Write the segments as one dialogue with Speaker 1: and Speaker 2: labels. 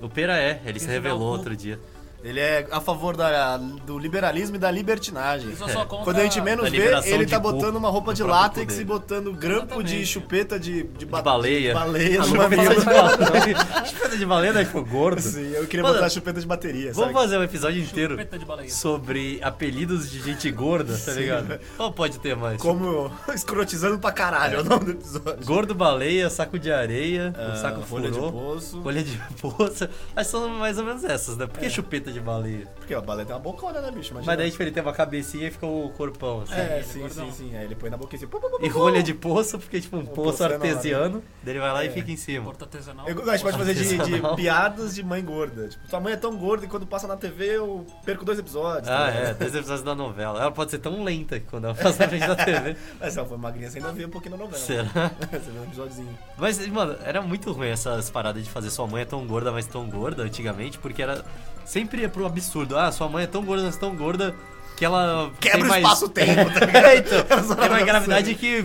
Speaker 1: O Pera é, ele se
Speaker 2: Esse
Speaker 1: revelou
Speaker 2: não-
Speaker 1: outro dia.
Speaker 3: Ele é a favor da- do liberalismo e da libertinagem.
Speaker 2: Isso só conta...
Speaker 3: Quando a gente menos
Speaker 1: Da
Speaker 3: vê,
Speaker 1: liberação
Speaker 3: ele
Speaker 1: de
Speaker 3: tá
Speaker 1: cu
Speaker 3: botando uma roupa de
Speaker 1: no próprio
Speaker 3: látex
Speaker 1: poder.
Speaker 3: e botando grampo de
Speaker 2: Exatamente.
Speaker 3: chupeta de, de, ba-
Speaker 1: De baleia.
Speaker 3: baleia
Speaker 1: Ah,
Speaker 3: no
Speaker 1: não,
Speaker 3: mamilo.
Speaker 1: precisa de baleia. Chupeta de baleia, né? Ficou gordo.
Speaker 3: Sim, eu queria
Speaker 1: Mano,
Speaker 3: botar chupeta de bateria,
Speaker 1: Vamos
Speaker 3: sabe?
Speaker 1: fazer um episódio inteiro
Speaker 2: Chupeta de baleia.
Speaker 1: sobre apelidos de gente gorda, tá ligado? Ou pode ter mais?
Speaker 3: Como escrotizando pra caralho é o nome do episódio. Ah,
Speaker 1: Gordo baleia, saco de areia, o saco
Speaker 3: folha de
Speaker 1: furou,
Speaker 3: poço.
Speaker 1: folha de poça. Mas são mais ou menos essas, né? Por
Speaker 3: É.
Speaker 1: que chupeta de baleia?
Speaker 3: Porque a baleia tem uma bocona, né, bicho? Imagina.
Speaker 1: Mas daí tipo, ele tem uma cabecinha e fica o corpão, assim.
Speaker 3: É,
Speaker 2: Ele
Speaker 3: sim,
Speaker 2: gordão.
Speaker 3: sim, sim. Aí ele põe na boca e assim.
Speaker 1: E rolha de poço, porque tipo um poço
Speaker 3: poço é na hora, né?
Speaker 1: artesiano, daí ele vai lá e
Speaker 3: É.
Speaker 1: fica em cima.
Speaker 2: Porta artesanal.
Speaker 3: Eu, a gente pode fazer de,
Speaker 1: Artesanal.
Speaker 3: de piadas de mãe gorda. Tipo, tua mãe é tão gorda que quando passa na TV eu perco dois episódios. tá
Speaker 1: Ah,
Speaker 3: ligado?
Speaker 1: é, dois episódios da novela. Ela pode ser tão lenta que quando ela passa na frente da TV.
Speaker 3: Mas se ela foi magrinha, você ainda vê um pouquinho na novela.
Speaker 1: Será?
Speaker 3: você vê um episódiozinho.
Speaker 1: Mas, mano, era muito ruim essas paradas de fazer sua mãe é tão gorda, mas tão gorda antigamente, porque era sempre ia pro absurdo. Ah, sua mãe é tão gorda, mas tão gorda que ela.
Speaker 3: Quebra
Speaker 1: tem
Speaker 3: o
Speaker 1: mais-
Speaker 3: espaço-tempo, tá ligado?
Speaker 1: é, então.
Speaker 3: Era só
Speaker 1: Tem uma
Speaker 3: isso.
Speaker 1: gravidade que.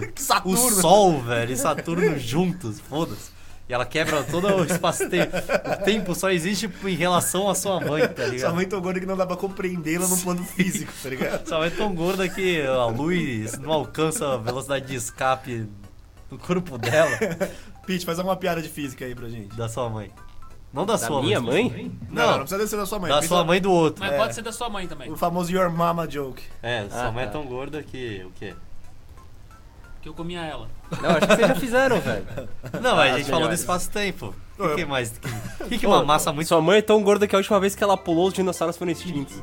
Speaker 1: O,
Speaker 3: Que Saturno.
Speaker 1: o Sol, tá velho, e Saturno juntos, foda-se. E ela quebra todo o espaço-tempo. O tempo só existe em relação à sua mãe, tá ligado?
Speaker 3: Sua mãe tão gorda que não dá pra compreendê-la num plano físico, tá ligado?
Speaker 1: Sua mãe é tão gorda que a luz não alcança a velocidade de escape do corpo dela,
Speaker 3: Pete, faz alguma piada de física aí pra gente.
Speaker 1: da sua mãe. Não da,
Speaker 4: Da
Speaker 1: sua
Speaker 4: minha
Speaker 1: mas-
Speaker 4: mãe?
Speaker 3: Não, não, precisa descer da sua mãe.
Speaker 1: Da
Speaker 3: Pete,
Speaker 1: sua mãe do outro.
Speaker 2: Mas
Speaker 3: É.
Speaker 2: pode ser da sua mãe também.
Speaker 3: O famoso Your Mama Joke.
Speaker 1: É, sua
Speaker 4: Ah,
Speaker 1: mãe é
Speaker 4: tá.
Speaker 1: tão gorda que. O quê?
Speaker 2: Que eu comia ela.
Speaker 4: Não, acho que vocês já fizeram, velho.
Speaker 1: Não, mas a
Speaker 3: Ah,
Speaker 4: as
Speaker 1: gente falou do
Speaker 4: melhores.
Speaker 1: espaço-tempo. O que,
Speaker 3: Eu-
Speaker 1: que mais? O que, que, que uma massa muito.
Speaker 4: Sua mãe é tão gorda que a última vez que ela pulou, os dinossauros foram extintos.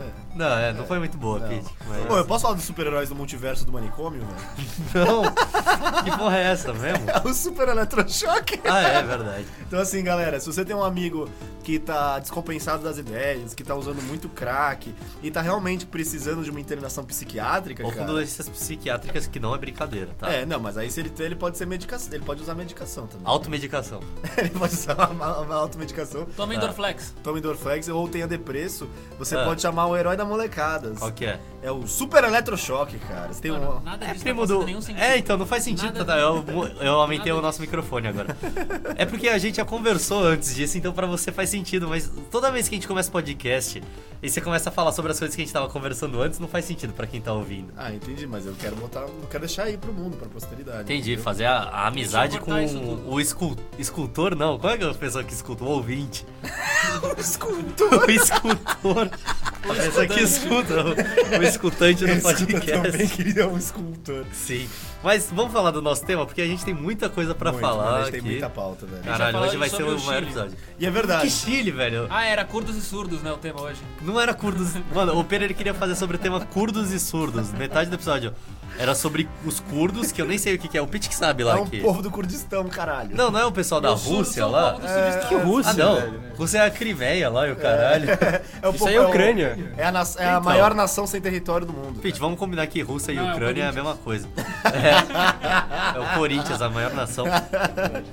Speaker 3: É.
Speaker 1: Não, é, não foi muito boa,
Speaker 3: Não.
Speaker 1: Pete. mas-
Speaker 3: Pô, eu posso falar dos super-heróis do multiverso do manicômio, velho?
Speaker 1: Não! Que porra é essa mesmo?
Speaker 3: o super eletrochoque.
Speaker 1: Ah, é verdade.
Speaker 3: Então assim, galera, se você tem um amigo que tá descompensado das ideias, que tá usando muito crack e tá realmente precisando de uma internação psiquiátrica,
Speaker 1: Ou com
Speaker 3: cara...
Speaker 1: doenças psiquiátricas que não é brincadeira, tá?
Speaker 3: É, não, mas aí se ele tem, ele pode ser medicação, ele pode usar medicação também.
Speaker 1: Automedicação.
Speaker 3: ele pode usar uma, uma automedicação.
Speaker 2: Toma Endorflex.
Speaker 3: Tome Dorflex ou tenha depresso, você
Speaker 1: Ah.
Speaker 3: pode chamar o herói da molecada.
Speaker 1: Qual que é?
Speaker 3: É o super eletrochoque, cara. Você tem
Speaker 2: Mano,
Speaker 3: um...
Speaker 2: nada
Speaker 1: É
Speaker 2: disso
Speaker 1: primo
Speaker 2: tá
Speaker 1: do.
Speaker 2: fazendo nenhum sentido.
Speaker 1: É, então não faz sentido,
Speaker 2: Nada
Speaker 1: Tata. Eu, eu aumentei o
Speaker 2: Nada
Speaker 1: nosso microfone agora. É porque a gente já conversou antes disso, então pra você faz sentido, mas toda vez que a gente começa o podcast e você começa a falar sobre as coisas que a gente tava conversando antes, não faz sentido pra quem tá ouvindo.
Speaker 3: Ah, entendi, mas eu quero botar, eu quero deixar aí pro mundo, pra posteridade.
Speaker 1: Entendi,
Speaker 3: entendeu?
Speaker 1: fazer a, a amizade
Speaker 2: Deixa eu
Speaker 1: com
Speaker 2: cortar isso tudo.
Speaker 1: o escul- escultor, não. Qual é a pessoa que escuta? O ouvinte.
Speaker 3: Escultor.
Speaker 1: O escultor. A pessoa que escuta, o, o escutante do
Speaker 3: Eu
Speaker 1: um podcast.
Speaker 3: também queria um escultor.
Speaker 1: Sim. Mas vamos falar do nosso tema, porque a gente tem muita coisa pra
Speaker 3: Muito,
Speaker 1: falar.
Speaker 3: mano, A gente tem
Speaker 1: aqui.
Speaker 3: muita pauta, velho.
Speaker 2: gente
Speaker 1: Caralho,
Speaker 2: vai
Speaker 1: hoje
Speaker 2: falar
Speaker 1: vai ser
Speaker 2: sobre
Speaker 1: o
Speaker 2: o
Speaker 1: maior
Speaker 2: Chile.
Speaker 1: episódio.
Speaker 3: E é
Speaker 1: Que
Speaker 3: verdade.
Speaker 1: Chile, velho.
Speaker 2: Ah, era curdos e surdos, né, o tema hoje.
Speaker 1: Não era curdos. Mano, o Pedro ele queria fazer sobre o tema curdos e surdos. Metade do episódio era sobre os curdos, que eu nem sei o que, que é. O Pete que sabe
Speaker 3: É
Speaker 1: lá
Speaker 3: um
Speaker 1: que.
Speaker 3: povo do Kurdistão, caralho.
Speaker 1: Não, não é o pessoal da
Speaker 2: Os surdos
Speaker 1: Rússia
Speaker 2: são o
Speaker 1: lá.
Speaker 2: povo um do Sudistão.
Speaker 4: Que Rússia,
Speaker 1: Ah, não.
Speaker 4: velho.
Speaker 1: Rússia é a Crimeia lá e o caralho.
Speaker 3: É o
Speaker 4: Isso
Speaker 3: povo-
Speaker 4: aí é
Speaker 3: o-
Speaker 4: Ucrânia.
Speaker 3: É a, na- é a
Speaker 1: Então.
Speaker 3: maior nação sem território do mundo.
Speaker 1: Pete, vamos combinar que Rússia
Speaker 2: Não, é
Speaker 1: e
Speaker 2: o
Speaker 1: Ucrânia é, a mesma coisa. É, É o Corinthians, a maior nação.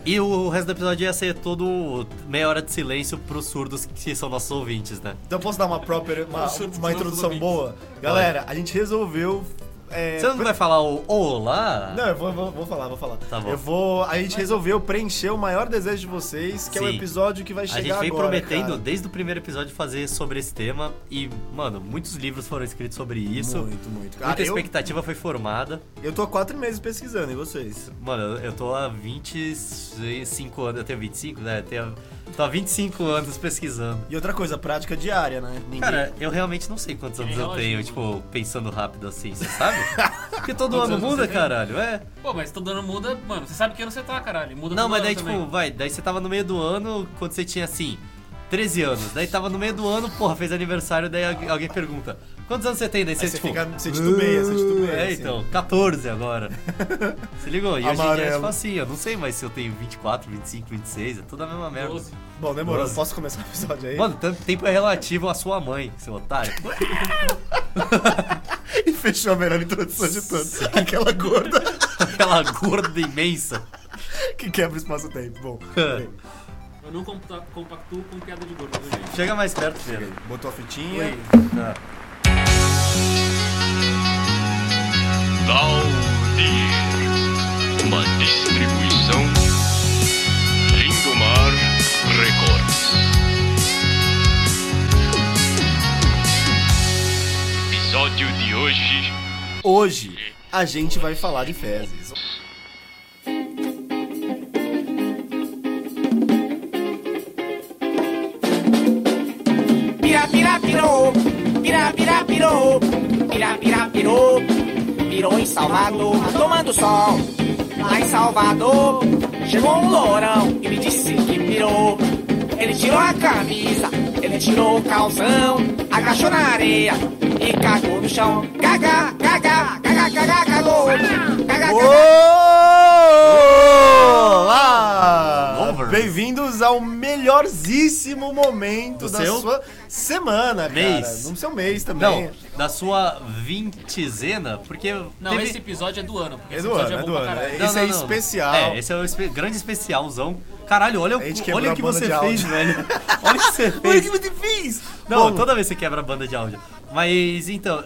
Speaker 1: E o resto do episódio ia ser todo meia hora de silêncio pros surdos que são nossos ouvintes, né?
Speaker 3: Então posso dar uma própria, uma,
Speaker 2: Os surdos
Speaker 3: uma
Speaker 2: não
Speaker 3: introdução
Speaker 2: são
Speaker 3: boa? Galera, a gente resolveu... é,
Speaker 1: Você não vai falar o olá?
Speaker 3: Não, eu vou, vou, vou falar, vou falar.
Speaker 1: Tá bom.
Speaker 3: Eu vou. A gente resolveu preencher o maior desejo de vocês, que é o
Speaker 1: Sim.
Speaker 3: episódio que vai
Speaker 1: A
Speaker 3: chegar
Speaker 1: gente vem
Speaker 3: agora,
Speaker 1: prometendo
Speaker 3: cara.
Speaker 1: desde o primeiro episódio fazer sobre esse tema e, mano, muitos livros foram escritos sobre isso.
Speaker 3: Muito, muito. Cara,
Speaker 1: Muita
Speaker 3: eu,
Speaker 1: expectativa foi formada.
Speaker 3: eu tô há quatro meses pesquisando, e vocês?
Speaker 1: Mano, eu- eu tô há 25 anos, eu tenho 25, né? Eu tenho, tô há 25 anos pesquisando.
Speaker 3: E outra coisa, prática diária, né? Ninguém...
Speaker 1: Cara, eu realmente não sei
Speaker 3: É
Speaker 1: quantos anos eu
Speaker 2: relógio,
Speaker 1: tenho,
Speaker 2: mano.
Speaker 1: tipo, pensando rápido assim, você sabe? Porque todo
Speaker 2: Quantos
Speaker 1: ano
Speaker 2: anos você
Speaker 1: muda,
Speaker 2: tem?
Speaker 1: caralho, é.
Speaker 2: Pô, mas todo ano muda, mano. Você sabe que ano você tá, caralho. Muda
Speaker 1: Não,
Speaker 2: todo
Speaker 1: mas
Speaker 2: ano
Speaker 1: daí,
Speaker 2: também.
Speaker 1: tipo, vai, daí você tava no meio do ano, quando você tinha, assim, 13 anos. Daí tava no meio do ano, porra, fez aniversário, daí algu- alguém pergunta, quantos anos você tem? Daí você,
Speaker 3: Aí você
Speaker 1: tipo...
Speaker 3: fica. Você titubeia, você titubeia.
Speaker 1: É,
Speaker 3: assim.
Speaker 1: então, 14 agora. Se ligou? E hoje em dia é
Speaker 3: Amarelo.
Speaker 1: tipo assim, eu não sei mais se eu tenho 24, 25, 26, é tudo a mesma merda.
Speaker 2: Doze.
Speaker 3: Bom, demorou.
Speaker 1: Nossa.
Speaker 3: Posso começar o episódio aí?
Speaker 1: Mano, tanto tempo é relativo à sua mãe, seu otário.
Speaker 3: e fechou a melhor introdução de todas. Aquela gorda
Speaker 1: Aquela gorda imensa.
Speaker 3: que quebra o espaço-tempo. Bom,
Speaker 2: Eu não compa- compactuo com piada de gordo, viu, gente?
Speaker 1: Chega mais perto, Pedro.
Speaker 3: botou a fitinha.
Speaker 5: Valdir, uma distribuição Lindomar Record.
Speaker 3: Hoje a gente vai falar de fezes.
Speaker 6: Pira, pira, pirou. Pira, pira, pirou. Pira, pira, pirou. Pirou em Salvador, tá tomando sol. Lá em Salvador, chegou um lourão e me disse que pirou. Ele tirou a camisa, ele tirou o calção, agachou na areia e cagou no chão. Caga, caga, caga, caga, cagou. Caga, caga.
Speaker 3: Olá!
Speaker 1: Over.
Speaker 3: Bem-vindos ao melhorzíssimo momento
Speaker 1: Do
Speaker 3: da
Speaker 1: seu?
Speaker 3: sua semana,
Speaker 1: Mês.
Speaker 3: cara. No seu mês também.
Speaker 1: Não, da sua vintezena, porque.
Speaker 2: Não,
Speaker 1: teve-
Speaker 2: esse episódio é do ano. Porque
Speaker 3: É
Speaker 2: esse
Speaker 3: do
Speaker 2: episódio
Speaker 3: ano, é
Speaker 2: bom
Speaker 3: do
Speaker 2: pra
Speaker 3: ano.
Speaker 2: caralho.
Speaker 1: Não,
Speaker 3: Esse
Speaker 1: não,
Speaker 3: é
Speaker 1: não.
Speaker 3: especial.
Speaker 1: É, esse é um espe- grande especialzão. Caralho, olha, o-
Speaker 3: A gente quebrou
Speaker 1: olha
Speaker 3: a
Speaker 1: o que
Speaker 3: banda
Speaker 1: você
Speaker 3: de
Speaker 1: fez,
Speaker 3: áudio.
Speaker 1: velho. Olha o que você
Speaker 3: Olha o
Speaker 1: fez.
Speaker 3: que você fez!
Speaker 1: Não,
Speaker 3: Bom,
Speaker 1: toda vez você quebra a banda de áudio. Mas então,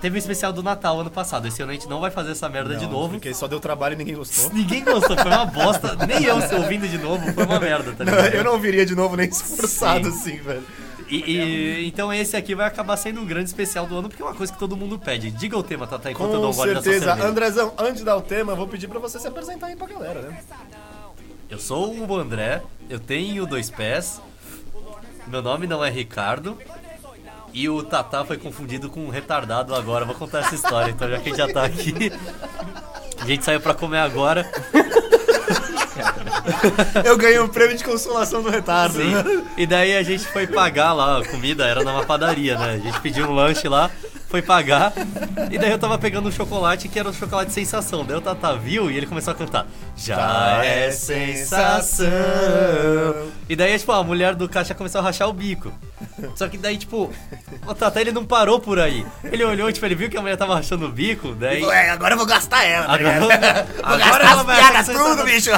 Speaker 1: teve um especial do Natal ano passado. Esse ano a gente não vai fazer essa merda de
Speaker 3: não,
Speaker 1: novo.
Speaker 3: Porque só deu trabalho e ninguém gostou.
Speaker 1: Ninguém gostou, foi uma bosta. Nem eu se ouvindo de novo, foi uma merda, tá
Speaker 3: Não,
Speaker 1: ligado?
Speaker 3: eu não ouviria de novo nem esforçado assim, velho.
Speaker 1: E, e- então esse aqui vai acabar sendo um grande especial do ano, porque é uma coisa que todo mundo pede. Diga o tema, Tata, enquanto eu dou um
Speaker 3: Com
Speaker 1: gole da sua
Speaker 3: certeza.
Speaker 1: cerveja.
Speaker 3: Andrezão, antes de dar o tema, eu vou pedir pra você se apresentar aí pra galera, né?
Speaker 1: Eu sou o André, eu tenho dois pés, meu nome não é Ricardo. E o Tatá foi confundido com um retardado agora. Vou contar essa história, então, já que a gente já tá aqui. A gente saiu pra comer agora.
Speaker 3: Eu ganhei o prêmio de consolação do retardo.
Speaker 1: Sim.
Speaker 3: né?
Speaker 1: E daí a gente foi pagar lá a comida, era numa padaria, né? A gente pediu um lanche lá, foi pagar. E daí eu tava pegando um chocolate que era um chocolate sensação. Daí o Tata viu e ele começou a cantar. Já é sensação. E daí, tipo, a mulher do caixa começou a rachar o bico. Só que daí, tipo, o Tata ele não parou por aí. Ele olhou, tipo, ele viu que a mulher tava rachando o bico, daí.
Speaker 6: Ué, agora eu vou gastar ela.
Speaker 1: Agora, agora ela vai
Speaker 6: Piada
Speaker 1: rachar o
Speaker 6: tudo,
Speaker 1: bico.
Speaker 6: bicho.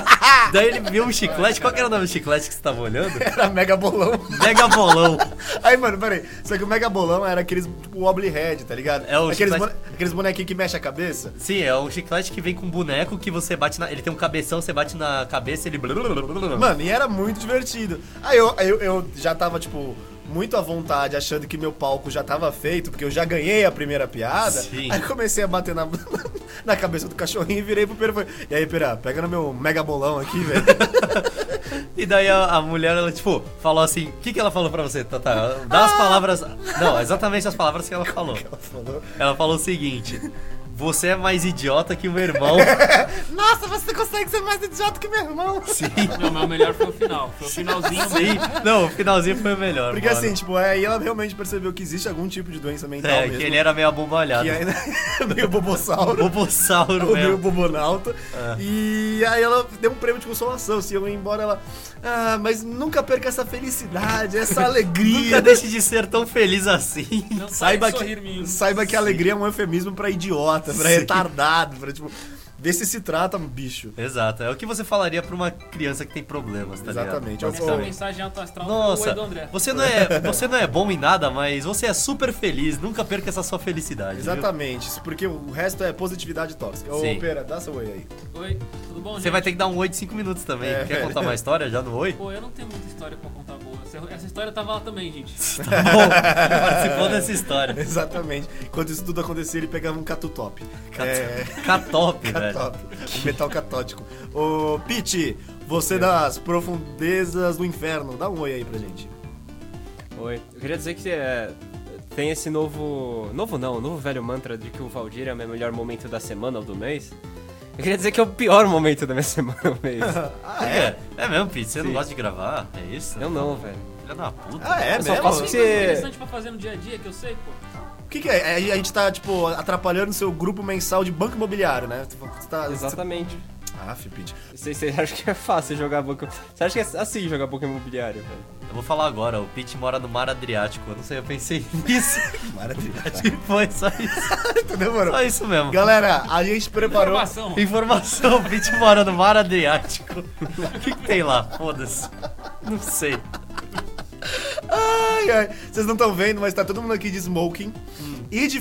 Speaker 1: Daí ele viu um chiclete. Qual que era o nome do chiclete que você tava olhando?
Speaker 3: Era mega bolão.
Speaker 1: Mega bolão.
Speaker 3: Aí, mano, peraí. Só que o mega bolão era aqueles tipo wobbly head, tá ligado?
Speaker 1: É o
Speaker 3: aqueles,
Speaker 1: chiclete-
Speaker 3: bone- aqueles bonequinhos que mexe a cabeça.
Speaker 1: Sim, é um chiclete que vem com um boneco que você bate na. Ele tem um cabeção, você bate na cabeça ele.
Speaker 3: Mano, e era muito divertido. Aí eu, aí eu, eu já tava, tipo, muito à vontade, achando que meu palco já tava feito, porque eu já ganhei a primeira piada.
Speaker 1: Sim.
Speaker 3: Aí comecei a bater na, na cabeça do cachorrinho e virei pro Pera e falei, e aí, Pera, pega no meu mega bolão aqui, velho.
Speaker 1: E daí a, a mulher, ela, tipo, falou assim: O que, que ela falou pra você, Tata? Dá
Speaker 3: Ah!
Speaker 1: as palavras. Não, exatamente as palavras que ela falou.
Speaker 3: Falou,
Speaker 1: Ela falou o seguinte: Você é mais idiota que o meu irmão.
Speaker 3: Nossa, você consegue ser mais idiota que meu irmão.
Speaker 1: Sim,
Speaker 2: Não, mas o melhor foi o final. Foi o finalzinho.
Speaker 1: sim. Não, o finalzinho foi o melhor.
Speaker 3: Porque
Speaker 1: mano.
Speaker 3: assim, tipo, é, aí ela realmente percebeu que existe algum tipo de doença mental
Speaker 1: É,
Speaker 3: mesmo.
Speaker 1: que ele era meio abobalhado.
Speaker 3: que ainda é meio bobossauro.
Speaker 1: Bobossauro
Speaker 3: O meu
Speaker 1: mesmo.
Speaker 3: bobonauta.
Speaker 1: É.
Speaker 3: E aí ela deu um prêmio de consolação. Se eu ia embora, ela. Ah, mas nunca perca essa felicidade, essa alegria.
Speaker 1: Nunca deixe de ser tão feliz assim.
Speaker 2: Não
Speaker 3: Saiba
Speaker 2: pare de sorrir,
Speaker 3: que,
Speaker 2: menino.
Speaker 3: saiba que a alegria é um eufemismo pra idiota, pra
Speaker 1: Sim.
Speaker 3: retardado, pra tipo. Vê se se trata, bicho.
Speaker 1: Exato, é o que você falaria pra uma criança que tem problemas, tá ligado?
Speaker 3: Exatamente, é o-
Speaker 2: Essa
Speaker 3: Ô.
Speaker 2: mensagem alto astral foi
Speaker 1: Nossa,
Speaker 2: do André.
Speaker 1: você não, é, você não é bom em nada, mas você é super feliz. Nunca perca essa sua felicidade. viu?
Speaker 3: Exatamente, isso porque o resto é positividade tóxica. Ô,
Speaker 1: Sim.
Speaker 3: Pera, dá seu oi aí.
Speaker 2: Oi, tudo bom,
Speaker 1: Você
Speaker 2: gente?
Speaker 1: vai ter que dar um oi de 5 minutos também.
Speaker 3: É.
Speaker 1: Quer contar uma história já no oi?
Speaker 2: Pô, eu não tenho muita história pra contar boa. Essa, essa história tava lá também, gente.
Speaker 1: Tá bom, participou dessa história.
Speaker 3: Exatamente. Enquanto isso tudo acontecia, ele pegava um catu top.
Speaker 1: Cat-
Speaker 3: É,
Speaker 1: Catop, velho.
Speaker 3: catop. Um metal catótico. Ô, Pete, você é das profundezas do inferno, dá um oi aí pra gente.
Speaker 4: Oi. Eu queria dizer que é, tem esse novo. Novo não, novo velho mantra de que o Valdir é o meu melhor momento da semana ou do mês. Eu queria dizer que é o pior momento da minha semana ou mês.
Speaker 1: Ah, é? É mesmo, Pete? Você não
Speaker 4: Sim.
Speaker 1: gosta de gravar? É isso?
Speaker 4: Eu não, velho.
Speaker 1: Filha da puta.
Speaker 3: Ah, é
Speaker 4: Eu só
Speaker 3: mesmo?
Speaker 4: faço
Speaker 2: Tem
Speaker 4: que-
Speaker 2: coisa interessante pra fazer no dia a dia que eu sei, pô.
Speaker 3: O que, que é? É, A gente tá, tipo, atrapalhando seu grupo mensal de banco imobiliário, né? Você tá,
Speaker 4: Exatamente.
Speaker 3: Você... Ah, Pete.
Speaker 4: Você, você acha que é fácil jogar boca. Você acha que é assim jogar boca imobiliário, velho?
Speaker 1: Eu vou falar agora, o Pete mora no mar Adriático. Eu não sei, eu pensei nisso.
Speaker 3: Maravilha.
Speaker 1: e foi só isso.
Speaker 3: Demorou.
Speaker 1: Só isso mesmo.
Speaker 3: Galera, a gente preparou.
Speaker 2: Informação.
Speaker 1: Informação, o Pete mora no mar Adriático. O que, que tem lá? Foda-se. Não sei.
Speaker 3: Ai, ai. Vocês não estão vendo, mas tá todo mundo aqui de smoking e de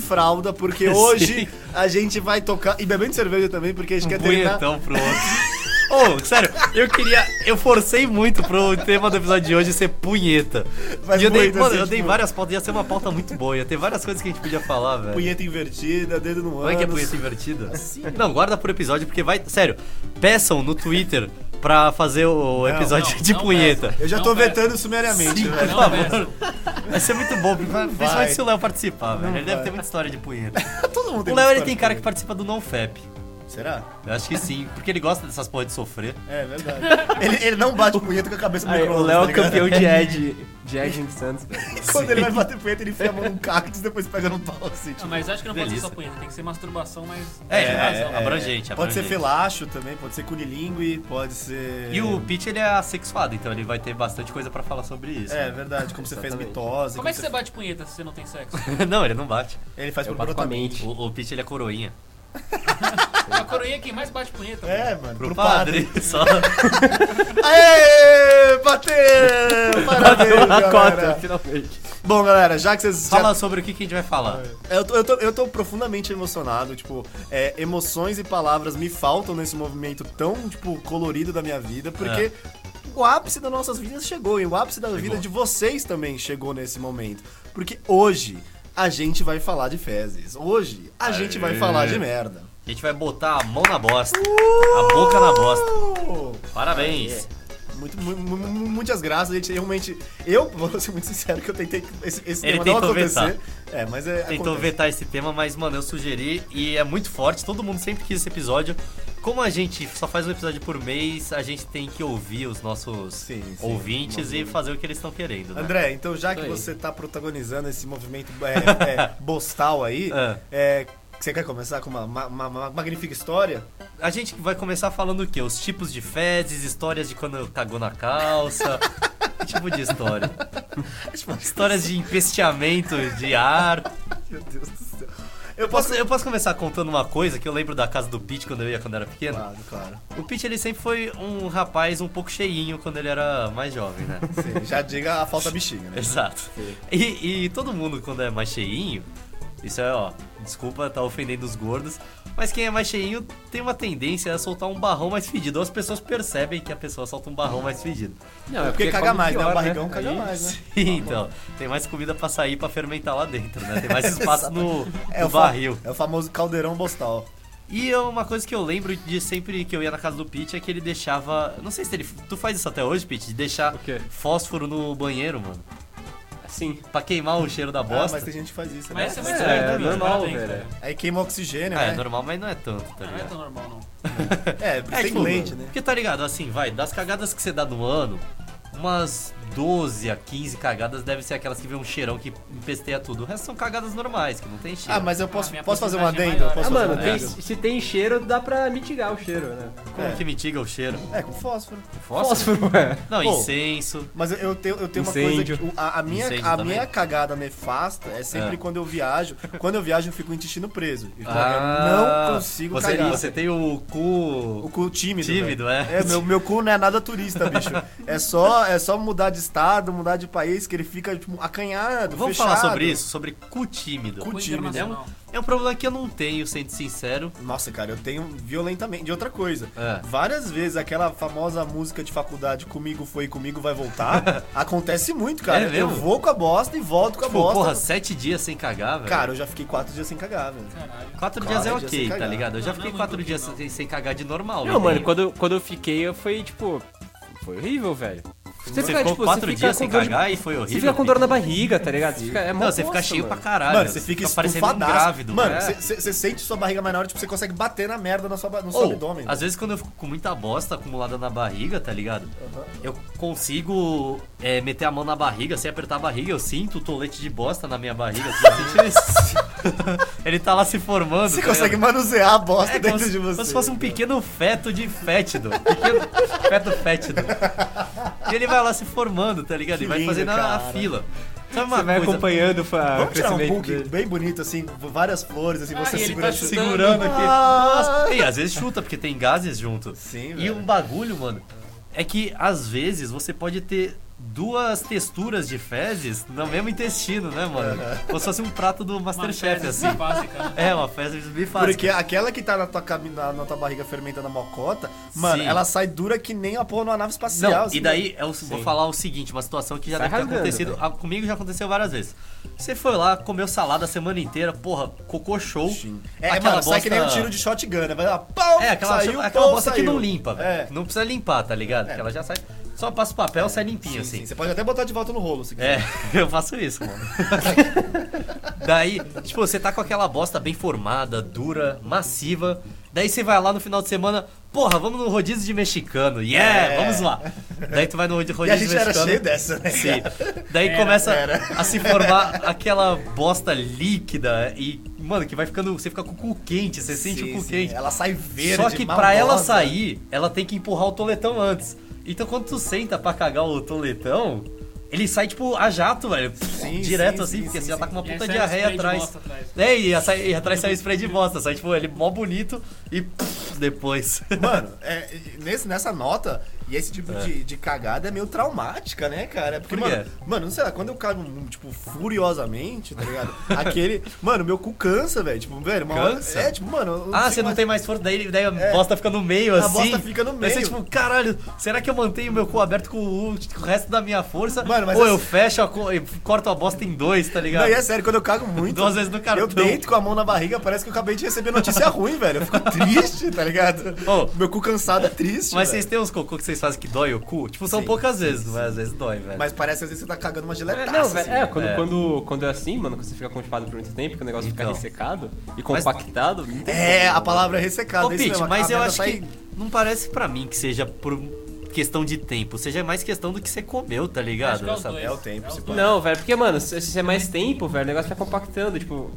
Speaker 3: fralda, porque hoje a gente vai tocar. E bebendo cerveja também, porque a gente
Speaker 1: Um
Speaker 3: quer né? terminar.
Speaker 1: punhetão pro outro. Ô, sério, eu queria. Eu forcei muito pro tema do episódio de hoje ser punheta.
Speaker 3: Mas
Speaker 1: e eu dei,
Speaker 3: muito,
Speaker 1: mano,
Speaker 3: assim,
Speaker 1: eu dei
Speaker 3: tipo-
Speaker 1: várias pautas, ia ser uma pauta muito boa, ia ter várias coisas que a gente podia falar, velho.
Speaker 3: Punheta invertida, dedo no ânus.
Speaker 1: Como é que é punheta invertida? Não, guarda por episódio, porque vai. Sério, peçam no Twitter pra fazer o episódio
Speaker 2: não,
Speaker 1: de
Speaker 2: não
Speaker 1: punheta.
Speaker 2: peçam.
Speaker 3: Eu já
Speaker 2: Não,
Speaker 3: tô
Speaker 2: pera.
Speaker 3: vetando sumariamente,
Speaker 1: Sim,
Speaker 3: velho.
Speaker 1: Por favor. Vai ser muito bom, principalmente se o Léo participar, velho. Ele deve
Speaker 3: vai.
Speaker 1: ter muita história de punheta.
Speaker 3: Todo mundo
Speaker 1: O
Speaker 3: tem
Speaker 1: Léo
Speaker 3: uma
Speaker 1: ele tem cara
Speaker 3: história
Speaker 1: que participa do NoFap.
Speaker 3: com ele. Será?
Speaker 1: Eu acho que sim, porque ele gosta dessas porra de sofrer.
Speaker 3: É, verdade. ele, ele não bate punheta com a cabeça no
Speaker 4: Aí, o
Speaker 3: micro-ondas,
Speaker 4: Léo é
Speaker 3: tá
Speaker 4: o
Speaker 3: ligado?
Speaker 4: campeão de Ed. De Ed em Santos, velho.
Speaker 3: Quando ele vai bater punheta, ele enfia a mão num cactus e depois pega num pau assim.
Speaker 2: Ah,
Speaker 3: tipo.
Speaker 2: mas acho que não pode ser
Speaker 1: Delícia.
Speaker 2: só punheta, tem que ser masturbação, mas.
Speaker 1: É,
Speaker 2: Tem
Speaker 1: é,
Speaker 2: razão.
Speaker 1: abrangente,
Speaker 3: Pode ser
Speaker 1: abrangente.
Speaker 3: felacho também, pode ser cunilingue, pode ser...
Speaker 1: E o Pete ele é assexuado, então ele vai ter bastante coisa pra falar sobre isso.
Speaker 3: É, verdade, como você fez
Speaker 4: Exatamente.
Speaker 3: mitose.
Speaker 2: Como é que você bate punheta se você não tem sexo?
Speaker 1: não, ele não bate.
Speaker 3: Ele faz
Speaker 4: Eu
Speaker 3: por
Speaker 4: bato com a
Speaker 3: brotamento.
Speaker 4: mente.
Speaker 1: O, o Pete ele é coroinha.
Speaker 2: a coroinha é quem mais bate punheta.
Speaker 3: É, mano,
Speaker 1: Pro, padre. Só
Speaker 3: Aê, bateu! Parabéns,
Speaker 4: A cota,
Speaker 3: galera.
Speaker 4: finalmente.
Speaker 3: Bom, galera, já que vocês... já-
Speaker 1: fala sobre o que, que a gente vai falar.
Speaker 3: Eu tô, eu, tô, eu tô profundamente emocionado, tipo, é, emoções e palavras me faltam nesse movimento tão, tipo, colorido da minha vida,
Speaker 1: É.
Speaker 3: porque o ápice das nossas vidas chegou, e o ápice da vida de vocês também chegou nesse momento. Porque hoje a gente vai falar de fezes. Hoje a gente vai falar de merda.
Speaker 1: A gente vai botar a mão na bosta, a boca na bosta.
Speaker 3: Uh!
Speaker 1: Parabéns.
Speaker 3: é, Muito, mu- mu- mu- muitas graças, gente. Realmente, eu vou ser muito sincero que eu tentei esse, esse
Speaker 1: Ele
Speaker 3: tema não
Speaker 1: tentou
Speaker 3: acontecer. É, mas é.
Speaker 1: Tentou
Speaker 3: acontece.
Speaker 1: vetar esse tema, mas, mano, eu sugeri e é muito forte. Todo mundo sempre quis esse episódio. Como a gente só faz um episódio por mês, a gente tem que ouvir os nossos
Speaker 3: Sim, sim.
Speaker 1: ouvintes e fazer o que eles estão querendo, né?
Speaker 3: André, então já que
Speaker 4: Isso aí.
Speaker 3: você tá protagonizando esse movimento é, é, bostal aí,
Speaker 1: É.
Speaker 3: é, você quer começar com uma, ma- uma- uma magnífica história?
Speaker 1: A gente vai começar falando o quê? Os tipos de fezes, histórias de quando cagou na calça. que tipo de história? Tipo, Histórias de empesteamento de ar.
Speaker 3: Meu Deus do céu. Eu
Speaker 1: Eu
Speaker 3: posso.
Speaker 1: posso, eu posso começar contando uma coisa que eu lembro da casa do Pete quando eu ia quando eu era pequeno?
Speaker 3: Claro, claro.
Speaker 1: O Pete ele sempre foi um rapaz um pouco cheinho quando ele era mais jovem, né?
Speaker 3: Sim, já diga a falta bichinha, né?
Speaker 1: Exato. E, e todo mundo, quando é mais cheinho, isso é, ó, desculpa tá ofendendo os gordos, mas quem é mais cheinho tem uma tendência a soltar um barrão mais fedido. Ou as pessoas percebem que a pessoa solta um barrão mais fedido.
Speaker 4: Não, é
Speaker 3: Porque, caga
Speaker 4: come
Speaker 3: mais, né?
Speaker 4: pior, É.
Speaker 3: O barrigão caga
Speaker 4: Aí-
Speaker 3: mais, né?
Speaker 1: Sim, então, tem mais comida pra sair pra fermentar lá dentro, né? Tem mais espaço no,
Speaker 3: É
Speaker 1: no
Speaker 3: o, fa-
Speaker 1: barril.
Speaker 3: é o famoso caldeirão bostal.
Speaker 1: E é uma coisa que eu lembro de sempre que eu ia na casa do Pete é que ele deixava. Não sei se ele. Tu faz isso até hoje, Pete? De deixar
Speaker 4: O quê?
Speaker 1: fósforo no banheiro, mano.
Speaker 4: Sim.
Speaker 1: Pra queimar o cheiro da
Speaker 3: Ah,
Speaker 1: bosta.
Speaker 3: mas tem gente que faz isso, né?
Speaker 2: Mas isso é muito
Speaker 4: É,
Speaker 2: certo,
Speaker 4: é
Speaker 2: Bicho,
Speaker 4: normal,
Speaker 2: parabéns,
Speaker 4: velho.
Speaker 3: Aí queima oxigênio,
Speaker 1: Ah, é
Speaker 3: né?
Speaker 1: normal, mas não é tanto, tá
Speaker 2: né? Não é
Speaker 1: ligado?
Speaker 2: tão normal, não.
Speaker 3: É,
Speaker 1: É,
Speaker 3: tem
Speaker 1: tipo,
Speaker 3: leite, né?
Speaker 1: Porque tá ligado, assim, vai, das cagadas que você dá no ano, umas 12 a 15 cagadas devem ser aquelas que vem um cheirão que empesteia tudo. O resto são cagadas normais, que não tem cheiro.
Speaker 3: Ah, mas eu posso,
Speaker 2: Ah, minha
Speaker 3: posso fazer um
Speaker 2: porcentagem é
Speaker 3: adendo? Eu
Speaker 2: maior.
Speaker 3: posso
Speaker 4: Ah,
Speaker 3: fazer
Speaker 4: mano,
Speaker 3: um
Speaker 4: tem-
Speaker 3: adendo?
Speaker 4: se tem cheiro, dá pra mitigar o cheiro, né?
Speaker 1: Como
Speaker 3: é.
Speaker 1: que mitiga o cheiro?
Speaker 3: É, com fósforo.
Speaker 1: Fósforo?
Speaker 4: é.
Speaker 1: Não,
Speaker 3: Pô.
Speaker 1: incenso.
Speaker 3: Mas eu- eu tenho, eu tenho uma coisa
Speaker 4: Incêndio.
Speaker 3: que. o- A, a minha,
Speaker 1: Incêndio
Speaker 3: a
Speaker 1: também.
Speaker 3: minha cagada nefasta é sempre
Speaker 1: É.
Speaker 3: quando eu viajo. Quando eu viajo, eu fico com o intestino preso. Eu
Speaker 1: Ah,
Speaker 3: não consigo
Speaker 1: você,
Speaker 3: cagar.
Speaker 1: Você tem o cu...
Speaker 3: O cu tímido.
Speaker 1: Tímido,
Speaker 3: velho.
Speaker 1: é.
Speaker 3: É, meu, meu cu não é nada turista, bicho. É só, é só mudar de estado, mudar de país, que ele fica tipo, acanhado.
Speaker 1: Vamos
Speaker 3: fechado.
Speaker 1: falar sobre isso, sobre cu tímido.
Speaker 3: Cu
Speaker 2: Coisa
Speaker 3: tímido.
Speaker 1: É um,
Speaker 2: internacional.
Speaker 1: é um problema que eu não tenho, sendo sincero.
Speaker 3: Nossa, cara, eu tenho violentamente. De outra coisa,
Speaker 1: É.
Speaker 3: várias vezes aquela famosa música de faculdade Comigo Foi, Comigo Vai Voltar acontece muito, cara.
Speaker 1: É
Speaker 3: eu
Speaker 1: mesmo?
Speaker 3: vou com a bosta e volto com a
Speaker 1: Tipo,
Speaker 3: bosta.
Speaker 1: porra, sete dias sem cagar, velho.
Speaker 3: Cara, eu já fiquei quatro dias sem cagar, velho.
Speaker 2: Caralho.
Speaker 1: Quatro
Speaker 3: Quatro
Speaker 1: dias é
Speaker 3: dias sem
Speaker 1: ok, tá
Speaker 3: cagar.
Speaker 1: ligado? Eu já
Speaker 2: Não,
Speaker 1: fiquei
Speaker 2: não é
Speaker 1: quatro
Speaker 2: muito
Speaker 1: dias
Speaker 2: não.
Speaker 1: sem, sem cagar de normal.
Speaker 4: Não,
Speaker 1: né?
Speaker 4: mano, quando, quando eu fiquei, eu fui, tipo... Foi horrível, velho.
Speaker 1: Você
Speaker 4: tipo,
Speaker 1: ficou quatro dias sem
Speaker 4: dor de-
Speaker 1: cagar e foi
Speaker 4: Você
Speaker 1: horrível.
Speaker 4: fica com dor
Speaker 1: Pete.
Speaker 4: na barriga, tá ligado? Você fica, é mó
Speaker 1: Não, você fica
Speaker 4: bosta,
Speaker 1: cheio
Speaker 4: mano.
Speaker 1: pra caralho.
Speaker 3: Mano, você fica
Speaker 1: parecendo um
Speaker 3: estufadaço.
Speaker 1: grávido.
Speaker 3: Mano,
Speaker 1: né?
Speaker 3: você é você sente sua barriga, mas na hora tipo, você consegue bater na merda na sua, ba- no seu
Speaker 1: Ou,
Speaker 3: um abdômen.
Speaker 1: às vezes quando eu fico com muita bosta acumulada na barriga, tá ligado? Eu consigo é, meter a mão na barriga, sem apertar a barriga, eu sinto o tolete de bosta na minha barriga. Você sente isso? Ele tá lá se formando.
Speaker 3: Você
Speaker 1: tá
Speaker 3: consegue
Speaker 1: ligado?
Speaker 3: manusear a bosta
Speaker 1: É como
Speaker 3: dentro
Speaker 1: se,
Speaker 3: de você. né?
Speaker 1: como se fosse um pequeno feto de fétido. Pequeno feto fétido. E ele vai lá se formando, tá ligado?
Speaker 3: Que
Speaker 1: e vai
Speaker 3: lindo,
Speaker 1: fazendo a- a
Speaker 3: cara.
Speaker 1: fila. Sabe uma
Speaker 4: Você vai
Speaker 1: coisa?
Speaker 4: acompanhando pra
Speaker 3: Vamos tirar um
Speaker 4: crescimento
Speaker 3: book
Speaker 4: dele.
Speaker 3: bem bonito, assim, com várias flores, assim,
Speaker 2: Ah,
Speaker 3: você
Speaker 2: e ele
Speaker 3: segurando,
Speaker 2: tá chutando.
Speaker 3: segurando aqui.
Speaker 1: Nossa, e às vezes chuta, porque tem gases junto.
Speaker 3: Ah. Sim,
Speaker 1: E
Speaker 3: velho.
Speaker 1: um bagulho, mano, é que às vezes você pode ter duas texturas de fezes no mesmo intestino, né, mano? Como se fosse um prato do
Speaker 2: Uma
Speaker 1: Masterchef,
Speaker 2: fezes
Speaker 1: assim.
Speaker 2: né? básica.
Speaker 1: É, uma fezes bifásica.
Speaker 3: Porque aquela que tá na tua, cabe- na, na tua barriga fermentando a mocota, mano,
Speaker 1: Sim.
Speaker 3: ela sai dura que nem a porra numa nave espacial.
Speaker 1: Não, e
Speaker 3: assim,
Speaker 1: daí eu vou falar o seguinte, uma situação que já
Speaker 4: Sai
Speaker 1: deve ter
Speaker 4: rasgando,
Speaker 1: acontecido.
Speaker 4: velho.
Speaker 1: ah, Comigo já aconteceu várias vezes. Você foi lá, comeu salada a semana inteira, porra, cocô show.
Speaker 3: Sim. É,
Speaker 1: Aquela
Speaker 3: mano, sai
Speaker 1: bosta-
Speaker 3: que nem um tiro de shotgun, né? Vai lá, pau,
Speaker 1: É, aquela,
Speaker 3: saiu,
Speaker 1: aquela
Speaker 3: pau,
Speaker 1: bosta que
Speaker 3: saiu.
Speaker 1: não limpa,
Speaker 3: É.
Speaker 1: velho. Não precisa limpar, tá ligado? Porque ela já sai. Só passa o papel, sai limpinho, assim.
Speaker 3: Sim, sim, Você pode até botar de volta no rolo, se quiser.
Speaker 1: É, eu faço isso, mano. Daí, tipo, você tá com aquela bosta bem formada, dura, massiva. Daí você vai lá no final de semana, porra, vamos no rodízio de mexicano. Yeah,
Speaker 3: É.
Speaker 1: vamos lá. Daí tu vai no rodízio
Speaker 3: E a gente
Speaker 1: de
Speaker 3: era
Speaker 1: mexicano.
Speaker 3: cheio dessa, né?
Speaker 1: Sim. Daí começa
Speaker 3: era.
Speaker 1: a se formar aquela bosta líquida e, mano, que vai ficando. Você fica com o cu quente, você sente o
Speaker 3: Sim,
Speaker 1: cu
Speaker 3: sim.
Speaker 1: quente.
Speaker 3: Ela sai verde,
Speaker 1: Só que pra
Speaker 3: maldosa.
Speaker 1: ela sair, ela tem que empurrar o toletão antes. Então quando tu senta pra cagar o toletão, ele sai tipo a jato, velho.
Speaker 3: Sim,
Speaker 1: direto
Speaker 3: sim,
Speaker 1: assim,
Speaker 3: sim,
Speaker 1: porque
Speaker 3: sim,
Speaker 1: você já tá
Speaker 3: sim.
Speaker 1: com uma
Speaker 2: E aí
Speaker 1: puta
Speaker 2: sai
Speaker 1: diarreia
Speaker 2: spray de
Speaker 1: atrás.
Speaker 2: bosta atrás.
Speaker 1: É, e, a- e atrás sai o spray de bosta, sai tipo ele mó bonito e pff, depois.
Speaker 3: Mano, é, nesse, nessa nota, e esse tipo de, de cagada é meio traumática, né, cara? Porque,
Speaker 1: Por quê?
Speaker 3: mano, mano, não sei lá, quando eu cago, tipo, furiosamente, tá ligado? Aquele. Mano, meu cu cansa, velho. Tipo, velho, uma hora-
Speaker 1: Cansa?
Speaker 3: É, tipo, mano. eu
Speaker 1: Ah,
Speaker 3: sei
Speaker 1: você não
Speaker 3: mais-
Speaker 1: tem mais força, daí, daí a
Speaker 3: É.
Speaker 1: bosta fica no meio, assim.
Speaker 3: A bosta fica no
Speaker 1: Daí você,
Speaker 3: meio.
Speaker 1: tipo, caralho, será que eu mantenho meu cu aberto com o, com o resto da minha força?
Speaker 3: Mano, mas
Speaker 1: Ou
Speaker 3: assim-
Speaker 1: eu fecho a co- e corto a bosta em dois, tá ligado?
Speaker 3: Não, e é sério, quando eu cago muito.
Speaker 1: Duas vezes no cartão.
Speaker 3: Eu deito com a mão na barriga, parece que eu acabei de receber notícia ruim, velho. Eu fico triste, tá ligado?
Speaker 1: Ô.
Speaker 3: Meu cu cansado é triste.
Speaker 1: Mas
Speaker 3: velho.
Speaker 1: vocês têm uns cocô que vocês fazem que dói o cu? Tipo, são
Speaker 3: Sim,
Speaker 1: poucas vezes, mas às vezes dói, velho.
Speaker 3: Mas parece que às vezes você tá cagando uma
Speaker 4: É,
Speaker 3: geletaça.
Speaker 4: não, velho,
Speaker 3: assim,
Speaker 4: é,
Speaker 3: né?
Speaker 4: quando,
Speaker 1: É.
Speaker 4: Quando, quando é assim, mano, quando você fica constipado por muito tempo, que o negócio
Speaker 1: Então.
Speaker 4: fica ressecado e compactado. não tem
Speaker 3: É,
Speaker 4: como.
Speaker 3: a palavra é ressecada.
Speaker 1: Ô,
Speaker 3: é isso
Speaker 1: Pete,
Speaker 3: mesmo, a
Speaker 1: mas eu
Speaker 3: merda
Speaker 1: acho
Speaker 3: sai-
Speaker 1: que não parece pra mim que seja por questão de tempo, seja mais questão do que você comeu, tá
Speaker 2: Acho
Speaker 1: ligado?
Speaker 2: que é os
Speaker 1: Essa-
Speaker 2: dois.
Speaker 3: É o tempo, se pá.
Speaker 4: Não, velho, porque, mano, se, se é mais tempo, velho, o negócio vai compactando, tipo.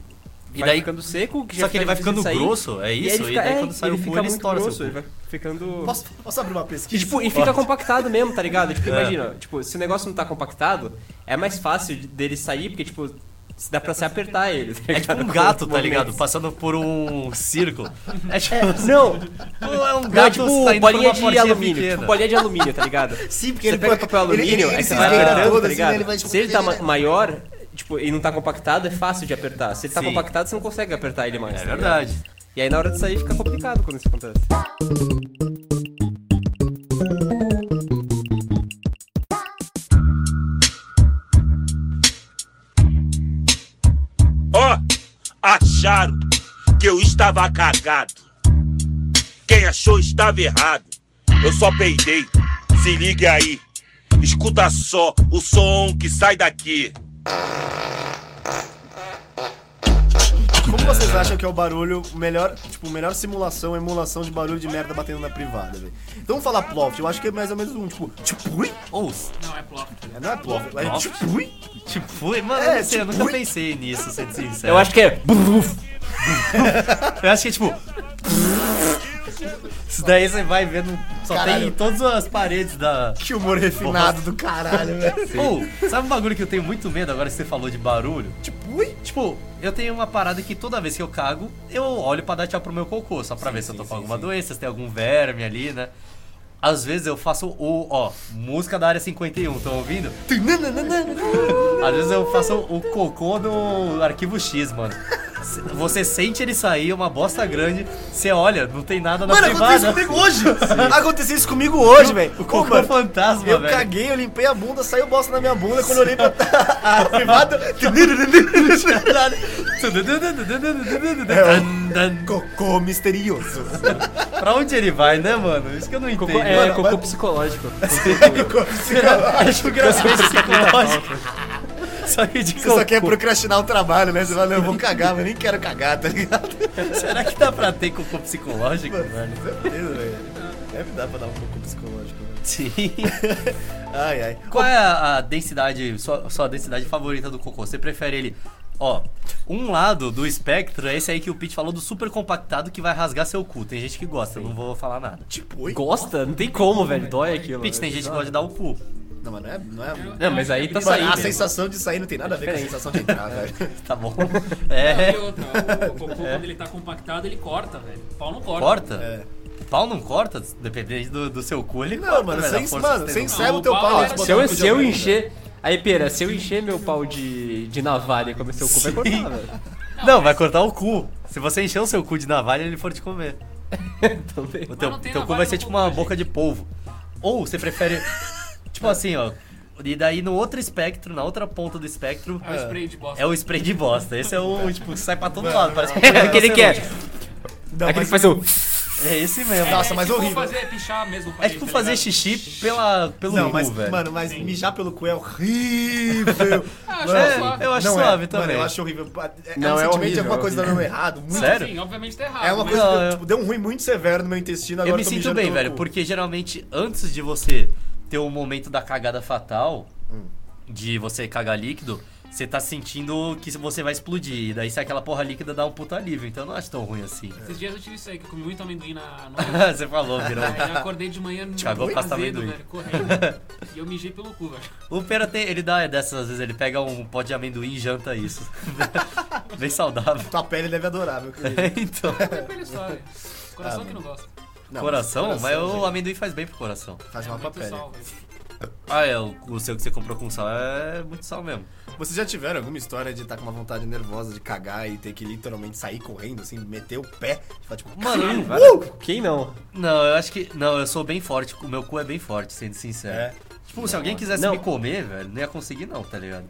Speaker 1: E
Speaker 4: vai
Speaker 1: daí-
Speaker 4: ficando seco, que
Speaker 1: só
Speaker 4: já
Speaker 1: que ele vai
Speaker 4: fica difícil de
Speaker 1: ficando
Speaker 4: sair.
Speaker 1: grosso, é
Speaker 4: E aí
Speaker 1: isso?
Speaker 4: ele
Speaker 1: E
Speaker 4: fica-
Speaker 1: daí
Speaker 4: é,
Speaker 1: quando sai o cu,
Speaker 4: fica
Speaker 1: ele
Speaker 4: muito
Speaker 1: estoura seu
Speaker 4: grosso,
Speaker 1: cu.
Speaker 4: Ele vai ficando.
Speaker 3: Posso, posso abrir uma
Speaker 4: E,
Speaker 3: pesquisa?
Speaker 4: tipo, e fica compactado mesmo, tá ligado?
Speaker 1: É.
Speaker 4: Tipo, imagina, tipo, se o negócio não tá compactado, é mais fácil de- dele sair, porque, tipo, se dá pra se apertar ele.
Speaker 1: É tipo um gato, tá ligado? Passando por um círculo. É tipo,
Speaker 4: Não,
Speaker 1: é um
Speaker 4: não, é
Speaker 1: gato
Speaker 4: tipo
Speaker 1: saindo por
Speaker 4: bolinha
Speaker 1: uma
Speaker 4: de
Speaker 1: portinha
Speaker 4: alumínio.
Speaker 1: pequena.
Speaker 4: Tipo, bolinha de alumínio, tá ligado?
Speaker 3: Sim, porque
Speaker 4: Você pega papel alumínio, aí você vai
Speaker 1: esgueira
Speaker 4: apertando,
Speaker 3: todo, assim,
Speaker 4: tá ligado?
Speaker 3: né? Ele vai, tipo,
Speaker 4: se ele tá ma- maior tipo, e não tá compactado, é fácil de apertar. Se ele tá
Speaker 1: Sim.
Speaker 4: compactado, você não consegue apertar ele mais.
Speaker 1: É
Speaker 4: tá ligado?
Speaker 1: verdade.
Speaker 4: E aí na hora de sair fica complicado quando isso acontece.
Speaker 7: Ó, acharam que eu estava cagado. Quem achou estava errado. Eu só peidei. Se ligue aí. Escuta só o som que sai daqui.
Speaker 3: Como vocês acham que é o barulho melhor, tipo, melhor simulação, emulação de barulho de merda batendo na privada, velho? Então vamos falar ploft, eu acho que é mais ou menos um, tipo, tchupui?
Speaker 1: Ou,
Speaker 2: Não, é plof.
Speaker 3: É, Não é ploft, é
Speaker 1: Ploft?
Speaker 3: tchupui?
Speaker 1: tipo, mano, eu
Speaker 3: É,
Speaker 1: não sei, eu
Speaker 3: tipo-
Speaker 1: nunca pensei nisso, sendo sincero.
Speaker 4: Eu acho que é.
Speaker 1: Eu acho que é tipo. Isso daí você vai vendo. Só tem
Speaker 3: Caralho.
Speaker 1: em todas as paredes da.
Speaker 3: Que humor refinado do caralho, velho.
Speaker 1: Ou, sabe um bagulho que eu tenho muito medo agora que você falou de barulho?
Speaker 3: Tchupui?
Speaker 1: Tipo, eu tenho uma parada que toda vez que eu cago, eu olho pra dar tchau pro meu cocô, só pra ver se eu tô com alguma doença, se tem algum verme ali, né? Às vezes eu faço o, ó, música da área 51, tão ouvindo? Às vezes eu faço o cocô no arquivo X, mano. Se- Você sente ele sair, é uma bosta grande, você olha, não tem nada na
Speaker 3: Mano, aconteceu isso
Speaker 1: privada.
Speaker 3: comigo hoje! Aconteceu isso comigo hoje, velho!
Speaker 1: O
Speaker 3: Ô,
Speaker 1: cocô
Speaker 4: é
Speaker 3: mano,
Speaker 1: fantasma,
Speaker 3: Eu
Speaker 1: velho.
Speaker 3: caguei, eu limpei a bunda, saiu bosta na minha bunda, quando eu olhei pra a privada... Cocô misterioso.
Speaker 1: É, pra onde ele vai, né, mano? Isso que eu não entendo.
Speaker 4: É,
Speaker 1: Mano,
Speaker 4: cocô
Speaker 3: mas-
Speaker 4: psicológico.
Speaker 3: Cocô misterioso.
Speaker 1: acho engraçado psicológico. Só que de
Speaker 3: Você só
Speaker 1: cocô.
Speaker 3: quer procrastinar o trabalho, né? Você fala, não, eu vou cagar, mas nem quero cagar, tá ligado?
Speaker 1: Será que dá pra ter cocô psicológico, velho?
Speaker 3: Certeza, velho. Deve dar pra dar um pouco psicológico. né?
Speaker 1: Sim.
Speaker 3: Ai, ai.
Speaker 1: Qual é a, a densidade, sua, sua densidade favorita do cocô? Você prefere ele, ó, um lado do espectro é esse aí que o Pete falou do super compactado que vai rasgar seu cu. Tem gente que gosta, não vou falar nada.
Speaker 3: Tipo, oi?
Speaker 4: Gosta? Não tem como, velho. Dói aquilo.
Speaker 1: Pete, tem
Speaker 4: velho.
Speaker 1: gente que gosta de dar o cu.
Speaker 3: Não, mas não é. Não é...
Speaker 4: Não, mas aí tá
Speaker 3: Mano,
Speaker 4: saindo.
Speaker 3: a
Speaker 4: mesmo.
Speaker 3: sensação de sair não tem nada a ver com a
Speaker 4: diferente.
Speaker 3: sensação de entrar, velho.
Speaker 1: Tá bom?
Speaker 2: Não, e
Speaker 1: É.
Speaker 2: outra, o cocô, quando ele tá compactado, ele corta, velho. O pau não corta.
Speaker 1: Corta?
Speaker 3: É.
Speaker 1: pau não corta, dependendo do, do seu cu, ele
Speaker 3: Não,
Speaker 1: corta,
Speaker 3: mano,
Speaker 1: velho,
Speaker 3: você,
Speaker 1: a
Speaker 3: en-
Speaker 1: força
Speaker 3: mano,
Speaker 1: que
Speaker 3: você
Speaker 1: tem.
Speaker 3: encerra
Speaker 2: Não,
Speaker 3: o teu
Speaker 2: o
Speaker 3: pau
Speaker 2: pau é
Speaker 3: lá.
Speaker 2: era-
Speaker 3: se botar
Speaker 4: Se eu,
Speaker 3: no cu de
Speaker 4: se eu
Speaker 3: alguém,
Speaker 4: encher. Aí, pera, se eu encher meu pau de, de navalha e comer seu cu, vai cortar, velho.
Speaker 1: Não, vai cortar o cu. Se você encher o seu cu de navalha, ele for te comer.
Speaker 4: Também.
Speaker 1: O teu,
Speaker 2: não tem
Speaker 1: teu cu
Speaker 2: navalha
Speaker 1: vai ser
Speaker 2: no
Speaker 1: tipo
Speaker 2: cu,
Speaker 1: uma
Speaker 2: gente.
Speaker 1: boca de polvo. Ou você prefere. tipo assim, ó. E daí no outro espectro, na outra ponta do espectro,
Speaker 2: É o spray de bosta.
Speaker 1: é o spray de bosta. Esse é o, tipo, que sai pra todo lado. Parece
Speaker 4: É
Speaker 1: um
Speaker 4: aquele que é.
Speaker 3: Não,
Speaker 4: é
Speaker 3: mas-
Speaker 4: aquele que faz um.
Speaker 1: É esse mesmo.
Speaker 3: Nossa,
Speaker 2: é
Speaker 3: mas
Speaker 2: tipo
Speaker 3: horrível.
Speaker 2: fazer pichar mesmo.
Speaker 1: É
Speaker 2: parede,
Speaker 1: tipo
Speaker 2: tá
Speaker 1: fazer
Speaker 2: ligado?
Speaker 1: xixi pela, pelo
Speaker 3: Não,
Speaker 1: cu,
Speaker 3: mas,
Speaker 1: velho.
Speaker 3: mano, mas mijar pelo cu é horrível.
Speaker 2: Ah,
Speaker 3: Mano,
Speaker 2: acho
Speaker 1: é, eu acho
Speaker 3: não
Speaker 1: suave
Speaker 3: é.
Speaker 1: também.
Speaker 3: Mano, eu acho horrível. É,
Speaker 4: Não,
Speaker 3: um sentimento
Speaker 4: é
Speaker 3: de
Speaker 4: horrível,
Speaker 3: alguma
Speaker 4: é
Speaker 3: coisa dando errado. Muito
Speaker 1: Sério?
Speaker 2: Sim, obviamente tá errado.
Speaker 3: É uma
Speaker 2: mas-
Speaker 3: coisa
Speaker 1: Não,
Speaker 3: que
Speaker 1: eu-
Speaker 3: eu, tipo, deu um ruim muito severo no meu intestino. Agora
Speaker 1: Eu me
Speaker 3: tô
Speaker 1: sinto
Speaker 3: mijando
Speaker 1: bem,
Speaker 3: pelo
Speaker 1: velho,
Speaker 3: cu.
Speaker 1: porque geralmente antes de você ter o momento da cagada fatal, de você cagar líquido, você tá sentindo que você vai explodir. E daí se aquela porra líquida dá um puta alívio, então eu não acho tão ruim assim.
Speaker 2: Esses dias eu tive isso aí, que eu comi muito amendoim na noite.
Speaker 1: você falou, virou.
Speaker 2: Aí eu acordei de manhã muito
Speaker 1: Cagou
Speaker 2: azedo,
Speaker 1: pasta amendoim.
Speaker 2: velho, correndo. E eu mijei pelo cu, velho.
Speaker 1: um O Pera tem, ele dá é dessas, às vezes ele pega um pó de amendoim e janta isso. bem saudável.
Speaker 3: Tua pele deve adorar, meu querido.
Speaker 1: então,
Speaker 2: É pra ele só, velho. Coração
Speaker 1: Ah,
Speaker 2: que não gosta.
Speaker 3: Não,
Speaker 1: coração, mas o
Speaker 3: gente,
Speaker 1: amendoim faz bem pro coração.
Speaker 3: Faz
Speaker 2: É
Speaker 3: mal pra
Speaker 2: muito
Speaker 3: pele.
Speaker 2: sal, velho.
Speaker 1: Ah, é, o, o seu que você comprou com sal é muito sal mesmo.
Speaker 3: Vocês já tiveram alguma história de estar com uma vontade nervosa de cagar e ter que literalmente sair correndo, assim, meter o pé? Ficar tipo,
Speaker 1: Mano,
Speaker 4: Vai, Quem não?
Speaker 1: Não, eu acho que. Não, eu sou bem forte. O meu cu é bem forte, sendo sincero.
Speaker 3: É?
Speaker 1: Tipo, se alguém quisesse
Speaker 4: Não.
Speaker 1: me comer, velho, não ia conseguir, não, tá ligado?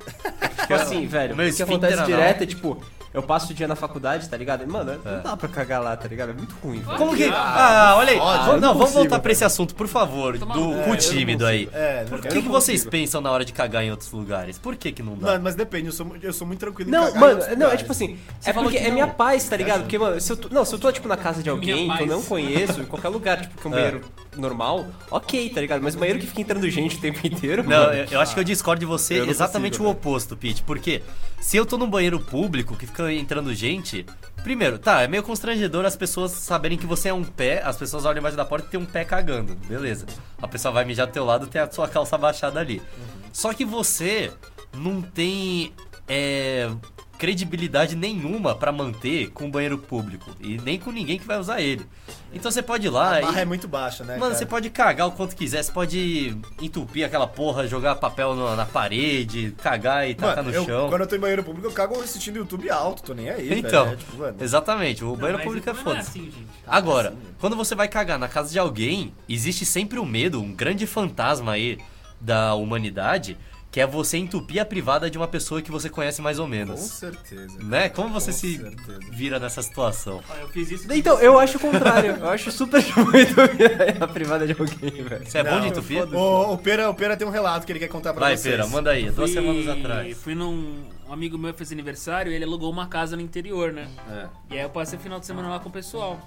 Speaker 4: Tipo assim, velho,
Speaker 1: meu
Speaker 4: o que
Speaker 1: esfíncter
Speaker 4: acontece
Speaker 1: anal.
Speaker 4: direto é tipo, eu passo o dia na faculdade, tá ligado? E, Mano, não dá pra cagar lá, tá ligado? É muito ruim, velho.
Speaker 1: Como que. Ah, olha aí.
Speaker 4: fode.
Speaker 1: Vamos-
Speaker 4: Eu
Speaker 1: não,
Speaker 4: não
Speaker 1: vamos
Speaker 4: consigo,
Speaker 1: voltar pra
Speaker 4: cara.
Speaker 1: esse assunto, por favor, do
Speaker 2: Tomar no cu.
Speaker 1: cu
Speaker 2: É, eu não
Speaker 1: tímido
Speaker 4: consigo.
Speaker 1: aí.
Speaker 3: É, não
Speaker 1: Por que,
Speaker 3: quero.
Speaker 1: que vocês
Speaker 4: consigo.
Speaker 1: pensam na hora de cagar em outros lugares? Por que, que não dá?
Speaker 3: Mano, mas depende, eu sou, mu- eu sou muito tranquilo em
Speaker 4: Não,
Speaker 3: cagar em
Speaker 4: mano,
Speaker 3: outros
Speaker 4: não, é
Speaker 3: lugares.
Speaker 4: tipo assim, é porque é minha paz, tá ligado? Porque, mano, se eu tô, não, se eu tô, tipo, na casa de alguém
Speaker 2: Minha
Speaker 4: que eu não
Speaker 2: paz.
Speaker 4: conheço, em qualquer lugar, tipo, que é um banheiro normal, ok, tá ligado? Mas banheiro que fica entrando gente o tempo inteiro,
Speaker 1: Não, é.
Speaker 4: mano,
Speaker 1: eu, eu acho que eu discordo de você
Speaker 4: não
Speaker 1: exatamente
Speaker 4: consigo, né?
Speaker 1: o oposto, Pete. Porque se eu tô num banheiro público que fica entrando gente. Primeiro, tá, é meio constrangedor as pessoas saberem que você é um pé, as pessoas olham embaixo da porta e tem um pé cagando. Beleza. A pessoa vai mijar do teu lado tem a sua calça baixada ali.
Speaker 4: Uhum.
Speaker 1: Só que você não tem. É. Credibilidade nenhuma pra manter com o banheiro público e nem com ninguém que vai usar ele. Então você pode ir lá
Speaker 3: A barra
Speaker 1: e-
Speaker 3: é muito baixa, né?
Speaker 1: Mano,
Speaker 3: cara?
Speaker 1: você pode cagar o quanto quiser, você pode entupir aquela porra, jogar papel no- na parede, cagar e tacar
Speaker 3: Mano,
Speaker 1: no
Speaker 3: eu-
Speaker 1: chão.
Speaker 3: Quando eu tô em banheiro público, eu cago assistindo YouTube alto, tô nem aí. velho.
Speaker 1: Então,
Speaker 3: É, tipo, mano,
Speaker 1: exatamente, o banheiro
Speaker 2: Mas
Speaker 1: público é
Speaker 2: não
Speaker 1: foda.
Speaker 2: assim, gente.
Speaker 1: Agora, quando você vai cagar na casa de alguém, existe sempre o medo, um grande fantasma aí da humanidade, que é você entupir a privada de uma pessoa que você conhece mais ou
Speaker 3: com
Speaker 1: menos.
Speaker 3: certeza.
Speaker 1: Né? Como você
Speaker 3: Com
Speaker 1: se
Speaker 3: certeza.
Speaker 1: vira nessa situação?
Speaker 2: Ó, Eu fiz isso.
Speaker 4: Então, eu acho o contrário, eu acho super ruim dormir na privada de alguém, velho.
Speaker 1: Você é bom
Speaker 3: Não,
Speaker 1: de entupir?
Speaker 3: O, o, Pera, o Pera tem um relato que ele quer contar pra
Speaker 1: Vai,
Speaker 3: vocês.
Speaker 1: Pera, manda aí, duas semanas atrás.
Speaker 2: Fui num. Um amigo meu fez aniversário e ele alugou uma casa no interior, né?
Speaker 1: É.
Speaker 2: E aí eu passei o final de semana lá com o pessoal.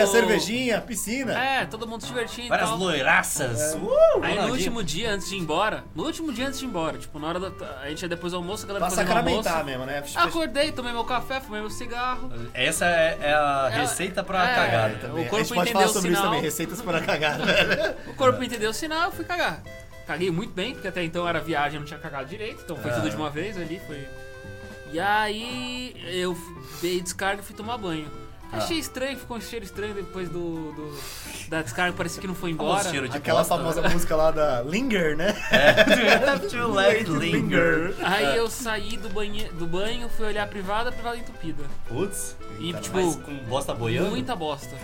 Speaker 2: Aí no-
Speaker 3: cervejinha, piscina.
Speaker 2: É, todo mundo se divertindo e
Speaker 1: Várias
Speaker 2: tal.
Speaker 3: É.
Speaker 1: loiraças. Uh,
Speaker 2: Aí no
Speaker 1: Ronaldinho.
Speaker 2: último dia, antes de ir embora, no último dia antes de ir embora, tipo, na hora da. A gente ia depois do almoço, a galera
Speaker 3: Pra
Speaker 2: fazendo um almoço.
Speaker 3: sacramentar mesmo, né?
Speaker 2: Ah, Acordei, tomei meu café, fumei meu cigarro.
Speaker 1: Essa é, é a
Speaker 2: É,
Speaker 1: receita pra
Speaker 2: é,
Speaker 1: cagada. então.
Speaker 3: Também.
Speaker 2: O
Speaker 3: a gente
Speaker 2: corpo
Speaker 3: pode
Speaker 2: entendeu
Speaker 3: falar
Speaker 2: o
Speaker 3: sobre isso
Speaker 2: sinal.
Speaker 3: também, receitas para cagar, velho.
Speaker 2: O corpo entendeu o sinal, eu fui cagar. Caguei muito bem, porque até então era viagem, eu não tinha cagado direito, então foi
Speaker 3: Ah.
Speaker 2: tudo de uma vez ali, foi. E aí eu dei descarga e fui tomar banho.
Speaker 3: Ah.
Speaker 2: Achei estranho, ficou um cheiro estranho depois do, do- da descarga, parecia que não
Speaker 3: Tá
Speaker 2: foi embora.
Speaker 1: Famoso cheiro de
Speaker 3: Aquela
Speaker 1: bosta,
Speaker 3: famosa
Speaker 1: né?
Speaker 3: música lá da Linger, né?
Speaker 1: To let linger.
Speaker 3: Ah.
Speaker 2: Aí eu saí do banho, do banho, fui olhar a privada, a privada entupida.
Speaker 1: Putz.
Speaker 2: E
Speaker 1: Cara,
Speaker 2: tipo,
Speaker 1: mas com bosta boiando?
Speaker 2: muita bosta.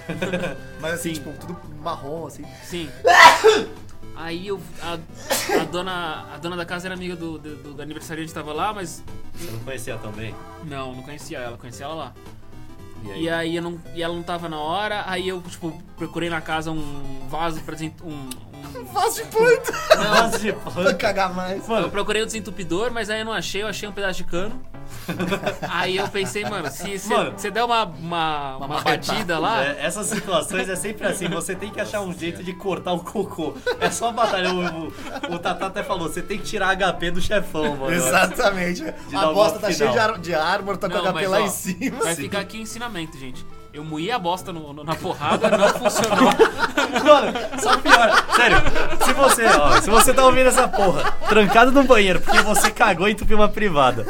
Speaker 3: Mas assim, tipo, tudo marrom, assim.
Speaker 2: Sim. Aí eu. A, a dona, a dona da casa era amiga do, do, do aniversariante que tava lá, mas.
Speaker 1: Você não conhecia também?
Speaker 2: Não, não conhecia ela, conhecia ela lá.
Speaker 1: E aí?
Speaker 2: E aí eu não, e ela não tava na hora, aí eu, tipo, procurei na casa um vaso pra desent... um, um-
Speaker 3: Faz de planta.
Speaker 1: Nossa, de
Speaker 3: Pra
Speaker 1: pano.
Speaker 3: cagar mais.
Speaker 2: Eu procurei o desentupidor, mas aí eu não achei, eu achei um pedaço de cano. aí eu pensei, mano, se
Speaker 1: Mano.
Speaker 2: você der uma, uma, uma batida lá,
Speaker 1: É, essas situações é sempre assim, você tem que achar um jeito de cortar o cocô. É só batalhar. O, o, o Tata até falou, você tem que tirar HP do chefão, mano.
Speaker 3: Exatamente.
Speaker 1: dar
Speaker 3: A
Speaker 1: um
Speaker 3: bosta tá
Speaker 1: golpe
Speaker 3: cheia de,
Speaker 1: final.
Speaker 3: ar, de árvore, tá com
Speaker 2: Não,
Speaker 3: HP
Speaker 2: mas,
Speaker 3: lá
Speaker 2: ó,
Speaker 3: em cima.
Speaker 2: vai ficar aqui o ensinamento, gente. Eu moí a bosta no- no- na porrada, não funcionou.
Speaker 1: Mano, só pior. Sério, se você, ó, se você tá ouvindo essa porra, trancado no banheiro porque você cagou e entupiu uma privada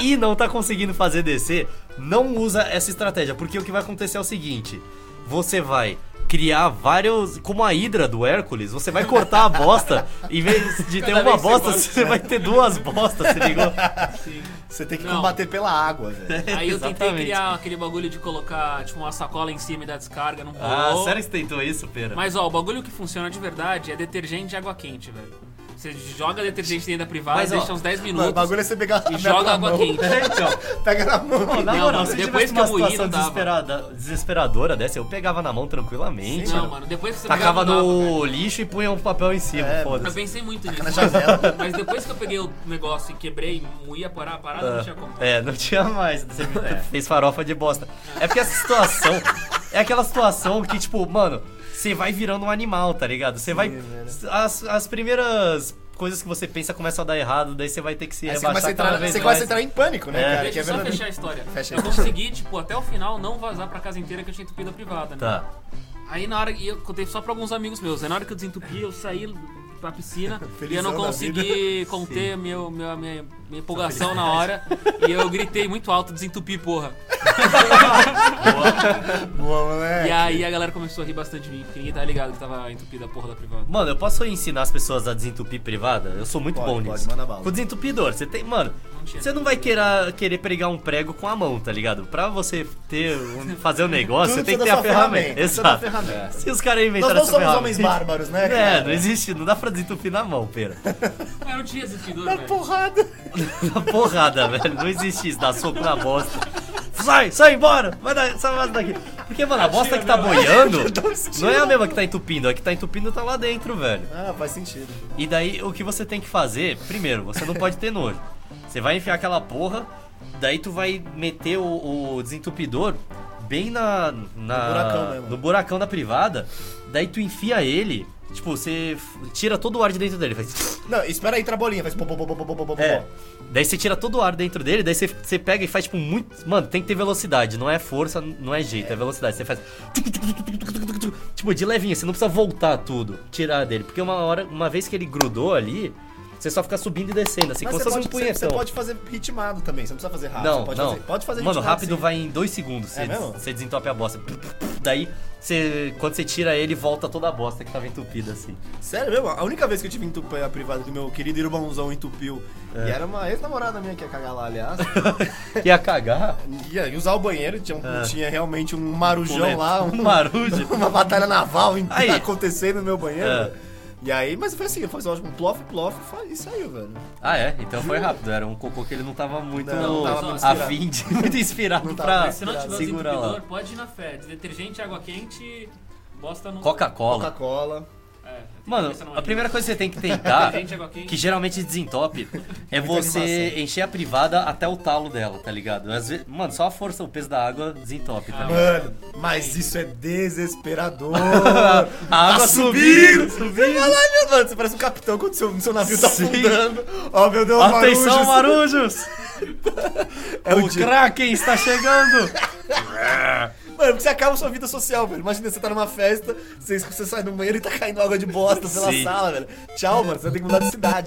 Speaker 1: e não tá conseguindo fazer descer, não usa essa estratégia, porque o que vai acontecer é o seguinte: você vai criar vários. Como a Hidra do Hércules, você vai cortar a bosta. em vez de ter uma
Speaker 2: Cada vez que
Speaker 1: bosta,
Speaker 2: você Ah,
Speaker 1: você vai ter duas bostas, você ligou?
Speaker 3: Você tem que
Speaker 2: Não.
Speaker 3: combater pela água, velho.
Speaker 2: Aí eu tentei
Speaker 1: Exatamente.
Speaker 2: criar aquele bagulho de colocar, tipo, uma sacola em cima e dar descarga, não rolou.
Speaker 1: Ah, sério que você tentou isso, pera?
Speaker 2: Mas ó, o bagulho que funciona de verdade é detergente e água quente, velho. Você joga detergente dentro da privada,
Speaker 1: Mas, ó, É,
Speaker 2: deixa uns 10
Speaker 3: Mano,
Speaker 2: minutos
Speaker 3: o bagulho é você pegar
Speaker 2: e
Speaker 3: na
Speaker 2: joga
Speaker 3: tua
Speaker 2: água
Speaker 3: mão.
Speaker 2: quente.
Speaker 3: Pega na mão.
Speaker 1: Pô, na
Speaker 2: Não,
Speaker 1: moral,
Speaker 2: mano,
Speaker 1: se
Speaker 2: depois
Speaker 1: tivesse uma
Speaker 2: que eu morri,
Speaker 1: situação
Speaker 2: não dava.
Speaker 1: desesperada, desesperadora dessa, eu pegava na mão tranquilamente.
Speaker 2: Não, mano, depois que você
Speaker 1: então. Tacava
Speaker 2: pegar, não dava,
Speaker 1: no
Speaker 2: velho.
Speaker 1: lixo e punha um papel em cima,
Speaker 3: É,
Speaker 2: Eu
Speaker 1: foda-se.
Speaker 2: pensei muito nisso.
Speaker 3: na janela.
Speaker 2: Mas depois que eu peguei o negócio e quebrei, moía parar a parada, não tinha como.
Speaker 1: É, não tinha mais. Você
Speaker 3: É.
Speaker 1: fez farofa de bosta. É porque essa situação. é aquela situação que, tipo, mano, você vai virando um animal, tá ligado? Você vai. As, as primeiras coisas que você pensa começam a dar errado, daí você vai ter que se
Speaker 3: Aí você
Speaker 1: rebaixar
Speaker 3: começa a
Speaker 1: cada
Speaker 3: entrar,
Speaker 1: vez
Speaker 3: você
Speaker 1: mais.
Speaker 3: começa a entrar em pânico, né,
Speaker 1: É.
Speaker 3: cara? Que
Speaker 2: Deixa
Speaker 3: é
Speaker 2: eu só
Speaker 3: verdade.
Speaker 2: fechar a história.
Speaker 3: Fecha aí,
Speaker 2: eu
Speaker 3: fecha aí.
Speaker 2: consegui, tipo, até o final não vazar pra casa inteira que eu tinha entupido a privada, né?
Speaker 1: Tá.
Speaker 2: Aí na hora, e eu contei só pra alguns amigos meus, aí na hora que eu desentupi, eu saí pra piscina e eu não
Speaker 3: Felizão da
Speaker 2: consegui conter meu, meu, minha, minha empolgação na hora e eu gritei muito alto, desentupi, porra.
Speaker 3: Boa, moleque.
Speaker 2: E aí a galera começou a rir bastante de mim, porque ninguém tava ligado que tava entupida a porra da privada.
Speaker 1: Mano, eu posso ensinar as pessoas a desentupir privada? Eu sou muito
Speaker 3: Pode,
Speaker 1: bom
Speaker 3: pode,
Speaker 1: nisso.
Speaker 3: manda bala.
Speaker 1: Com o desentupidor, você tem. Mano,
Speaker 2: Não tinha
Speaker 1: você não vai querer, querer pregar um prego com a mão, tá ligado? Pra você ter, um- fazer o negócio, você
Speaker 3: Tudo
Speaker 1: tem que ter
Speaker 3: precisa
Speaker 1: a
Speaker 3: da sua
Speaker 1: ferramenta.
Speaker 3: ferramenta, precisa da
Speaker 1: Exato.
Speaker 3: ferramenta.
Speaker 1: Se os caras
Speaker 3: Nós
Speaker 1: inventaram
Speaker 3: não
Speaker 1: essa
Speaker 3: somos
Speaker 1: ferramenta-
Speaker 3: homens bárbaros, né,
Speaker 1: É,
Speaker 3: cara?
Speaker 1: não existe, não dá pra desentupir na mão, pera.
Speaker 2: Mas eu tinha É desentupidor, velho.
Speaker 3: Porrada.
Speaker 1: Na porrada, velho. Não existe isso, dá soco na bosta. Sai, sai embora! Vai da, sai mais daqui. Porque, mano, a bosta que tá boiando não é a mesma que tá entupindo, a que tá entupindo tá lá dentro, velho.
Speaker 3: Ah, faz sentido.
Speaker 1: E daí o que você tem que fazer, primeiro, você não pode ter nojo. Você vai enfiar aquela porra, daí tu vai meter o, o desentupidor bem na. na
Speaker 3: No buracão mesmo.
Speaker 1: no buracão da privada, daí tu enfia ele, tipo, você f- tira todo o ar de dentro dele, faz.
Speaker 3: Não, espera aí, entra a bolinha. Faz pô, pô, pô, pô, pô, pô, pô, pô.
Speaker 1: É. Daí você tira todo o ar dentro dele, daí você, você pega e faz, tipo, muito. Mano, tem que ter velocidade, não é força, não é jeito, é velocidade. Você faz. Tipo, de levinho, você não precisa voltar tudo, tirar dele. Porque uma hora, uma vez que ele grudou ali, você só fica subindo e descendo, assim,
Speaker 3: Mas
Speaker 1: como
Speaker 3: você
Speaker 1: se fosse um
Speaker 3: pode, você, você
Speaker 1: punhetão.
Speaker 3: pode fazer ritmado também, você não precisa fazer rápido.
Speaker 1: Não,
Speaker 3: você pode
Speaker 1: não.
Speaker 3: Fazer, pode fazer
Speaker 1: Mano,
Speaker 3: ritmado,
Speaker 1: rápido
Speaker 3: sim.
Speaker 1: vai em dois segundos. Você,
Speaker 3: É mesmo?
Speaker 1: você desentope a bosta. Daí, você, quando você tira ele, volta toda a bosta que tava entupida, assim.
Speaker 3: Sério mesmo? A única vez que eu tive entupir a privada que meu querido irmãozão entupiu.
Speaker 1: É.
Speaker 3: E era uma ex-namorada minha que ia cagar lá, aliás.
Speaker 1: Que ia cagar?
Speaker 3: ia ia usar o banheiro, tinha, um-
Speaker 1: É.
Speaker 3: tinha realmente um marujão
Speaker 1: Puleta.
Speaker 3: lá,
Speaker 1: Um
Speaker 3: um-
Speaker 1: marujo.
Speaker 3: uma batalha naval em-
Speaker 1: Aí.
Speaker 3: acontecendo no meu banheiro.
Speaker 1: É.
Speaker 3: E aí, mas foi assim, foi só tipo, um plof, plof, foi- e saiu, velho.
Speaker 1: Ah, é? Então foi rápido. Era um cocô que ele não tava muito
Speaker 3: Não, não tava muito
Speaker 1: afim de muito inspirado
Speaker 3: Não tava
Speaker 1: pra
Speaker 3: muito
Speaker 2: Se não tiver
Speaker 1: segurar
Speaker 2: desentupidor,
Speaker 1: lá.
Speaker 2: pode ir na fé. Detergente, água quente, bosta no...
Speaker 1: Coca-Cola.
Speaker 3: Coca-Cola.
Speaker 2: É,
Speaker 1: Mano,
Speaker 2: essa não é.
Speaker 1: a primeira coisa que você tem que tentar,
Speaker 2: Detergente, água quente.
Speaker 1: que geralmente desentope, é você
Speaker 3: animação.
Speaker 1: encher a privada até o talo dela, tá ligado? Às vezes, mano, só a força, o peso da água desentope, tá ligado?
Speaker 3: Mano, mas isso é desesperador. Ah.
Speaker 1: A
Speaker 3: Tá
Speaker 1: água Tá subindo,
Speaker 3: Você fala, "Ai, meu Deus, você parece um capitão quando seu, seu navio tá
Speaker 1: Sim.
Speaker 3: afundando. Ó, meu Deus,
Speaker 1: Atenção,
Speaker 3: Marujos.
Speaker 1: Marujos!
Speaker 3: É
Speaker 1: O
Speaker 3: o dia.
Speaker 1: Kraken está chegando!
Speaker 3: Mano, porque você acaba a sua vida social, velho. Imagina, você tá numa festa, você, você sai do banheiro e tá caindo água de bosta pela
Speaker 1: Sim.
Speaker 3: sala, velho. Tchau, mano, você tem que mudar de cidade.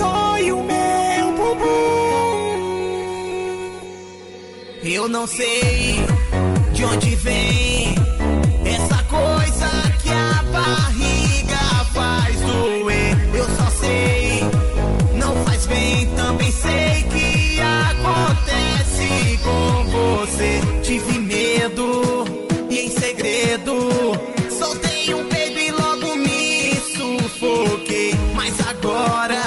Speaker 6: Dói o meu bumbum. Eu não sei de onde vem essa coisa que a barriga faz doer. Eu só sei, não faz bem. Também sei que acontece com você. Tive medo e em segredo soltei um peido e logo me sufoquei. Mas agora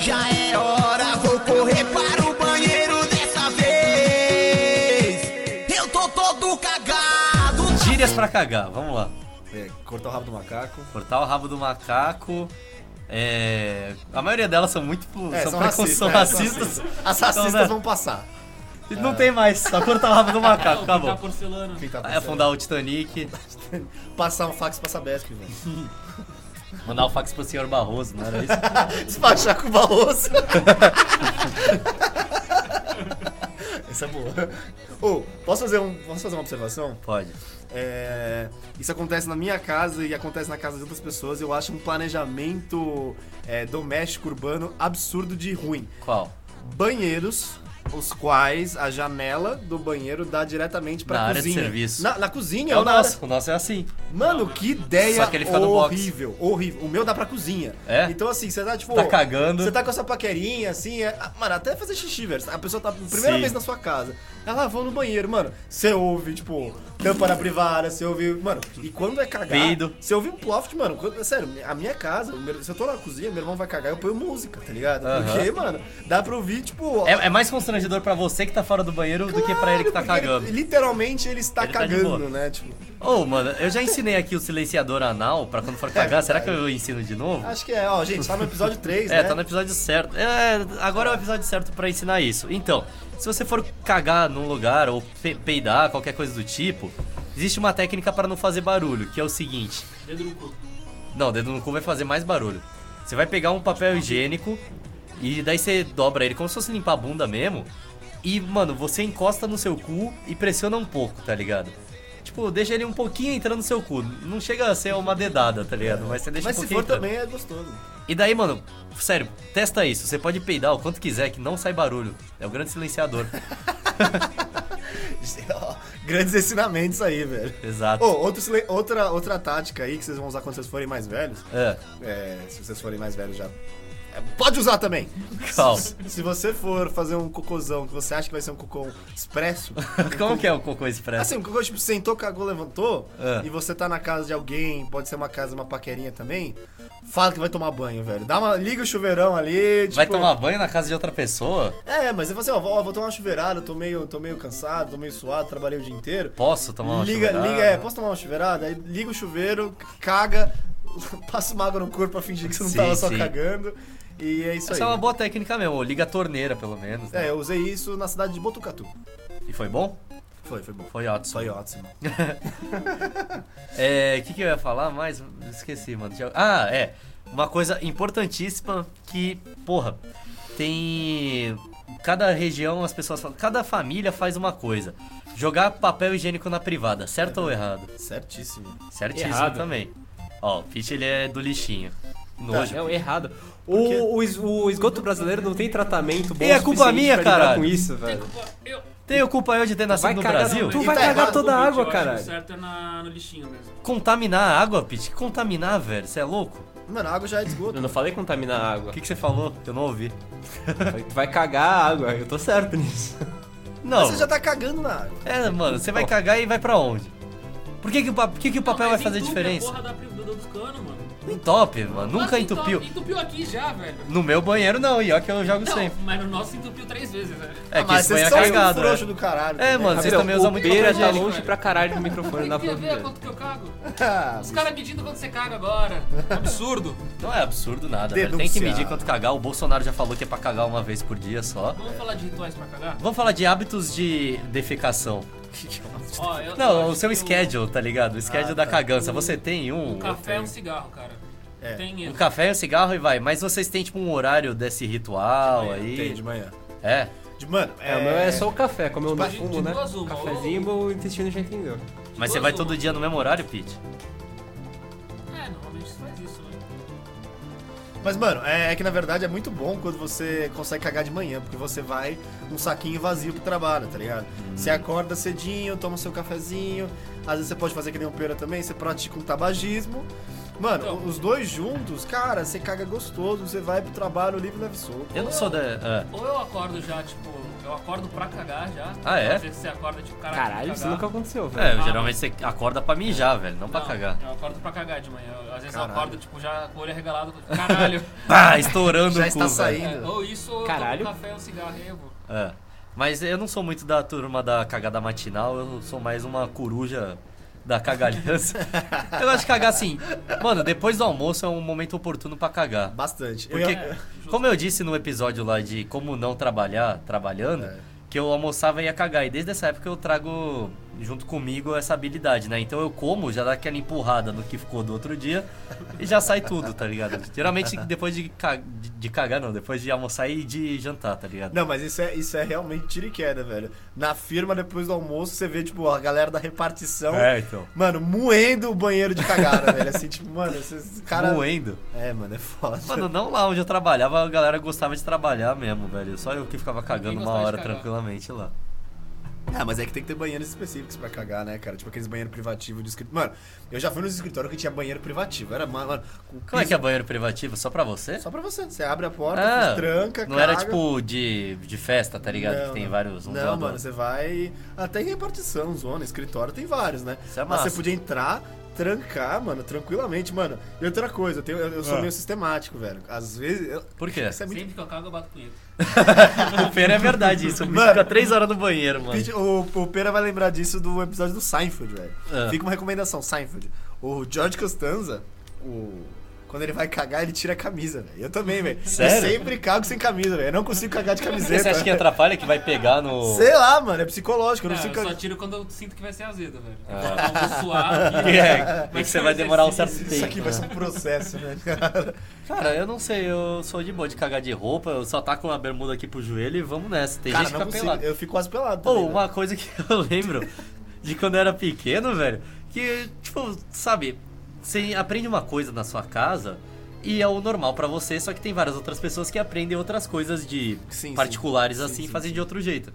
Speaker 6: já é hora, vou correr para o banheiro dessa vez. Eu tô todo cagado.
Speaker 1: Gírias pra cagar, vamos lá.
Speaker 3: É, cortar o rabo do macaco.
Speaker 1: Cortar o rabo do macaco. É... A maioria delas são muito.
Speaker 3: É,
Speaker 1: são,
Speaker 3: são
Speaker 1: preconce- são
Speaker 3: racistas. é,
Speaker 1: racistas.
Speaker 3: são racistas. As racistas
Speaker 1: Então, né?
Speaker 3: vão passar.
Speaker 1: E Não tem mais, só cortar o rabo do macaco,
Speaker 2: Não, pintar
Speaker 1: acabou.
Speaker 2: porcelana.
Speaker 3: Quem tá
Speaker 1: Aí afundar o Titanic,
Speaker 3: Passar um fax pra Sabesp, velho.
Speaker 1: mandar o fax pro senhor Barroso, não era isso?
Speaker 3: Despachar com o Barroso. Isso é boa. Ô, posso, fazer um, posso fazer uma observação?
Speaker 1: Pode.
Speaker 3: É, isso acontece na minha casa e acontece na casa de outras pessoas. Eu acho um planejamento é, doméstico urbano absurdo de ruim.
Speaker 1: Qual?
Speaker 3: Banheiros, os quais a janela do banheiro dá diretamente pra
Speaker 1: Na área de
Speaker 3: cozinha.
Speaker 1: serviço.
Speaker 3: Na, na cozinha
Speaker 1: É
Speaker 3: ou
Speaker 1: o
Speaker 3: na área-
Speaker 1: nosso. O nosso é assim.
Speaker 3: Mano, que ideia
Speaker 1: Só que ele fica no box.
Speaker 3: horrível, horrível. O meu dá pra cozinha.
Speaker 1: É?
Speaker 3: Então assim, você tá tipo...
Speaker 1: Tá cagando.
Speaker 3: Você tá com essa paquerinha, assim, é... ah, mano, até fazer xixi, velho. A pessoa tá primeira
Speaker 1: Sim.
Speaker 3: vez na sua casa. Ela ah, vou no banheiro, mano. Você ouve, tipo, tampa na privada, você ouve... Mano, e quando é cagar...
Speaker 1: Peido.
Speaker 3: Você ouve um loft, mano. quando- sério, a minha casa, o meu- se eu tô na cozinha, meu irmão vai cagar, eu ponho música, tá ligado?
Speaker 1: Aham.
Speaker 3: Porque, mano, dá pra ouvir, tipo...
Speaker 1: É, é mais constrangedor pra você que tá fora do banheiro do que pra ele que tá
Speaker 3: porque ele-
Speaker 1: cagando.
Speaker 3: literalmente ele está
Speaker 1: Ele tá de
Speaker 3: cagando,
Speaker 1: boa.
Speaker 3: né? Tipo,
Speaker 1: Ô, mano, eu já ensinei aqui o silenciador anal pra
Speaker 3: É
Speaker 1: quando for cagar. Será que eu ensino de novo?
Speaker 3: acho que é, ó, gente, tá no episódio 3,
Speaker 1: É,
Speaker 3: né?
Speaker 1: tá no episódio certo. É, agora é o episódio certo pra ensinar isso. Então, se você for cagar num lugar ou pe- peidar, qualquer coisa do tipo, existe uma técnica pra não fazer barulho, que é o seguinte.
Speaker 2: Dedo no cu.
Speaker 1: Não, dedo no cu vai fazer mais barulho. Você vai pegar um papel higiênico e daí você dobra ele como se fosse limpar a bunda mesmo. E, mano, você encosta no seu cu e pressiona um pouco, tá ligado? Tipo, deixa ele um pouquinho entrando no seu cu. Não chega a ser uma dedada, tá ligado? Mas você deixa
Speaker 3: Mas
Speaker 1: um
Speaker 3: se
Speaker 1: pouquinho
Speaker 3: for
Speaker 1: entrando.
Speaker 3: também é gostoso.
Speaker 1: E daí, mano, sério, testa isso. Você pode peidar o quanto quiser, que não sai barulho. É o grande silenciador.
Speaker 3: Grandes ensinamentos aí, velho.
Speaker 1: Exato.
Speaker 3: Ô, outro silen- outra, outra tática aí que vocês vão usar quando vocês forem mais velhos.
Speaker 1: É,
Speaker 3: É, se vocês forem mais velhos já. É, Pode usar também!
Speaker 1: calma.
Speaker 3: Se você for fazer um cocôzão que você acha que vai ser um cocô expresso.
Speaker 1: Como que é o cocô expresso?
Speaker 3: Assim, um cocô tipo sentou, cagou, levantou.
Speaker 1: É.
Speaker 3: E você tá na casa de alguém, pode ser uma casa, uma paquerinha também. Fala que vai tomar banho, velho. Dá uma, liga o chuveirão ali. Tipo,
Speaker 1: Vai tomar banho na casa de outra pessoa?
Speaker 3: É, mas você fala assim, ó, vou, ó, vou tomar uma chuveirada, tô meio, tô meio cansado, tô meio suado, trabalhei o dia inteiro.
Speaker 1: Posso tomar uma
Speaker 3: liga,
Speaker 1: chuveirada?
Speaker 3: liga, é, posso tomar uma chuveirada? Aí liga o chuveiro, caga, passa uma água no corpo pra fingir que você não
Speaker 1: Sim,
Speaker 3: tava só
Speaker 1: sim.
Speaker 3: cagando. E é isso
Speaker 1: Essa é
Speaker 3: aí.
Speaker 1: uma boa técnica mesmo, liga a torneira pelo menos. né?
Speaker 3: É, eu usei isso na cidade de Botucatu.
Speaker 1: E foi bom?
Speaker 3: Foi, foi bom.
Speaker 1: Foi ótimo.
Speaker 3: Foi ótimo.
Speaker 1: É, o que, que eu ia falar mais? um, Esqueci, mano. Já- Ah, é. Uma coisa importantíssima que, porra, tem. Cada região as pessoas falam. Cada família faz uma coisa. Jogar papel higiênico na privada, certo ou errado?
Speaker 3: Certíssimo.
Speaker 1: Certíssimo
Speaker 4: Errado.
Speaker 1: também. Ó, o Fitch ele é do lixinho. Nojo.
Speaker 4: É o errado. O, o, es- o esgoto brasileiro não tem tratamento bom
Speaker 1: E é culpa
Speaker 4: suficiente
Speaker 1: minha,
Speaker 4: pra lidar
Speaker 1: caralho.
Speaker 4: com isso, velho.
Speaker 2: Eu.
Speaker 1: Tenho culpa eu de ter nascido
Speaker 4: Vai
Speaker 1: no
Speaker 4: cagar
Speaker 1: Brasil?
Speaker 4: Tu
Speaker 3: E
Speaker 4: vai
Speaker 3: tá
Speaker 4: cagar
Speaker 3: errado,
Speaker 4: toda a água,
Speaker 2: cara. O
Speaker 4: caralho.
Speaker 2: certo é na, no lixinho mesmo.
Speaker 1: Contaminar a água, Pete? Contaminar, velho? Você é louco?
Speaker 3: Mano, a água já é de esgoto.
Speaker 4: Eu não falei contaminar a água.
Speaker 1: O que, que você falou? Eu não ouvi.
Speaker 4: Falei, Tu vai cagar a água. Eu tô certo nisso.
Speaker 1: Não.
Speaker 3: Mas você já tá cagando na água.
Speaker 1: É, mano, você vai cagar e vai pra onde? Por que, que, o, pa- por que que o papel
Speaker 2: Não,
Speaker 1: vai
Speaker 2: mas
Speaker 1: fazer
Speaker 2: entupe A
Speaker 1: diferença?
Speaker 2: porra da, pri- do, dos canos, mano.
Speaker 1: Não entope, mano. Nunca
Speaker 2: Nossa,
Speaker 1: entupiu.
Speaker 2: entope- Entupiu aqui já, velho.
Speaker 1: No meu banheiro não, e ó que eu jogo
Speaker 2: Não,
Speaker 1: sempre.
Speaker 2: mas no nosso entupiu três vezes, né? velho.
Speaker 1: É que esse banho é
Speaker 3: são uns
Speaker 1: cagado.
Speaker 3: frouxos
Speaker 1: é.
Speaker 3: um do caralho.
Speaker 1: É,
Speaker 3: né?
Speaker 1: mano, vocês
Speaker 4: Gabriel,
Speaker 1: também usam
Speaker 4: o
Speaker 1: muito
Speaker 4: Beira
Speaker 1: papel
Speaker 4: tá
Speaker 1: higiênico.
Speaker 4: longe pra caralho do microfone na
Speaker 2: Tem que ver
Speaker 4: providência.
Speaker 2: quanto que eu cago.
Speaker 3: Ah,
Speaker 2: Os caras medindo quanto você caga agora. Absurdo.
Speaker 1: Não é absurdo nada, velho. Tem que
Speaker 3: Denunciar.
Speaker 1: medir quanto cagar. O Bolsonaro já falou que é pra cagar uma vez por dia só.
Speaker 2: Vamos falar de rituais pra cagar?
Speaker 1: Vamos falar de hábitos de defecação.
Speaker 2: Ó, eu- eu
Speaker 1: Não,
Speaker 2: acho
Speaker 1: o seu
Speaker 2: que
Speaker 1: schedule, tá ligado? O schedule da cagança. Você tem um.
Speaker 2: O café é um cigarro, cara.
Speaker 3: É.
Speaker 2: Tem
Speaker 1: Um
Speaker 2: erro.
Speaker 1: café, um cigarro e vai. Mas vocês têm, tipo, um horário desse ritual aí?
Speaker 3: Tem de manhã.
Speaker 1: É.
Speaker 3: De, mano,
Speaker 4: É, o meu é só o café, como eu não
Speaker 2: de-
Speaker 4: fumo,
Speaker 2: de
Speaker 4: né?
Speaker 2: duas uma,
Speaker 4: Cafezinho, o intestino já entendeu.
Speaker 1: Mas
Speaker 2: Duas
Speaker 1: você vai
Speaker 2: ou
Speaker 1: todo
Speaker 2: uma?
Speaker 1: dia no mesmo horário, Pete?
Speaker 2: É, normalmente você faz isso, né?
Speaker 3: Mas, mano, é, é que na verdade é muito bom quando você consegue cagar de manhã, porque você vai um saquinho vazio pro trabalho, tá ligado?
Speaker 1: Uhum.
Speaker 3: Você acorda cedinho, toma seu cafezinho, às vezes você pode fazer que nem um pera também, você pratica um tabagismo. Mano,
Speaker 2: Então.
Speaker 3: os dois juntos, cara, você caga gostoso, você vai pro trabalho livre e leve e solto.
Speaker 1: Eu não sou da. é.
Speaker 2: Ou eu acordo já, tipo, eu acordo pra cagar já.
Speaker 1: Ah, é?
Speaker 2: Às vezes você acorda, tipo, caralho,
Speaker 4: Caralho,
Speaker 2: vou
Speaker 4: isso
Speaker 2: cagar.
Speaker 4: nunca aconteceu,
Speaker 1: É,
Speaker 4: velho.
Speaker 1: geralmente você acorda pra mijar, velho, não pra
Speaker 2: Não,
Speaker 1: cagar.
Speaker 2: Eu acordo pra cagar de manhã. Eu- Às vezes
Speaker 3: Caralho.
Speaker 2: eu acordo, tipo, já com o olho arregalado. tipo, Caralho.
Speaker 1: Pá, Ah, estourando
Speaker 3: Já
Speaker 1: o cu,
Speaker 3: está
Speaker 1: velho.
Speaker 3: saindo.
Speaker 2: É, ou isso, ou
Speaker 4: Caralho.
Speaker 2: eu tomo café ou cigarro, e eu vou.
Speaker 1: É. Mas eu não sou muito da turma da cagada matinal, eu sou mais uma coruja da cagalhança. eu gosto de cagar assim. Mano, depois do almoço é um momento oportuno pra cagar.
Speaker 3: Bastante. Eu
Speaker 1: Porque,
Speaker 3: ia-
Speaker 1: como eu disse no episódio lá de como não trabalhar trabalhando, que eu almoçava e ia cagar. E desde essa época eu trago junto comigo essa habilidade, né? Então eu como, já dá aquela empurrada no que ficou do outro dia e já sai tudo, tá ligado? Geralmente depois de, ca- de- de cagar, não, depois de almoçar e de jantar, tá ligado?
Speaker 3: Não, mas isso é, isso é realmente tiro e queda, velho. Na firma, depois do almoço, você vê, tipo, a galera da repartição.
Speaker 1: É, então.
Speaker 3: Mano, moendo o banheiro de cagada, velho. Assim, tipo, mano, esses caras.
Speaker 1: Moendo.
Speaker 3: É, mano, é foda.
Speaker 1: Mano, não lá onde eu trabalhava, a galera gostava de trabalhar mesmo, velho. Só eu que ficava cagando uma
Speaker 2: gostava de
Speaker 1: hora
Speaker 2: cagar.
Speaker 1: tranquilamente lá.
Speaker 3: Ah, mas é que tem que ter banheiros específicos pra cagar, né, cara? Tipo aqueles banheiros privativos de escritório. Mano, eu já fui nos escritórios que tinha banheiro privativo. Era, ma- mano, com
Speaker 1: Como é
Speaker 3: piso-
Speaker 1: que é banheiro privativo? Só pra você?
Speaker 3: Só pra você. Você abre a porta,
Speaker 1: Ah,
Speaker 3: tranca,
Speaker 1: Não
Speaker 3: caga.
Speaker 1: era tipo de, de festa, tá ligado? que
Speaker 3: Não,
Speaker 1: tem
Speaker 3: não.
Speaker 1: vários. uns
Speaker 3: Não,
Speaker 1: lá do-
Speaker 3: mano, você vai. Até em repartição, zona, escritório, tem vários, né?
Speaker 1: Isso é
Speaker 3: Mas
Speaker 1: massa.
Speaker 3: você podia entrar, trancar, mano, tranquilamente, mano. E outra coisa, eu, tenho- eu- eu
Speaker 1: Ah.
Speaker 3: sou meio sistemático, velho. Às vezes. eu-
Speaker 1: Por quê?
Speaker 3: Isso é muito.
Speaker 2: Sempre que eu cago, eu bato punheta.
Speaker 1: O Pena é verdade isso. O bicho
Speaker 3: Mano.
Speaker 1: fica três horas no banheiro, mano.
Speaker 3: Pete- O, o Pera vai lembrar disso do episódio do Seinfeld, velho.
Speaker 1: É.
Speaker 3: Fica uma recomendação, Seinfeld. O George Costanza, o... quando ele vai cagar, ele tira a camisa, velho. Eu também, velho. Eu
Speaker 1: Sério?
Speaker 3: sempre cago sem camisa, velho. Eu não consigo cagar de camiseta.
Speaker 1: Você acha que é
Speaker 3: velho.
Speaker 1: atrapalha que vai pegar no.
Speaker 3: Sei lá, mano, é psicológico, eu não
Speaker 2: Não,
Speaker 3: consigo
Speaker 2: eu só
Speaker 3: cagar.
Speaker 2: tiro quando eu sinto que vai ser azedo, velho. Eu vou suar. aqui,
Speaker 1: É,
Speaker 2: né?
Speaker 1: Ah.
Speaker 2: mas
Speaker 1: que
Speaker 2: assim,
Speaker 1: você vai demorar um certo
Speaker 2: exercício.
Speaker 3: Isso aqui vai ser um processo, né, cara?
Speaker 1: Cara, eu não sei, eu sou de boa de cagar de roupa, eu só taco a bermuda aqui pro joelho e vamos nessa. Tem
Speaker 3: Cara,
Speaker 1: gente que
Speaker 3: não
Speaker 1: fica
Speaker 3: consigo.
Speaker 1: pelado.
Speaker 3: Eu fico quase pelado.
Speaker 1: Pô,
Speaker 3: também, né? velho.
Speaker 1: uma coisa que eu lembro de quando eu era pequeno, velho, que, tipo, sabe, você aprende uma coisa na sua casa e é o normal pra você, só que tem várias outras pessoas que aprendem outras coisas de
Speaker 3: Sim, sim.
Speaker 1: particulares
Speaker 3: Sim,
Speaker 1: assim e
Speaker 3: sim,
Speaker 1: fazem
Speaker 3: sim.
Speaker 1: de outro jeito.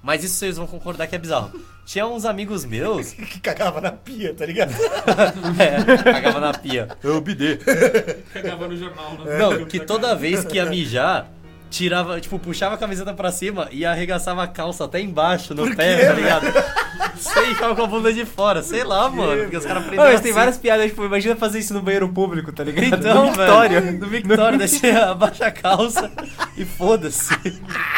Speaker 1: Mas isso vocês vão concordar que é bizarro. Tinha uns amigos meus.
Speaker 3: Que cagava na pia, tá ligado?
Speaker 1: é, cagava na pia.
Speaker 3: Eu bidê.
Speaker 2: Cagava no jornal, né?
Speaker 1: Não, que toda vez que ia mijar, tirava, tipo, puxava a camiseta pra cima e arregaçava a calça até embaixo no pé, tá ligado? Sei, ficava com a bunda de fora. Sei lá, mano. Porque os caras
Speaker 4: Não,
Speaker 1: aprenderam.
Speaker 4: mas tem
Speaker 1: assim.
Speaker 4: várias piadas, tipo, imagina fazer isso no banheiro público, tá ligado?
Speaker 1: Então,
Speaker 4: no Victória.
Speaker 1: velho, No Victória, deixei abaixa a calça e foda-se.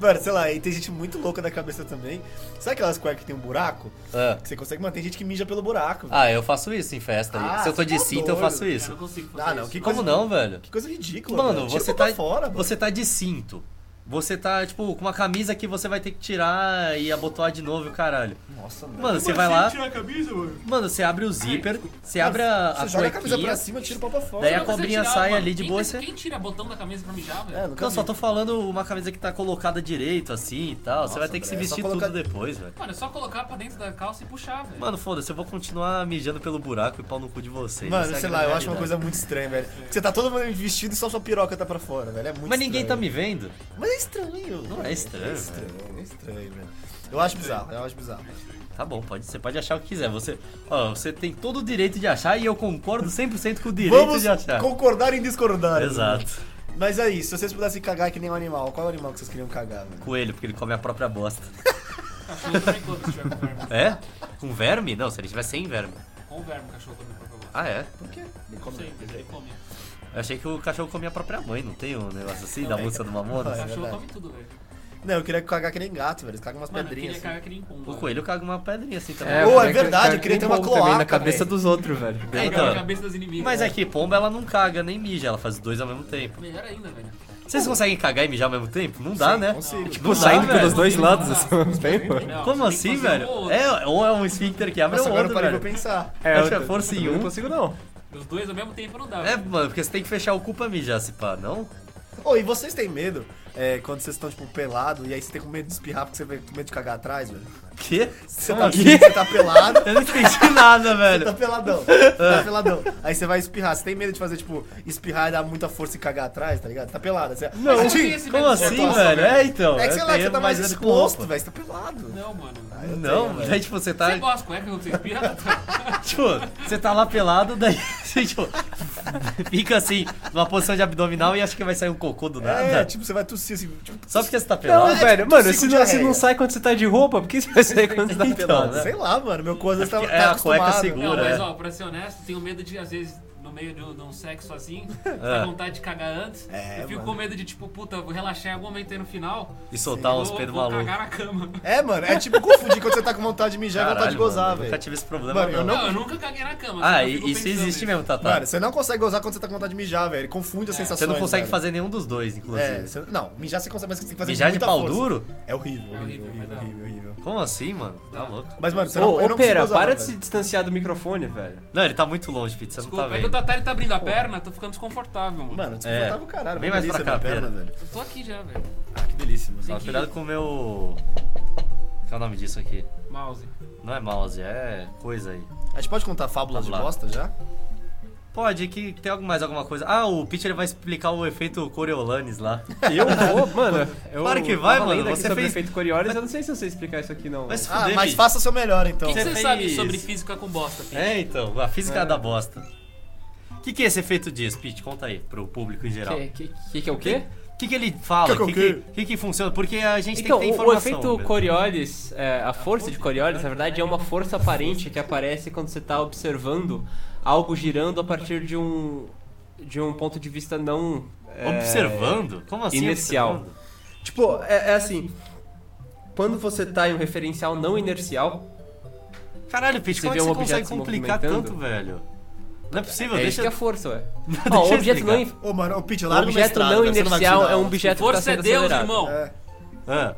Speaker 3: Mano, sei lá, e tem gente muito louca da cabeça também. Sabe aquelas cuecas que tem um buraco?
Speaker 1: Ah.
Speaker 3: Que você consegue manter gente que mija pelo buraco, velho.
Speaker 1: Ah, eu faço isso em festa.
Speaker 3: Ah,
Speaker 1: Se eu tô de
Speaker 3: você tá
Speaker 1: cinto, eu
Speaker 3: doido.
Speaker 1: faço
Speaker 2: Eu não
Speaker 1: isso.
Speaker 2: consigo fazer
Speaker 3: Ah, não,
Speaker 2: isso.
Speaker 3: que
Speaker 1: Como
Speaker 3: coisa-
Speaker 1: não, velho?
Speaker 3: Que coisa ridícula,
Speaker 1: Mano,
Speaker 3: velho. Tira
Speaker 1: você
Speaker 3: pra
Speaker 1: tá,
Speaker 3: fora, mano.
Speaker 1: você tá de cinto. Você tá, tipo, com uma camisa que você vai ter que tirar e abotoar de novo, e o caralho.
Speaker 3: Nossa,
Speaker 1: Mano, você vai lá,
Speaker 2: assim Tira a camisa, mano.
Speaker 1: mano, você abre o zíper, você abre a,
Speaker 3: Você
Speaker 1: a
Speaker 3: joga a camisa
Speaker 1: cuequinha. É,
Speaker 3: pra cima, tira o pau pra fora.
Speaker 1: Daí a
Speaker 2: Não, mas eu
Speaker 1: cobrinha
Speaker 2: tirava,
Speaker 1: sai
Speaker 2: mano.
Speaker 1: ali de
Speaker 2: Quem-
Speaker 1: boa, você-
Speaker 2: Quem tira botão da camisa pra mijar, velho?
Speaker 3: É, nunca
Speaker 1: Não,
Speaker 3: vi.
Speaker 1: só tô falando uma camisa que tá colocada direito, assim e tal. você vai ter que se
Speaker 3: André, é só
Speaker 1: vestir
Speaker 3: colocar-
Speaker 1: tudo depois, velho.
Speaker 2: Mano, é só colocar pra dentro da calça e puxar, velho.
Speaker 1: Mano, foda-se, eu vou continuar mijando pelo buraco e pau no cu de vocês.
Speaker 3: Mano,
Speaker 1: Essa é a
Speaker 3: sei lá, eu
Speaker 1: grande
Speaker 3: acho uma
Speaker 1: realidade.
Speaker 3: coisa muito estranha, velho. Porque Você tá todo mundo vestido e só sua piroca tá pra fora, velho. É muito
Speaker 1: Mas ninguém tá
Speaker 3: estranho.
Speaker 1: me vendo?
Speaker 3: Mas é estranho.
Speaker 1: Não é estranho,
Speaker 3: É estranho, é estranho, velho. Eu acho bizarro, eu acho bizarro.
Speaker 1: Tá bom, pode, você pode achar o que quiser. Você, ó, você tem todo o direito de achar e eu concordo 100% com o direito
Speaker 3: Vamos
Speaker 1: de achar.
Speaker 3: concordar em discordar.
Speaker 1: Exato.
Speaker 3: Mas é isso, se vocês pudessem cagar que nem um animal, qual animal que vocês queriam cagar, velho?
Speaker 1: Coelho, porque ele come a própria bosta.
Speaker 2: Cachorro também come se tiver com verme.
Speaker 1: É? Com verme? Não, se ele tiver sem verme.
Speaker 2: Com verme, cachorro também come pra
Speaker 1: Ah, é?
Speaker 3: Por quê? Me
Speaker 2: Não
Speaker 3: come.
Speaker 2: sei, mas ele come.
Speaker 1: Eu achei que o cachorro comia a própria mãe, não tem um negócio assim
Speaker 3: é
Speaker 1: da música do Mamonas?
Speaker 2: Cachorro
Speaker 3: verdade.
Speaker 2: come tudo, velho.
Speaker 3: Não, eu queria cagar que nem gato, velho. Eles cagam umas
Speaker 2: Mano,
Speaker 3: pedrinhas.
Speaker 2: aquele
Speaker 3: assim.
Speaker 2: cara que nem pomba.
Speaker 1: O coelho caga uma pedrinha assim também.
Speaker 4: É,
Speaker 3: Ô,
Speaker 4: o
Speaker 3: é verdade, eu queria ter uma
Speaker 4: um Na
Speaker 3: cloaca,
Speaker 4: cabeça
Speaker 3: velho.
Speaker 4: dos outros, velho.
Speaker 1: É,
Speaker 2: Caga
Speaker 1: então.
Speaker 2: na cabeça das inimigas.
Speaker 1: Mas é que pomba ela não caga nem mija, ela faz os dois ao mesmo tempo.
Speaker 2: Melhor ainda, velho.
Speaker 1: Vocês conseguem cagar e mijar ao mesmo tempo? Não dá, né?
Speaker 3: Consigo.
Speaker 1: Não
Speaker 4: Tipo, saindo
Speaker 1: dá,
Speaker 4: pelos
Speaker 1: velho.
Speaker 4: dois
Speaker 2: Não
Speaker 4: lados,
Speaker 2: dá.
Speaker 4: assim, ao mesmo tempo.
Speaker 2: Não,
Speaker 1: Como
Speaker 2: você tem
Speaker 1: assim,
Speaker 2: que fazer
Speaker 1: velho?
Speaker 2: um ou outro.
Speaker 1: É, ou é um esfíncter que abre
Speaker 3: Nossa,
Speaker 1: ou
Speaker 3: agora eu
Speaker 1: outro,
Speaker 3: parei
Speaker 1: velho.
Speaker 3: pra pensar.
Speaker 1: Acho que é
Speaker 4: eu
Speaker 1: força em
Speaker 4: também
Speaker 1: um.
Speaker 4: Não consigo, não.
Speaker 2: Os dois ao mesmo tempo não dá.
Speaker 1: É,
Speaker 2: velho.
Speaker 1: mano, porque você tem que fechar o cu pra mijar, se pá, não?
Speaker 3: Ô, e vocês têm medo é, quando vocês estão, tipo, pelado e aí você tem com medo de espirrar porque você vem com medo de cagar atrás, velho?
Speaker 1: Quê?
Speaker 3: Você
Speaker 1: Como
Speaker 3: tá,
Speaker 1: assim?
Speaker 3: você tá pelado,
Speaker 1: Eu não entendi nada,
Speaker 3: você tá
Speaker 1: velho.
Speaker 3: peladão,
Speaker 1: Ah.
Speaker 3: tá peladão. Aí você vai espirrar. Você tem medo de fazer, tipo, espirrar e dar muita força e cagar atrás, tá ligado? Tá pelado. Você...
Speaker 2: Mas eu
Speaker 3: Aí
Speaker 2: não
Speaker 3: você-
Speaker 2: tenho esse
Speaker 1: Como
Speaker 2: medo,
Speaker 1: assim,
Speaker 2: velho?
Speaker 1: velho? É, então.
Speaker 3: É que sei
Speaker 1: eu
Speaker 3: lá, você
Speaker 1: tenho
Speaker 3: tá mais
Speaker 1: medo com
Speaker 3: exposto,
Speaker 1: roupa.
Speaker 3: velho. Você tá pelado.
Speaker 2: Não, mano.
Speaker 1: Não, velho, é, tipo, você tá.
Speaker 2: Você gosta, cueca quando você espirra?
Speaker 1: Tipo, você tá lá pelado, daí você, tipo, fica assim, numa posição de abdominal e acha que vai sair um cocô do nada.
Speaker 3: É, tipo, você vai tossir assim, tipo,
Speaker 1: Só porque você tá pelado.
Speaker 4: Não, velho. Mano, se não, se
Speaker 3: diarreia.
Speaker 4: não sai quando você tá de roupa, por que você vai sair quando você tá pelado?
Speaker 1: né?
Speaker 3: sei lá, mano. Meu cu às vezes tá,
Speaker 1: É
Speaker 3: tá
Speaker 1: a cueca
Speaker 3: acostumado.
Speaker 1: segura.
Speaker 2: Não,
Speaker 1: Dura,
Speaker 2: mas
Speaker 1: é.
Speaker 2: ó, pra ser honesto, tenho medo de, às vezes, no meio de um, de um sexo assim,
Speaker 1: Ah.
Speaker 2: ter vontade de cagar antes.
Speaker 3: É,
Speaker 2: eu fico
Speaker 3: mano.
Speaker 2: com medo de, tipo, puta, vou relaxar em algum momento aí no final.
Speaker 1: E soltar uns
Speaker 2: vou,
Speaker 1: peidos
Speaker 2: vou
Speaker 1: malucos.
Speaker 2: cagar na cama.
Speaker 3: É, mano. É tipo confundir quando você tá com vontade de mijar e vontade de
Speaker 1: Caralho,
Speaker 3: gozar,
Speaker 1: mano, eu Nunca
Speaker 3: velho.
Speaker 1: tive esse problema,
Speaker 3: Mano, eu
Speaker 1: não.
Speaker 2: Não, eu nunca caguei na cama.
Speaker 1: Ah,
Speaker 2: assim, eu
Speaker 1: e-
Speaker 2: fico
Speaker 1: isso
Speaker 2: pensando
Speaker 1: existe
Speaker 2: nisso.
Speaker 1: mesmo, Tatá.
Speaker 3: Mano, é você não consegue gozar quando você tá com vontade de mijar, velho. Confunde as sensações.
Speaker 1: É. você não consegue
Speaker 3: velho.
Speaker 1: fazer nenhum dos dois, inclusive.
Speaker 3: É, você- não, mijar você consegue, mas você tem que fazer
Speaker 1: Mijar de
Speaker 3: muita
Speaker 1: pau
Speaker 3: força.
Speaker 1: duro?
Speaker 3: É horrível,
Speaker 2: É
Speaker 3: horrível,
Speaker 2: horrível,
Speaker 3: horrível,
Speaker 2: vai dar.
Speaker 3: horrível, horrível.
Speaker 1: Como assim, mano? Tá louco.
Speaker 3: Mas, mano, você
Speaker 4: Ô,
Speaker 3: não, eu
Speaker 4: ô,
Speaker 3: não
Speaker 4: pera,
Speaker 3: consigo usar,
Speaker 4: para
Speaker 3: não,
Speaker 4: de se
Speaker 3: velho.
Speaker 4: distanciar do microfone, velho.
Speaker 1: Não, ele tá muito longe, Pete, você não tá
Speaker 2: Desculpa, é que o
Speaker 1: vendo.
Speaker 2: Tatari tá abrindo a perna, tô ficando desconfortável, mano.
Speaker 3: Mano, desconfortável o
Speaker 1: É.
Speaker 3: caralho.
Speaker 1: Vem
Speaker 3: uma
Speaker 1: mais
Speaker 3: delícia
Speaker 1: pra cá,
Speaker 3: minha perna,
Speaker 1: pera.
Speaker 3: velho.
Speaker 2: Eu tô aqui já, velho.
Speaker 3: Ah, que delícia, mano.
Speaker 1: Toma
Speaker 2: que-
Speaker 1: cuidado com o meu... Qual é o nome disso aqui?
Speaker 2: Mouse.
Speaker 1: Não é mouse, é coisa aí.
Speaker 3: A gente pode contar fábulas de
Speaker 1: Fábula.
Speaker 3: bosta já?
Speaker 1: Pode, é que tem algo- mais alguma coisa. Ah, o Pete ele vai explicar o efeito Coriolannis lá.
Speaker 4: Eu vou, mano. Eu
Speaker 1: Claro que vai,
Speaker 4: tava lendo
Speaker 1: mano,
Speaker 4: aqui
Speaker 1: você
Speaker 4: sobre
Speaker 1: fez-
Speaker 4: efeito Coriolis, eu não sei se eu sei explicar isso aqui, não.
Speaker 1: Vai se
Speaker 3: Ah,
Speaker 1: fuder,
Speaker 3: mas
Speaker 1: Pete.
Speaker 3: faça seu melhor
Speaker 2: O
Speaker 3: então.
Speaker 2: que, que
Speaker 1: Você
Speaker 2: você sabe
Speaker 1: fez-
Speaker 2: sobre física com bosta, Pete?
Speaker 1: É, então, a física
Speaker 4: É.
Speaker 1: da bosta. O que, que é esse efeito diz, Pete? Conta aí, pro público em geral.
Speaker 4: Que, que, que, que é o quê?
Speaker 1: O que, que ele fala?
Speaker 3: Que
Speaker 1: O
Speaker 3: que
Speaker 1: que,
Speaker 3: é o
Speaker 1: que, que que funciona? Porque a gente
Speaker 4: Então,
Speaker 1: tem que ter
Speaker 4: o, o
Speaker 1: informação. né?
Speaker 4: efeito
Speaker 1: mesmo.
Speaker 4: Coriolis, é, a força de Coriolis, na verdade, é uma força aparente que aparece quando você está observando algo girando a partir de um de um ponto de vista não é,
Speaker 1: Observando? Como assim?
Speaker 4: inercial.
Speaker 1: observando?
Speaker 4: Tipo, é, é assim. Quando você tá em um referencial não inercial,
Speaker 1: Caralho, Pete,
Speaker 4: Você
Speaker 1: como é que
Speaker 4: vê um
Speaker 1: você
Speaker 4: objeto
Speaker 1: consegue
Speaker 4: se
Speaker 1: complicar
Speaker 4: movimentando?
Speaker 1: tanto, velho? Não é possível,
Speaker 4: é isso
Speaker 1: deixa.
Speaker 4: que é força, ué.
Speaker 1: Deixa
Speaker 4: Ó,
Speaker 1: eu
Speaker 4: o objeto não,
Speaker 1: explicar.
Speaker 4: in-
Speaker 3: Ô, mano, o Pete,
Speaker 4: o
Speaker 3: larga o
Speaker 4: objeto
Speaker 3: mestrado,
Speaker 4: não
Speaker 3: velho, você vai tirar,
Speaker 4: inercial é um
Speaker 3: não.
Speaker 4: objeto que tá
Speaker 2: Força é
Speaker 4: sendo
Speaker 2: Deus,
Speaker 4: acelerado.
Speaker 2: irmão.
Speaker 3: É.
Speaker 1: Ah,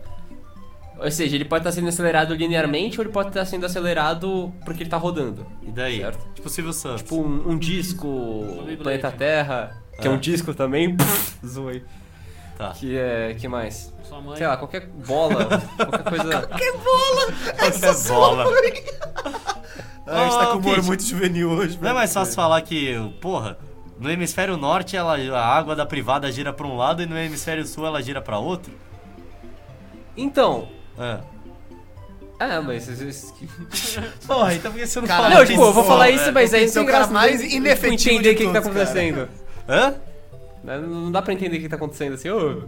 Speaker 4: Ou seja, ele pode estar sendo acelerado linearmente ou ele pode estar sendo acelerado porque ele tá rodando.
Speaker 1: e daí?
Speaker 4: Certo.
Speaker 1: Tipo o Silvio Santos.
Speaker 4: Tipo um, um disco, o Planeta
Speaker 2: Blade.
Speaker 4: Terra, que é
Speaker 1: Ah.
Speaker 4: um disco também, zoei.
Speaker 1: Tá.
Speaker 4: Que é. que mais?
Speaker 2: Sua mãe.
Speaker 4: Sei lá, qualquer bola, qualquer coisa.
Speaker 1: Essa bola.
Speaker 3: Ah, a gente tá com um
Speaker 1: Ô,
Speaker 3: humor
Speaker 1: Pete.
Speaker 3: muito juvenil hoje,
Speaker 1: Não é
Speaker 3: velho.
Speaker 1: mais fácil falar que, porra, no hemisfério norte ela, a água da privada gira pra um lado e no hemisfério sul ela gira pra outro?
Speaker 4: Então.
Speaker 1: Ah.
Speaker 4: Ah, mas. isso- isso-
Speaker 1: Porra, então por que você não
Speaker 3: Caralho,
Speaker 1: fala
Speaker 4: Não, tipo, eu vou
Speaker 3: Pô,
Speaker 4: falar
Speaker 3: velho,
Speaker 4: isso, mas
Speaker 3: tem Ah,
Speaker 4: aí não
Speaker 3: que ser
Speaker 4: tem
Speaker 3: o cara
Speaker 4: graça
Speaker 3: mais
Speaker 4: nem-
Speaker 3: inefetivo
Speaker 4: entender o
Speaker 3: de
Speaker 4: que, que tá
Speaker 3: todos, cara.
Speaker 4: acontecendo.
Speaker 1: Hã?
Speaker 4: Não- Não dá pra entender o que que tá acontecendo assim, ô.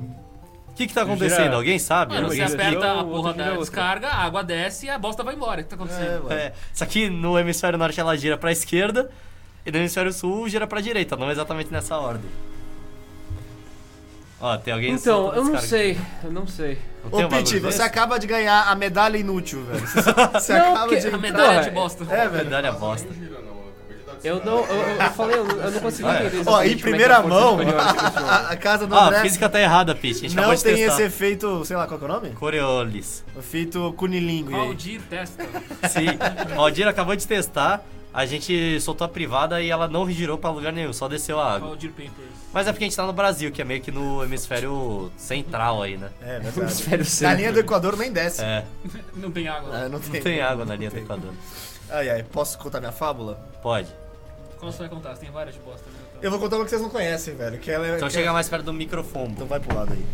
Speaker 1: O que que tá acontecendo?
Speaker 4: Gira-
Speaker 1: Alguém sabe?
Speaker 2: Mano,
Speaker 4: Alguém
Speaker 2: você
Speaker 1: Alguém-
Speaker 4: gira
Speaker 2: aperta a
Speaker 4: um, outro
Speaker 2: porra
Speaker 4: gira
Speaker 2: da
Speaker 4: outro.
Speaker 2: descarga, a água desce e a bosta vai embora. O que tá
Speaker 3: É,
Speaker 2: acontecendo?
Speaker 3: mano.
Speaker 1: É, só que no hemisfério norte ela gira pra esquerda e no hemisfério sul gira pra direita, não exatamente nessa ordem. Ó, tem alguém
Speaker 4: Então,
Speaker 1: soltando
Speaker 4: eu não
Speaker 1: descarga.
Speaker 4: sei, eu não sei.
Speaker 1: Não tem
Speaker 3: Ô,
Speaker 1: um bagulho
Speaker 3: Pete, você
Speaker 1: desse?
Speaker 3: acaba de ganhar a medalha inútil, velho. Você, você
Speaker 4: Não,
Speaker 3: acaba
Speaker 4: porque-
Speaker 3: de...
Speaker 2: a medalha
Speaker 4: Porra,
Speaker 2: de bosta.
Speaker 3: É, velho.
Speaker 1: medalha bosta.
Speaker 4: Eu não. Eu, eu- eu falei, eu, eu não consegui
Speaker 1: Ah, é.
Speaker 4: entender.
Speaker 3: Ó, em
Speaker 4: exatamente como é que
Speaker 3: primeira
Speaker 4: a força
Speaker 3: mão,
Speaker 4: superior-
Speaker 3: a, a casa do
Speaker 1: Ah,
Speaker 3: André
Speaker 1: a física tá errada, Pete. A gente
Speaker 3: não
Speaker 1: acabou de
Speaker 3: tem
Speaker 1: testar.
Speaker 3: esse efeito, sei lá, qual que é o nome?
Speaker 1: Coriolis.
Speaker 3: Efeito cunilingue. aí.
Speaker 2: Aldir testa.
Speaker 1: Sim. Ó, o Dira acabou de testar. A gente soltou a privada e ela não girou pra lugar nenhum, só desceu a água.
Speaker 2: Aldir Papers.
Speaker 1: Mas é porque a gente tá no Brasil, que é meio que no hemisfério central aí, né?
Speaker 3: É,
Speaker 4: O
Speaker 3: verdade.
Speaker 4: hemisfério
Speaker 3: Na
Speaker 4: centro.
Speaker 3: linha do Equador nem desce.
Speaker 1: É,
Speaker 2: Não tem água.
Speaker 3: Ah, não tem.
Speaker 1: não tem água na linha do Equador.
Speaker 3: Ai, ai, posso contar minha fábula?
Speaker 1: Pode.
Speaker 2: Como você vai contar? Você tem várias de bosta. né? Então.
Speaker 3: Eu vou contar uma que vocês não conhecem, velho. Que ela é...
Speaker 1: Então
Speaker 3: que-
Speaker 1: chega mais perto do microfone.
Speaker 3: Então vai pro lado aí.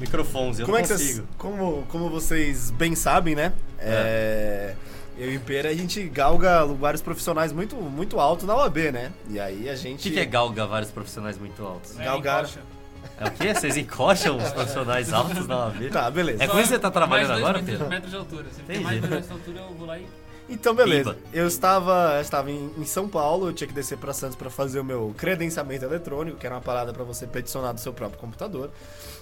Speaker 1: Microfones, eu
Speaker 3: Como
Speaker 1: não
Speaker 3: é que vocês,
Speaker 1: consigo.
Speaker 3: como, como vocês bem sabem, né? É, Eu e o Pera, a gente galga lugares profissionais muito, muito alto na OAB, né? E aí a
Speaker 1: O
Speaker 3: gente.
Speaker 1: que, que é galga vários profissionais muito altos?
Speaker 2: É,
Speaker 3: Galgar.
Speaker 2: encoxa.
Speaker 1: É o quê? Vocês encoxam os profissionais altos na AV?
Speaker 3: Tá, beleza.
Speaker 1: É com isso que você tá trabalhando
Speaker 2: mais dois
Speaker 1: agora,
Speaker 2: metros,
Speaker 1: Pedro?
Speaker 2: metros de altura. Se ele tem
Speaker 1: Entendi.
Speaker 2: mais dois metros de altura, eu vou lá e.
Speaker 3: Então, beleza.
Speaker 1: Pimba.
Speaker 3: Eu estava, eu estava em, em São Paulo, eu tinha que descer para Santos para fazer o meu credenciamento eletrônico, que era uma parada para você peticionar do seu próprio computador.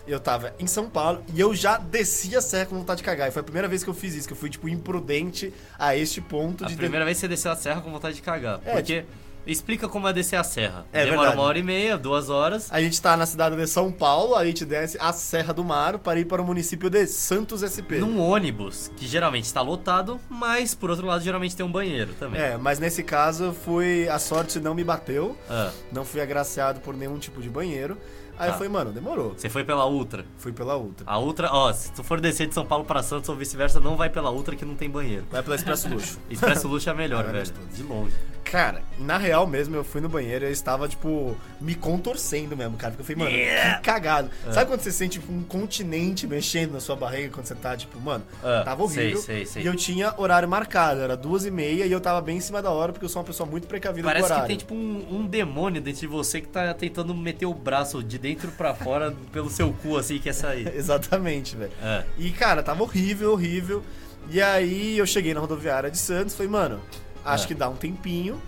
Speaker 3: Eu estava em São Paulo e eu já desci a serra com vontade de cagar. E foi a primeira vez que eu fiz isso, que eu fui, tipo, imprudente a este ponto
Speaker 1: A
Speaker 3: de.
Speaker 1: primeira vez que você desceu a serra com vontade de cagar.
Speaker 3: É,
Speaker 1: porque explica como é descer a serra.
Speaker 3: É
Speaker 1: Demora
Speaker 3: verdade.
Speaker 1: uma hora e meia, duas horas.
Speaker 3: A gente tá na cidade de São Paulo, a gente desce a Serra do Mar para ir para o município de Santos SP.
Speaker 1: Num ônibus, que geralmente está lotado, mas por outro lado geralmente tem um banheiro também.
Speaker 3: É, mas nesse caso foi. A sorte não me bateu,
Speaker 1: Ah,
Speaker 3: não fui agraciado por nenhum tipo de banheiro. Aí
Speaker 1: Tá.
Speaker 3: eu falei, mano, demorou.
Speaker 1: você foi pela Ultra.
Speaker 3: Fui pela outra.
Speaker 1: A Ultra, ó, se tu for descer de São Paulo pra Santos ou vice-versa, não vai pela Ultra que não tem banheiro.
Speaker 3: Vai pela Expresso Luxo.
Speaker 1: Expresso Luxo é a melhor,
Speaker 3: É,
Speaker 1: velho.
Speaker 3: gostoso.
Speaker 1: De longe.
Speaker 3: Cara, na real mesmo, eu fui no banheiro e eu estava, tipo, me contorcendo mesmo, cara. Porque eu falei, mano, que cagado.
Speaker 1: É.
Speaker 3: Sabe quando você sente tipo, um continente mexendo na sua barriga quando você tá, tipo, mano,
Speaker 1: Ah,
Speaker 3: tava horrível.
Speaker 1: sei, sei, sei.
Speaker 3: E eu tinha horário marcado, era duas e meia e eu tava bem em cima da hora, porque eu sou uma pessoa muito precavida com
Speaker 1: Parece
Speaker 3: horário.
Speaker 1: que tem tipo um, um demônio dentro de você que tá tentando meter o braço de dentro pra fora pelo seu cu assim que quer sair.
Speaker 3: Exatamente, velho.
Speaker 1: É.
Speaker 3: E, cara, tava horrível, horrível. E aí eu cheguei na rodoviária de Santos, falei, mano, acho
Speaker 1: É.
Speaker 3: que dá um tempinho,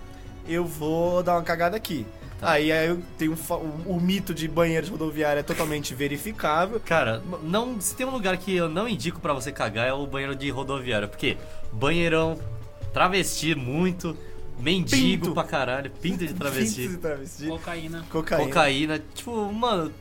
Speaker 3: eu vou dar uma cagada aqui.
Speaker 1: Tá.
Speaker 3: Aí, aí eu tenho um fa- um- o mito de banheiro de rodoviária é totalmente verificável.
Speaker 1: Cara, não, se tem um lugar que eu não indico pra você cagar é o banheiro de rodoviária, porque banheirão, travesti muito, mendigo
Speaker 3: Pinto.
Speaker 1: pra caralho, pinto de travesti,
Speaker 3: Pinto de travesti.
Speaker 2: Cocaína.
Speaker 3: Cocaína.
Speaker 1: cocaína, tipo, mano,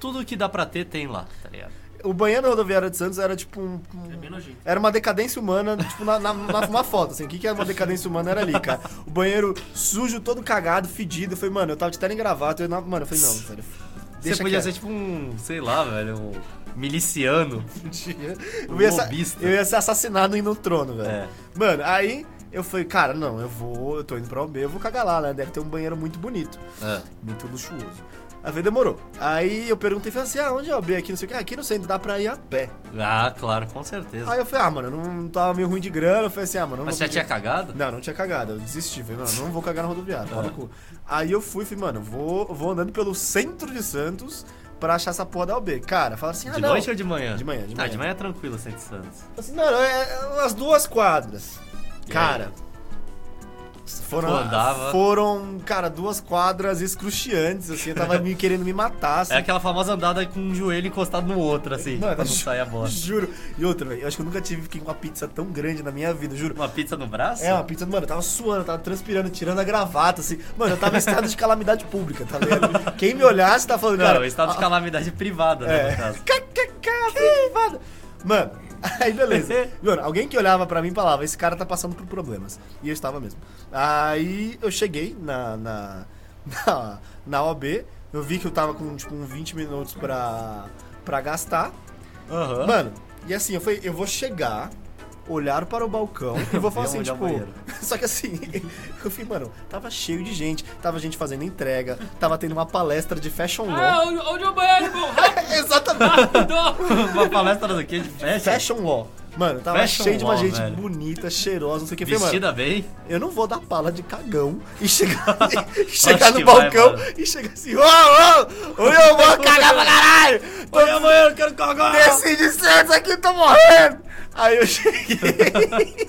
Speaker 1: tudo que dá pra ter tem lá, tá ligado?
Speaker 3: O banheiro rodoviário de Santos era tipo um. um-
Speaker 2: É bem nojento.
Speaker 3: Era uma decadência humana, tipo, na, na, na- uma foto, assim. O que, que era uma decadência humana era ali, cara. O banheiro sujo, todo cagado, fedido. Eu falei, mano, eu tava de terno e gravata. Eu, na- mano, eu falei, não, velho.
Speaker 1: Você
Speaker 3: Deixa
Speaker 1: podia
Speaker 3: quieto.
Speaker 1: ser tipo um, sei lá, velho, um miliciano.
Speaker 3: Eu ia,
Speaker 1: Um
Speaker 3: sa-
Speaker 1: lobista.
Speaker 3: eu ia ser assassinado indo no trono, velho.
Speaker 1: É.
Speaker 3: Mano, aí eu falei, cara, não, eu vou, eu tô indo pra UB, eu vou cagar lá, né? Deve ter um banheiro muito bonito,
Speaker 1: É.
Speaker 3: muito luxuoso. Aí falei, demorou. Aí eu perguntei, falei assim, ah, onde é a UB aqui, não sei o que, aqui no centro, dá pra ir a pé.
Speaker 1: Ah, claro, com certeza.
Speaker 3: Aí eu falei, ah, mano, eu não, não tava meio ruim de grana, eu falei assim, ah, mano, eu não
Speaker 1: Mas
Speaker 3: vou
Speaker 1: você já tinha cagado?
Speaker 3: não, não tinha cagado. Eu desisti. Falei, mano, não vou cagar na rodoviária. pau
Speaker 1: É.
Speaker 3: no cu. Aí eu fui, falei, mano, vou, vou andando pelo centro de Santos pra achar essa porra da UB. Cara, fala assim, ah,
Speaker 1: De
Speaker 3: não.
Speaker 1: noite ou de manhã?
Speaker 3: De manhã, de
Speaker 1: Ah,
Speaker 3: manhã.
Speaker 1: de manhã é tranquilo, Santos Santos.
Speaker 3: Assim, não, é, é umas duas quadras. Cara. Foram,
Speaker 1: Tu andava?
Speaker 3: foram, cara, duas quadras excruciantes, assim, eu tava me querendo me matar, assim.
Speaker 1: É aquela famosa andada com um joelho encostado no outro, assim,
Speaker 3: Mano,
Speaker 1: pra não
Speaker 3: ju-
Speaker 1: sair a bola.
Speaker 3: Juro. E outra, velho, eu acho que eu nunca tive que ir com uma pizza tão grande na minha vida, juro.
Speaker 1: Uma pizza no braço?
Speaker 3: É, uma pizza, mano, eu tava suando, eu tava transpirando, tirando a gravata, assim. Mano, eu tava em estado de calamidade pública, tá ligado? Quem me olhasse tá falando,
Speaker 1: Não,
Speaker 3: cara.
Speaker 1: é estado de
Speaker 3: a-
Speaker 1: calamidade privada, né,
Speaker 3: É.
Speaker 1: no caso.
Speaker 3: KKK, privada. Mano, aí beleza. Mano, alguém que olhava pra mim falava, esse cara tá passando por problemas. E eu estava mesmo. Aí eu cheguei na, na, na, na OB, eu vi que eu tava com, tipo, uns 20 minutos pra, pra gastar.
Speaker 1: Aham.
Speaker 3: Mano, e assim, eu falei, eu vou chegar, olhar para o balcão e vou falar
Speaker 1: Ver
Speaker 3: assim,
Speaker 1: onde é o
Speaker 3: tipo.
Speaker 1: banheiro.
Speaker 3: Só que assim, eu falei, mano, tava cheio de gente, tava gente fazendo entrega, tava tendo uma palestra de fashion law.
Speaker 2: Ah, onde, onde é o banheiro, irmão? Rápido!
Speaker 3: Exatamente.
Speaker 1: Uma palestra do quê? De festa?
Speaker 3: Fashion law. Mano, tava
Speaker 1: Fashion
Speaker 3: cheio de uma
Speaker 1: law,
Speaker 3: gente
Speaker 1: velho.
Speaker 3: bonita, cheirosa, não sei o que. Eu falei, mano,
Speaker 1: Vestida bem?
Speaker 3: eu não vou dar pala de cagão e chegar, e chegar
Speaker 1: que
Speaker 3: no
Speaker 1: vai,
Speaker 3: balcão
Speaker 1: mano.
Speaker 3: e chegar assim, ô, ô, ô, eu vou cagar pra caralho! Tô
Speaker 1: Olha, amanhã eu quero cagar!
Speaker 3: Desci de Santos aqui, tô morrendo! Aí eu cheguei.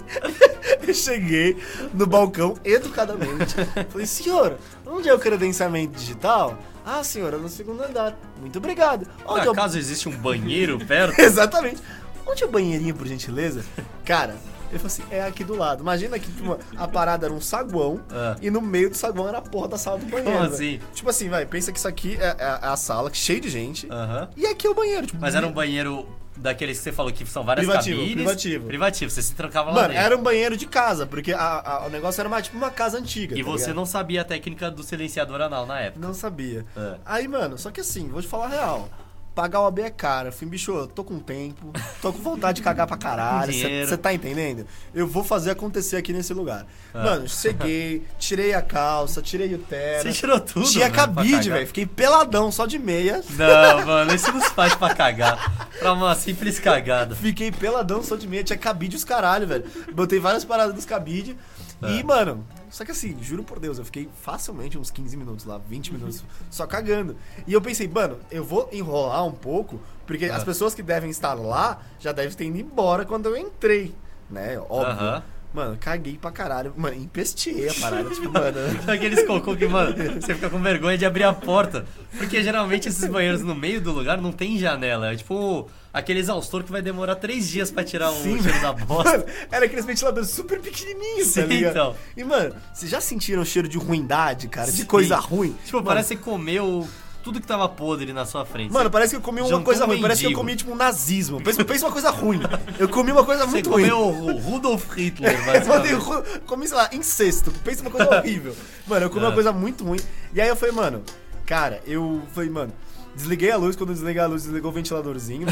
Speaker 3: eu cheguei no balcão educadamente. Falei, senhora, onde é o credenciamento digital? Ah, senhora, no segundo andar. Muito obrigado.
Speaker 1: Por
Speaker 3: Onde é o...
Speaker 1: acaso existe um banheiro perto?
Speaker 3: Exatamente. Onde é o banheirinho, por gentileza? Cara, ele falou assim: é aqui do lado. Imagina que tipo, a parada era um saguão
Speaker 1: Ah.
Speaker 3: e no meio do saguão era a porra da sala do banheiro.
Speaker 1: Como
Speaker 3: velho.
Speaker 1: assim?
Speaker 3: Tipo assim, vai, pensa que isso aqui é, é a sala cheia de gente.
Speaker 1: Aham.
Speaker 3: E aqui é o banheiro. Tipo,
Speaker 1: Ah. Mas era um banheiro daqueles que você falou que são várias
Speaker 3: Privativo,
Speaker 1: cabines.
Speaker 3: privativo.
Speaker 1: Privativo, você se trancava lá
Speaker 3: Mano,
Speaker 1: dentro.
Speaker 3: era um banheiro de casa, porque a- a- o negócio era mais tipo uma casa antiga.
Speaker 1: E
Speaker 3: tá
Speaker 1: você
Speaker 3: ligado?
Speaker 1: não sabia a técnica do silenciador anal na época.
Speaker 3: Não sabia.
Speaker 1: É.
Speaker 3: Aí, mano, só que assim, vou te falar a real. Pagar o AB é caro. Eu falei, bicho, eu tô com tempo, tô com vontade de cagar pra caralho.
Speaker 1: Dinheiro.
Speaker 3: Você tá entendendo? Eu vou fazer acontecer aqui nesse lugar. Mano, cheguei, tirei a calça, tirei o terno.
Speaker 1: É. Você tirou tudo,
Speaker 3: Tinha
Speaker 1: mano, pra
Speaker 3: cabide,
Speaker 1: cagar.
Speaker 3: velho. Fiquei peladão, só de meia.
Speaker 1: Não, mano, isso não se faz pra cagar. Pra uma simples cagada.
Speaker 3: Fiquei peladão, só de meia. Tinha cabide os caralho, velho. Botei várias paradas dos cabide.
Speaker 1: É.
Speaker 3: E, mano, só que assim, juro por Deus, eu fiquei facilmente uns 15 minutos lá, 20 minutos, só cagando. E eu pensei, mano, eu vou enrolar um pouco, porque
Speaker 1: É.
Speaker 3: as pessoas que devem estar lá já devem ter ido embora quando eu entrei, né? Óbvio.
Speaker 1: Aham.
Speaker 3: Mano, caguei pra caralho. Mano, empestei a parada. tipo, mano.
Speaker 1: Aqueles cocô que, mano, você fica com vergonha de abrir a porta. Porque geralmente esses banheiros no meio do lugar não tem janela. É tipo aquele exaustor que vai demorar três dias pra tirar o
Speaker 3: Sim,
Speaker 1: cheiro da bosta.
Speaker 3: Mano, era aqueles ventiladores super pequenininhos, tá
Speaker 1: Sim,
Speaker 3: ligado?
Speaker 1: então.
Speaker 3: E, mano, vocês já sentiram o cheiro de ruindade, cara? De coisa
Speaker 1: Sim.
Speaker 3: ruim?
Speaker 1: Tipo,
Speaker 3: Mano,
Speaker 1: parece que você comeu tudo que tava podre na sua frente.
Speaker 3: Mano, parece que eu comi uma
Speaker 1: Jantou
Speaker 3: coisa
Speaker 1: um
Speaker 3: ruim. Parece que eu
Speaker 1: mendigo.
Speaker 3: comi, tipo, um nazismo. Pensa, pensa uma coisa ruim. Eu comi uma coisa
Speaker 1: você
Speaker 3: muito ruim. É,
Speaker 1: comeu o Rudolf Hitler,
Speaker 3: Eu mandei,
Speaker 1: basicamente.
Speaker 3: ru- comi, sei lá, incesto. Pensa uma coisa horrível. Mano, eu comi
Speaker 1: É.
Speaker 3: uma coisa muito ruim. E aí eu falei, mano, cara, eu falei, mano, desliguei a luz. Quando eu desliguei a luz, desligou o ventiladorzinho.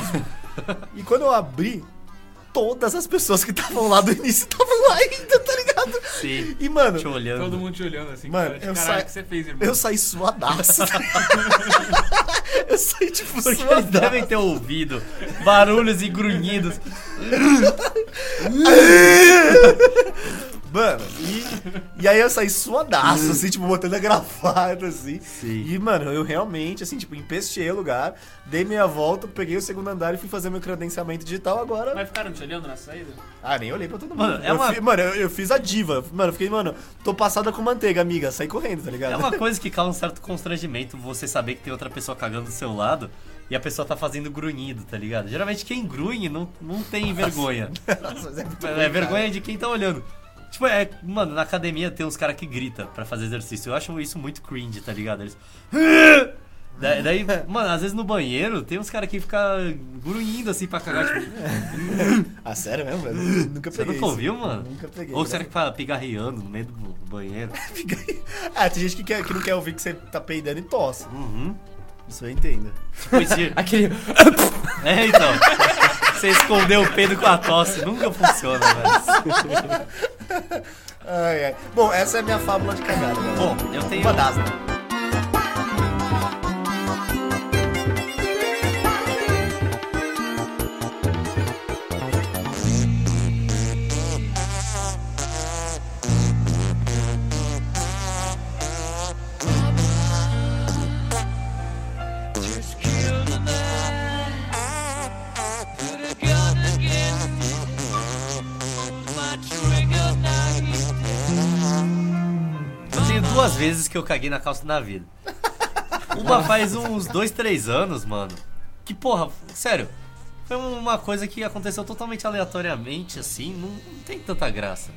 Speaker 3: e quando eu abri, todas as pessoas que estavam lá do início estavam lá ainda, tá ligado?
Speaker 1: Sim.
Speaker 3: E, mano,
Speaker 1: Te olhando.
Speaker 2: Todo mundo te olhando assim.
Speaker 3: Mano,
Speaker 2: cara, de
Speaker 3: eu
Speaker 2: caralho,
Speaker 3: saí-
Speaker 2: o que você fez, irmão?
Speaker 3: eu saí suadaço. eu saí, tipo,
Speaker 1: Porque eles
Speaker 3: suadaço.
Speaker 1: devem ter ouvido barulhos e grunhidos.
Speaker 3: Mano, e, e aí eu saí suadaço, assim, tipo, botando a gravata, assim.
Speaker 1: Sim.
Speaker 3: E, mano, eu realmente, assim, tipo, empestei o lugar, dei meia volta, peguei o segundo andar e fui fazer meu credenciamento digital agora.
Speaker 2: Mas ficaram te olhando na saída?
Speaker 3: Ah, nem olhei pra todo mundo.
Speaker 1: Mano, é
Speaker 3: eu
Speaker 1: uma-
Speaker 3: fi- mano, eu, eu fiz a diva. Mano, eu fiquei, mano, tô passada com manteiga, amiga. Saí correndo, tá ligado?
Speaker 1: É uma coisa que causa um certo constrangimento você saber que tem outra pessoa cagando do seu lado e a pessoa tá fazendo grunhido, tá ligado? Geralmente quem grunhe não, não tem vergonha.
Speaker 3: Nossa, mas é muito
Speaker 1: É vergonha de quem tá olhando. Tipo, é, mano, na academia tem uns caras que grita pra fazer exercício. Eu acho isso muito cringe, tá ligado? Eles. Da- Daí, mano, às vezes no banheiro tem uns caras que ficam grunhindo assim pra cagar. Tipo,
Speaker 3: Ah, sério mesmo, velho? Nunca
Speaker 1: você
Speaker 3: peguei
Speaker 1: nunca
Speaker 3: isso.
Speaker 1: ouviu, mano?
Speaker 3: Nunca peguei. né?
Speaker 1: Ou será que fala pigarreando no meio do do banheiro?
Speaker 3: Ah, tem gente que, quer, que não quer ouvir que você tá peidando e tosse.
Speaker 1: Uhum.
Speaker 3: Isso eu entendo.
Speaker 1: Tipo, esse-
Speaker 4: Aquele.
Speaker 1: É, então. Você escondeu o peido com a tosse. Nunca funciona, velho.
Speaker 3: Ai, ai. Bom, essa é a minha fábula de cagada, velho.
Speaker 1: Bom, um- eu tenho.
Speaker 3: Fantasma.
Speaker 1: Eu tenho duas vezes que eu caguei na calça na vida. Uma faz uns dois, três anos, mano. Que porra, sério. Foi uma coisa que aconteceu totalmente aleatoriamente, assim. Não, não tem tanta graça.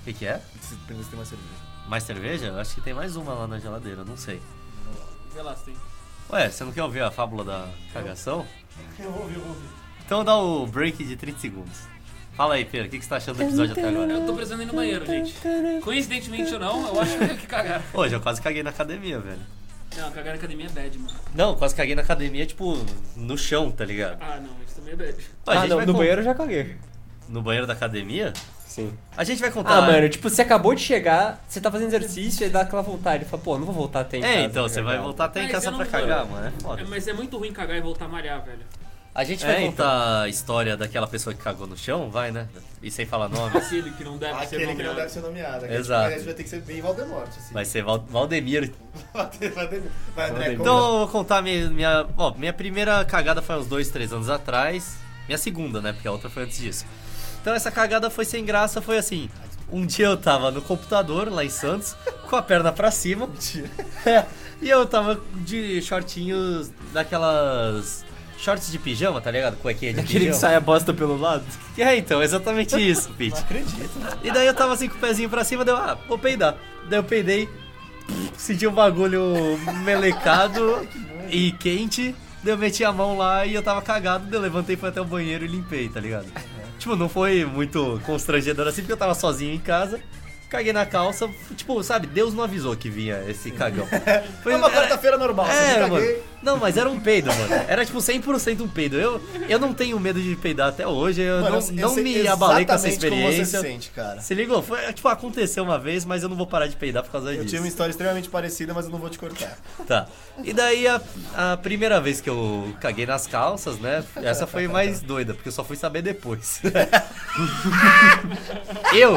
Speaker 1: O que, que é?
Speaker 3: Precisa ter uma cerveja.
Speaker 1: Mais cerveja? Eu acho que tem mais uma lá na geladeira, não sei.
Speaker 2: Vê lá se tem.
Speaker 1: Ué, você não quer ouvir a fábula da cagação? Eu ouvi, eu ouvi. Então dá o break de 30 segundos. Fala aí, Pedro, o que, que você tá achando do episódio até agora?
Speaker 2: Eu tô precisando ir no banheiro, gente. Coincidentemente ou não, eu acho que cagaram.
Speaker 1: Hoje eu quase caguei na academia, velho.
Speaker 2: Não, cagar na academia é bad, mano.
Speaker 1: Não, quase caguei na academia, tipo, no chão, tá ligado?
Speaker 2: Ah, não, isso também é bad.
Speaker 1: Ó, a
Speaker 4: Ah,
Speaker 1: gente
Speaker 4: não,
Speaker 1: vai
Speaker 4: no
Speaker 1: con-
Speaker 4: banheiro eu já caguei.
Speaker 1: No banheiro da academia?
Speaker 4: Sim.
Speaker 1: A gente vai contar.
Speaker 4: Ah, mano, tipo, você acabou de chegar, você tá fazendo exercício e dá aquela vontade. Fala, pô, não vou voltar até em casa.
Speaker 1: É, então, você vai
Speaker 4: cagar.
Speaker 1: voltar até em
Speaker 2: Mas
Speaker 1: casa
Speaker 2: eu
Speaker 1: pra
Speaker 2: não
Speaker 1: cagar,
Speaker 2: vou.
Speaker 1: mano. É foda.
Speaker 2: É, mas é muito ruim cagar e voltar a malhar, velho.
Speaker 1: A gente vai
Speaker 4: É,
Speaker 1: contar a história daquela pessoa que cagou no chão, vai, né? E sem falar nome.
Speaker 2: Aquele que não deve ser
Speaker 3: Aquele que não
Speaker 2: nomeado.
Speaker 3: deve ser nomeado. Aquele
Speaker 1: Exato.
Speaker 3: Que parece que vai ter que ser bem Valdemorte, assim.
Speaker 1: vai ser Val- Valdemiro.
Speaker 3: Vai, André,
Speaker 1: Então
Speaker 3: conta.
Speaker 1: eu vou contar minha. Minha, ó, minha primeira cagada foi uns dois, três anos atrás. Minha segunda, né? Porque a outra foi antes disso. Então essa cagada foi sem graça, foi assim. Um dia eu tava no computador, lá em Santos, com a perna pra cima. É, e eu tava de shortinhos daquelas. Shorts de pijama, tá ligado? Cuequinha de
Speaker 4: Aquele que
Speaker 1: pijama.
Speaker 4: sai a bosta pelo lado.
Speaker 1: É, então, exatamente isso, Pete. Não acredito. E daí eu tava assim com o pezinho pra cima, deu, ah, vou peidar. Daí eu peidei, senti um bagulho melecado e quente, daí eu meti a mão lá e eu tava cagado, daí eu levantei, fui até o banheiro e limpei, tá ligado? Tipo, não foi muito constrangedor assim, porque eu tava sozinho em casa. Caguei na calça, tipo, sabe, Deus não avisou que vinha esse cagão. Foi
Speaker 3: É uma quarta-feira normal,
Speaker 1: é,
Speaker 3: só me
Speaker 1: mano.
Speaker 3: caguei.
Speaker 1: Não, mas era um peido, mano. Era tipo 100% um peido. Eu, eu não tenho medo de peidar até hoje. Eu
Speaker 3: Mano,
Speaker 1: não,
Speaker 3: eu
Speaker 1: não
Speaker 3: sei
Speaker 1: me abalei com essa
Speaker 3: exatamente Como você
Speaker 1: experiência.
Speaker 3: se sente, cara.
Speaker 1: Se ligou? Foi, tipo, aconteceu uma vez, mas eu não vou parar de peidar por causa
Speaker 3: Eu
Speaker 1: disso.
Speaker 3: tinha uma história extremamente parecida, mas eu não vou te cortar.
Speaker 1: Tá. E daí a, a primeira vez que eu caguei nas calças, né? Essa foi mais doida, porque eu só fui saber depois. eu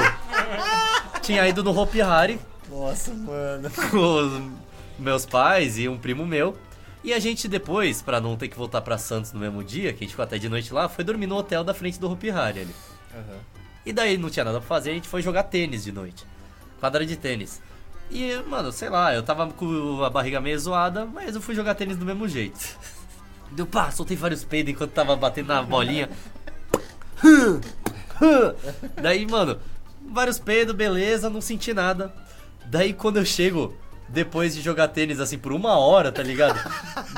Speaker 1: tinha ido no Hopi Hari
Speaker 3: Nossa, mano.
Speaker 1: com meus pais e um primo meu. E a gente depois, pra não ter que voltar pra Santos no mesmo dia, que a gente ficou até de noite lá, foi dormir no hotel da frente do Hopi Hari ali. E daí não tinha nada pra fazer, a gente foi jogar tênis de noite. Quadra de tênis. E, mano, sei lá, eu tava com a barriga meio zoada, mas eu fui jogar tênis do mesmo jeito. Deu pá, soltei vários peidos enquanto tava batendo na bolinha. Daí, mano, vários peidos, beleza, não senti nada. Daí quando eu chego, depois de jogar tênis assim por uma hora, tá ligado?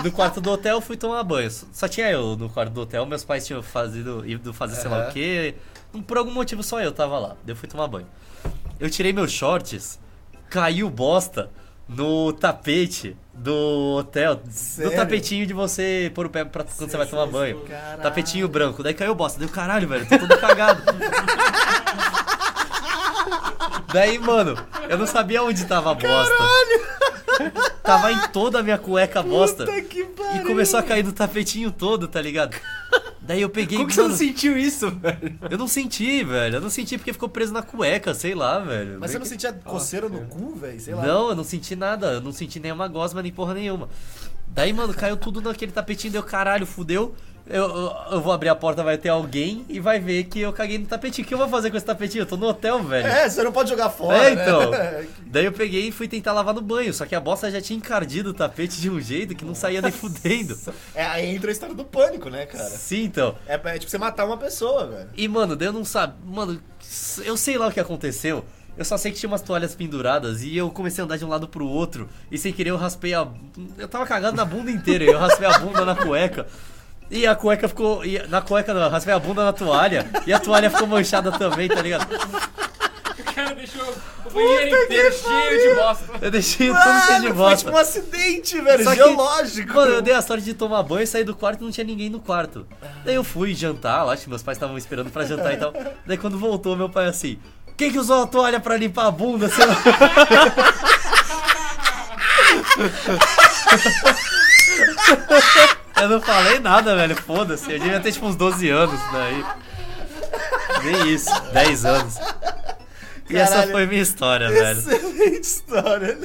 Speaker 1: No quarto do hotel eu fui tomar banho. Só tinha eu no quarto do hotel, meus pais tinham fazido, ido fazer sei lá o quê. Um, Por algum motivo só eu tava lá. Daí Eu fui tomar banho. Eu tirei meus shorts, caiu bosta no tapete do hotel.
Speaker 3: Sério?
Speaker 1: Do tapetinho de você pôr o pé pra quando você vai tomar banho. Tapetinho branco. Daí caiu bosta. Daí eu, caralho, velho, tô todo cagado. Daí, mano, eu não sabia onde tava a bosta. Tava em toda a minha cueca a bosta.
Speaker 3: é que
Speaker 1: E começou a cair do tapetinho todo, tá ligado? Daí eu peguei.
Speaker 4: Como que você não
Speaker 1: mano,
Speaker 4: sentiu isso, velho?
Speaker 1: Eu não senti, velho. Eu não senti porque ficou preso na cueca, sei lá, velho.
Speaker 3: Mas você não sentia coceira no cu, velho? Sei lá.
Speaker 1: Não, eu não senti nada. Eu não senti nenhuma gosma, nem porra nenhuma. Daí, mano, caiu tudo naquele tapetinho. Deu caralho, fudeu. Eu, eu, eu vou abrir a porta, vai ter alguém e vai ver que eu caguei no tapetinho. O que eu vou fazer com esse tapetinho? Eu tô no hotel, velho.
Speaker 3: É, você não pode jogar fora.
Speaker 1: É,
Speaker 3: né?
Speaker 1: então. Daí eu peguei e fui tentar lavar no banho, só que a bosta já tinha encardido o tapete de um jeito que não saía nem fudendo.
Speaker 3: É, aí entra a história do pânico, né, cara?
Speaker 1: Sim, então.
Speaker 3: É, é tipo você matar uma pessoa, velho.
Speaker 1: E, mano, daí eu não sabia. Mano, eu sei lá o que aconteceu. Eu só sei que tinha umas toalhas penduradas e eu comecei a andar de um lado pro outro e sem querer eu raspei a. Eu tava cagado na bunda inteira, e eu raspei a bunda na cueca. E a cueca ficou. e na cueca não, eu raspei a bunda na toalha e a toalha ficou manchada também, tá ligado?
Speaker 2: O cara deixou o banheiro inteiro cheio de bosta.
Speaker 1: Eu deixei tudo cheio de
Speaker 3: foi
Speaker 1: bosta.
Speaker 3: tipo um acidente, velho,
Speaker 1: Só que-
Speaker 3: geológico.
Speaker 1: Mano, eu dei a sorte de tomar banho, saí do quarto e não tinha ninguém no quarto. Daí eu fui jantar, lá acho que meus pais estavam esperando pra jantar e tal. Daí quando voltou, meu pai assim: Quem que usou a toalha pra limpar a bunda? Sei lá. eu não falei nada, velho, foda-se. Eu devia ter tipo uns 12 anos daí. Nem isso, 10 anos. E essa
Speaker 3: Caralho.
Speaker 1: foi minha história, velho.
Speaker 3: Excelente história.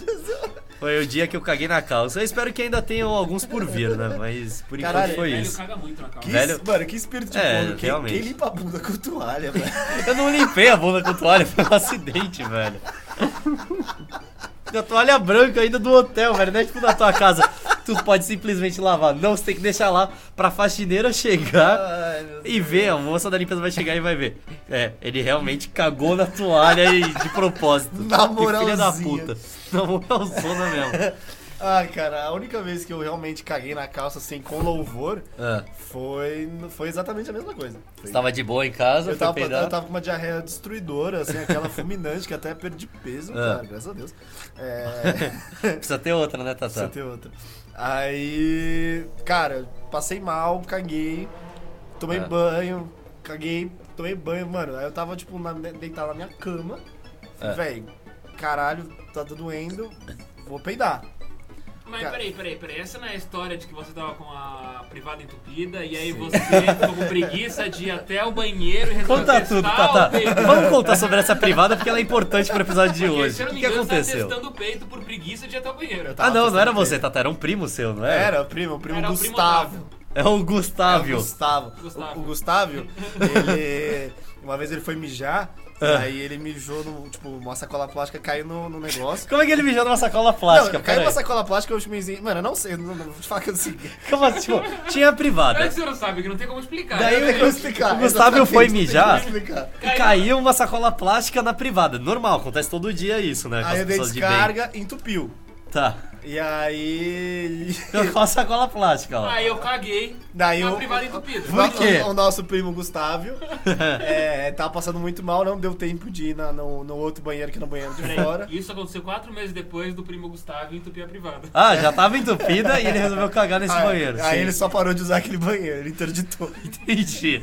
Speaker 1: Foi o dia que eu caguei na calça. Eu espero que ainda tenham alguns por vir, né? Mas por enquanto
Speaker 3: Caralho,
Speaker 1: foi
Speaker 2: Velho,
Speaker 1: isso.
Speaker 2: caga muito na calma.
Speaker 3: Que,
Speaker 1: Velho-
Speaker 3: es- Mano, que espírito de
Speaker 1: É,
Speaker 3: porno. Quem,
Speaker 1: realmente.
Speaker 3: quem limpa a bunda com toalha, velho?
Speaker 1: Eu não limpei a bunda com toalha, foi um acidente, velho. Da toalha branca ainda do hotel, velho. Não é tipo da tua casa. Tu pode simplesmente lavar. Não, você tem que deixar lá pra faxineira chegar
Speaker 3: Ai, meu
Speaker 1: e ver. A moça da limpeza vai chegar e vai ver. É, ele realmente cagou na toalha e de propósito.
Speaker 3: Na
Speaker 1: Que Filha da
Speaker 3: moralzinha.
Speaker 1: puta. Na moralzona mesmo.
Speaker 3: Ah, cara, a única vez que eu realmente caguei na calça, assim, com louvor,
Speaker 1: Ah,
Speaker 3: foi, foi exatamente a mesma coisa.
Speaker 1: você tava de boa em casa,
Speaker 3: eu,
Speaker 1: foi
Speaker 3: tava,
Speaker 1: peidar.
Speaker 3: eu tava com uma diarreia destruidora, assim, aquela fulminante, que até perdi peso, cara, graças a Deus. É...
Speaker 1: Precisa ter outra, né, Tata?
Speaker 3: Precisa ter outra. Aí, cara, passei mal, caguei, tomei
Speaker 1: Ah.
Speaker 3: banho, caguei, tomei banho, mano. Aí eu tava, tipo, na, deitado na minha cama. Falei,
Speaker 1: Ah.
Speaker 3: Véi, caralho, tá doendo, vou peidar.
Speaker 2: Mas
Speaker 3: Cara.
Speaker 2: peraí, peraí, peraí. Essa não é a história de que você tava com a privada entupida e aí você ficou com preguiça de ir até o banheiro e resolver
Speaker 1: Conta
Speaker 2: testar
Speaker 1: tudo,
Speaker 2: o
Speaker 1: Tata.
Speaker 2: peito.
Speaker 1: Vamos contar sobre essa privada porque ela é importante pro episódio de
Speaker 2: Porque,
Speaker 1: hoje.
Speaker 2: se
Speaker 1: O
Speaker 2: eu não
Speaker 1: que,
Speaker 2: me
Speaker 1: que
Speaker 2: engano, tava
Speaker 1: aconteceu?
Speaker 2: testando o peito por preguiça de ir até o banheiro.
Speaker 3: Eu tava
Speaker 1: Ah, não, não era
Speaker 3: testando
Speaker 1: você,
Speaker 3: peito.
Speaker 1: Tata, era um primo seu, não era?
Speaker 3: Era o primo, o primo
Speaker 2: Era o primo
Speaker 3: Gustavo.
Speaker 2: Otávio.
Speaker 1: É o
Speaker 3: É o
Speaker 1: Gustavo.
Speaker 3: Gustavo.
Speaker 2: Gustavo.
Speaker 3: O, o Gustavo, ele. Uma vez ele foi mijar,
Speaker 1: É.
Speaker 3: e aí ele mijou no. Tipo, uma sacola plástica caiu no, no negócio.
Speaker 1: Como é que ele mijou numa sacola
Speaker 3: Não,
Speaker 1: plástica?
Speaker 3: caiu
Speaker 1: Peraí.
Speaker 3: uma sacola plástica, eu chumezinho. Mano, eu não sei, eu não, não vou te falar que eu não sei.
Speaker 1: Como assim? Tipo, tinha a
Speaker 2: Como é
Speaker 1: privada.
Speaker 2: que você não sabe? Que não tem como explicar.
Speaker 1: Daí
Speaker 2: né?
Speaker 1: eu-
Speaker 3: Tem como explicar.
Speaker 1: o Gustavo foi
Speaker 3: exatamente,
Speaker 1: mijar.
Speaker 3: Tem como explicar.
Speaker 1: E caiu uma sacola plástica na privada. Normal, acontece todo dia isso, né? Com
Speaker 3: Aí
Speaker 1: as
Speaker 3: eu dei
Speaker 1: pessoas de bem.
Speaker 3: descarga, entupiu.
Speaker 1: Tá.
Speaker 3: E aí.
Speaker 1: Então, com a sacola plástica, ó.
Speaker 2: Aí eu caguei
Speaker 3: Daí
Speaker 2: na
Speaker 3: eu-
Speaker 2: privada entupida.
Speaker 1: Por quê?
Speaker 3: O, o nosso primo Gustavo é, tava passando muito mal, não deu tempo de ir na- no, no outro banheiro que era no banheiro de fora.
Speaker 2: Isso aconteceu quatro meses depois do primo Gustavo entupir a privada.
Speaker 1: Ah, já tava entupida e ele resolveu cagar nesse
Speaker 3: Aí-
Speaker 1: banheiro.
Speaker 3: aí
Speaker 1: Sim.
Speaker 3: ele só parou de usar aquele banheiro, ele interditou.
Speaker 1: Entendi.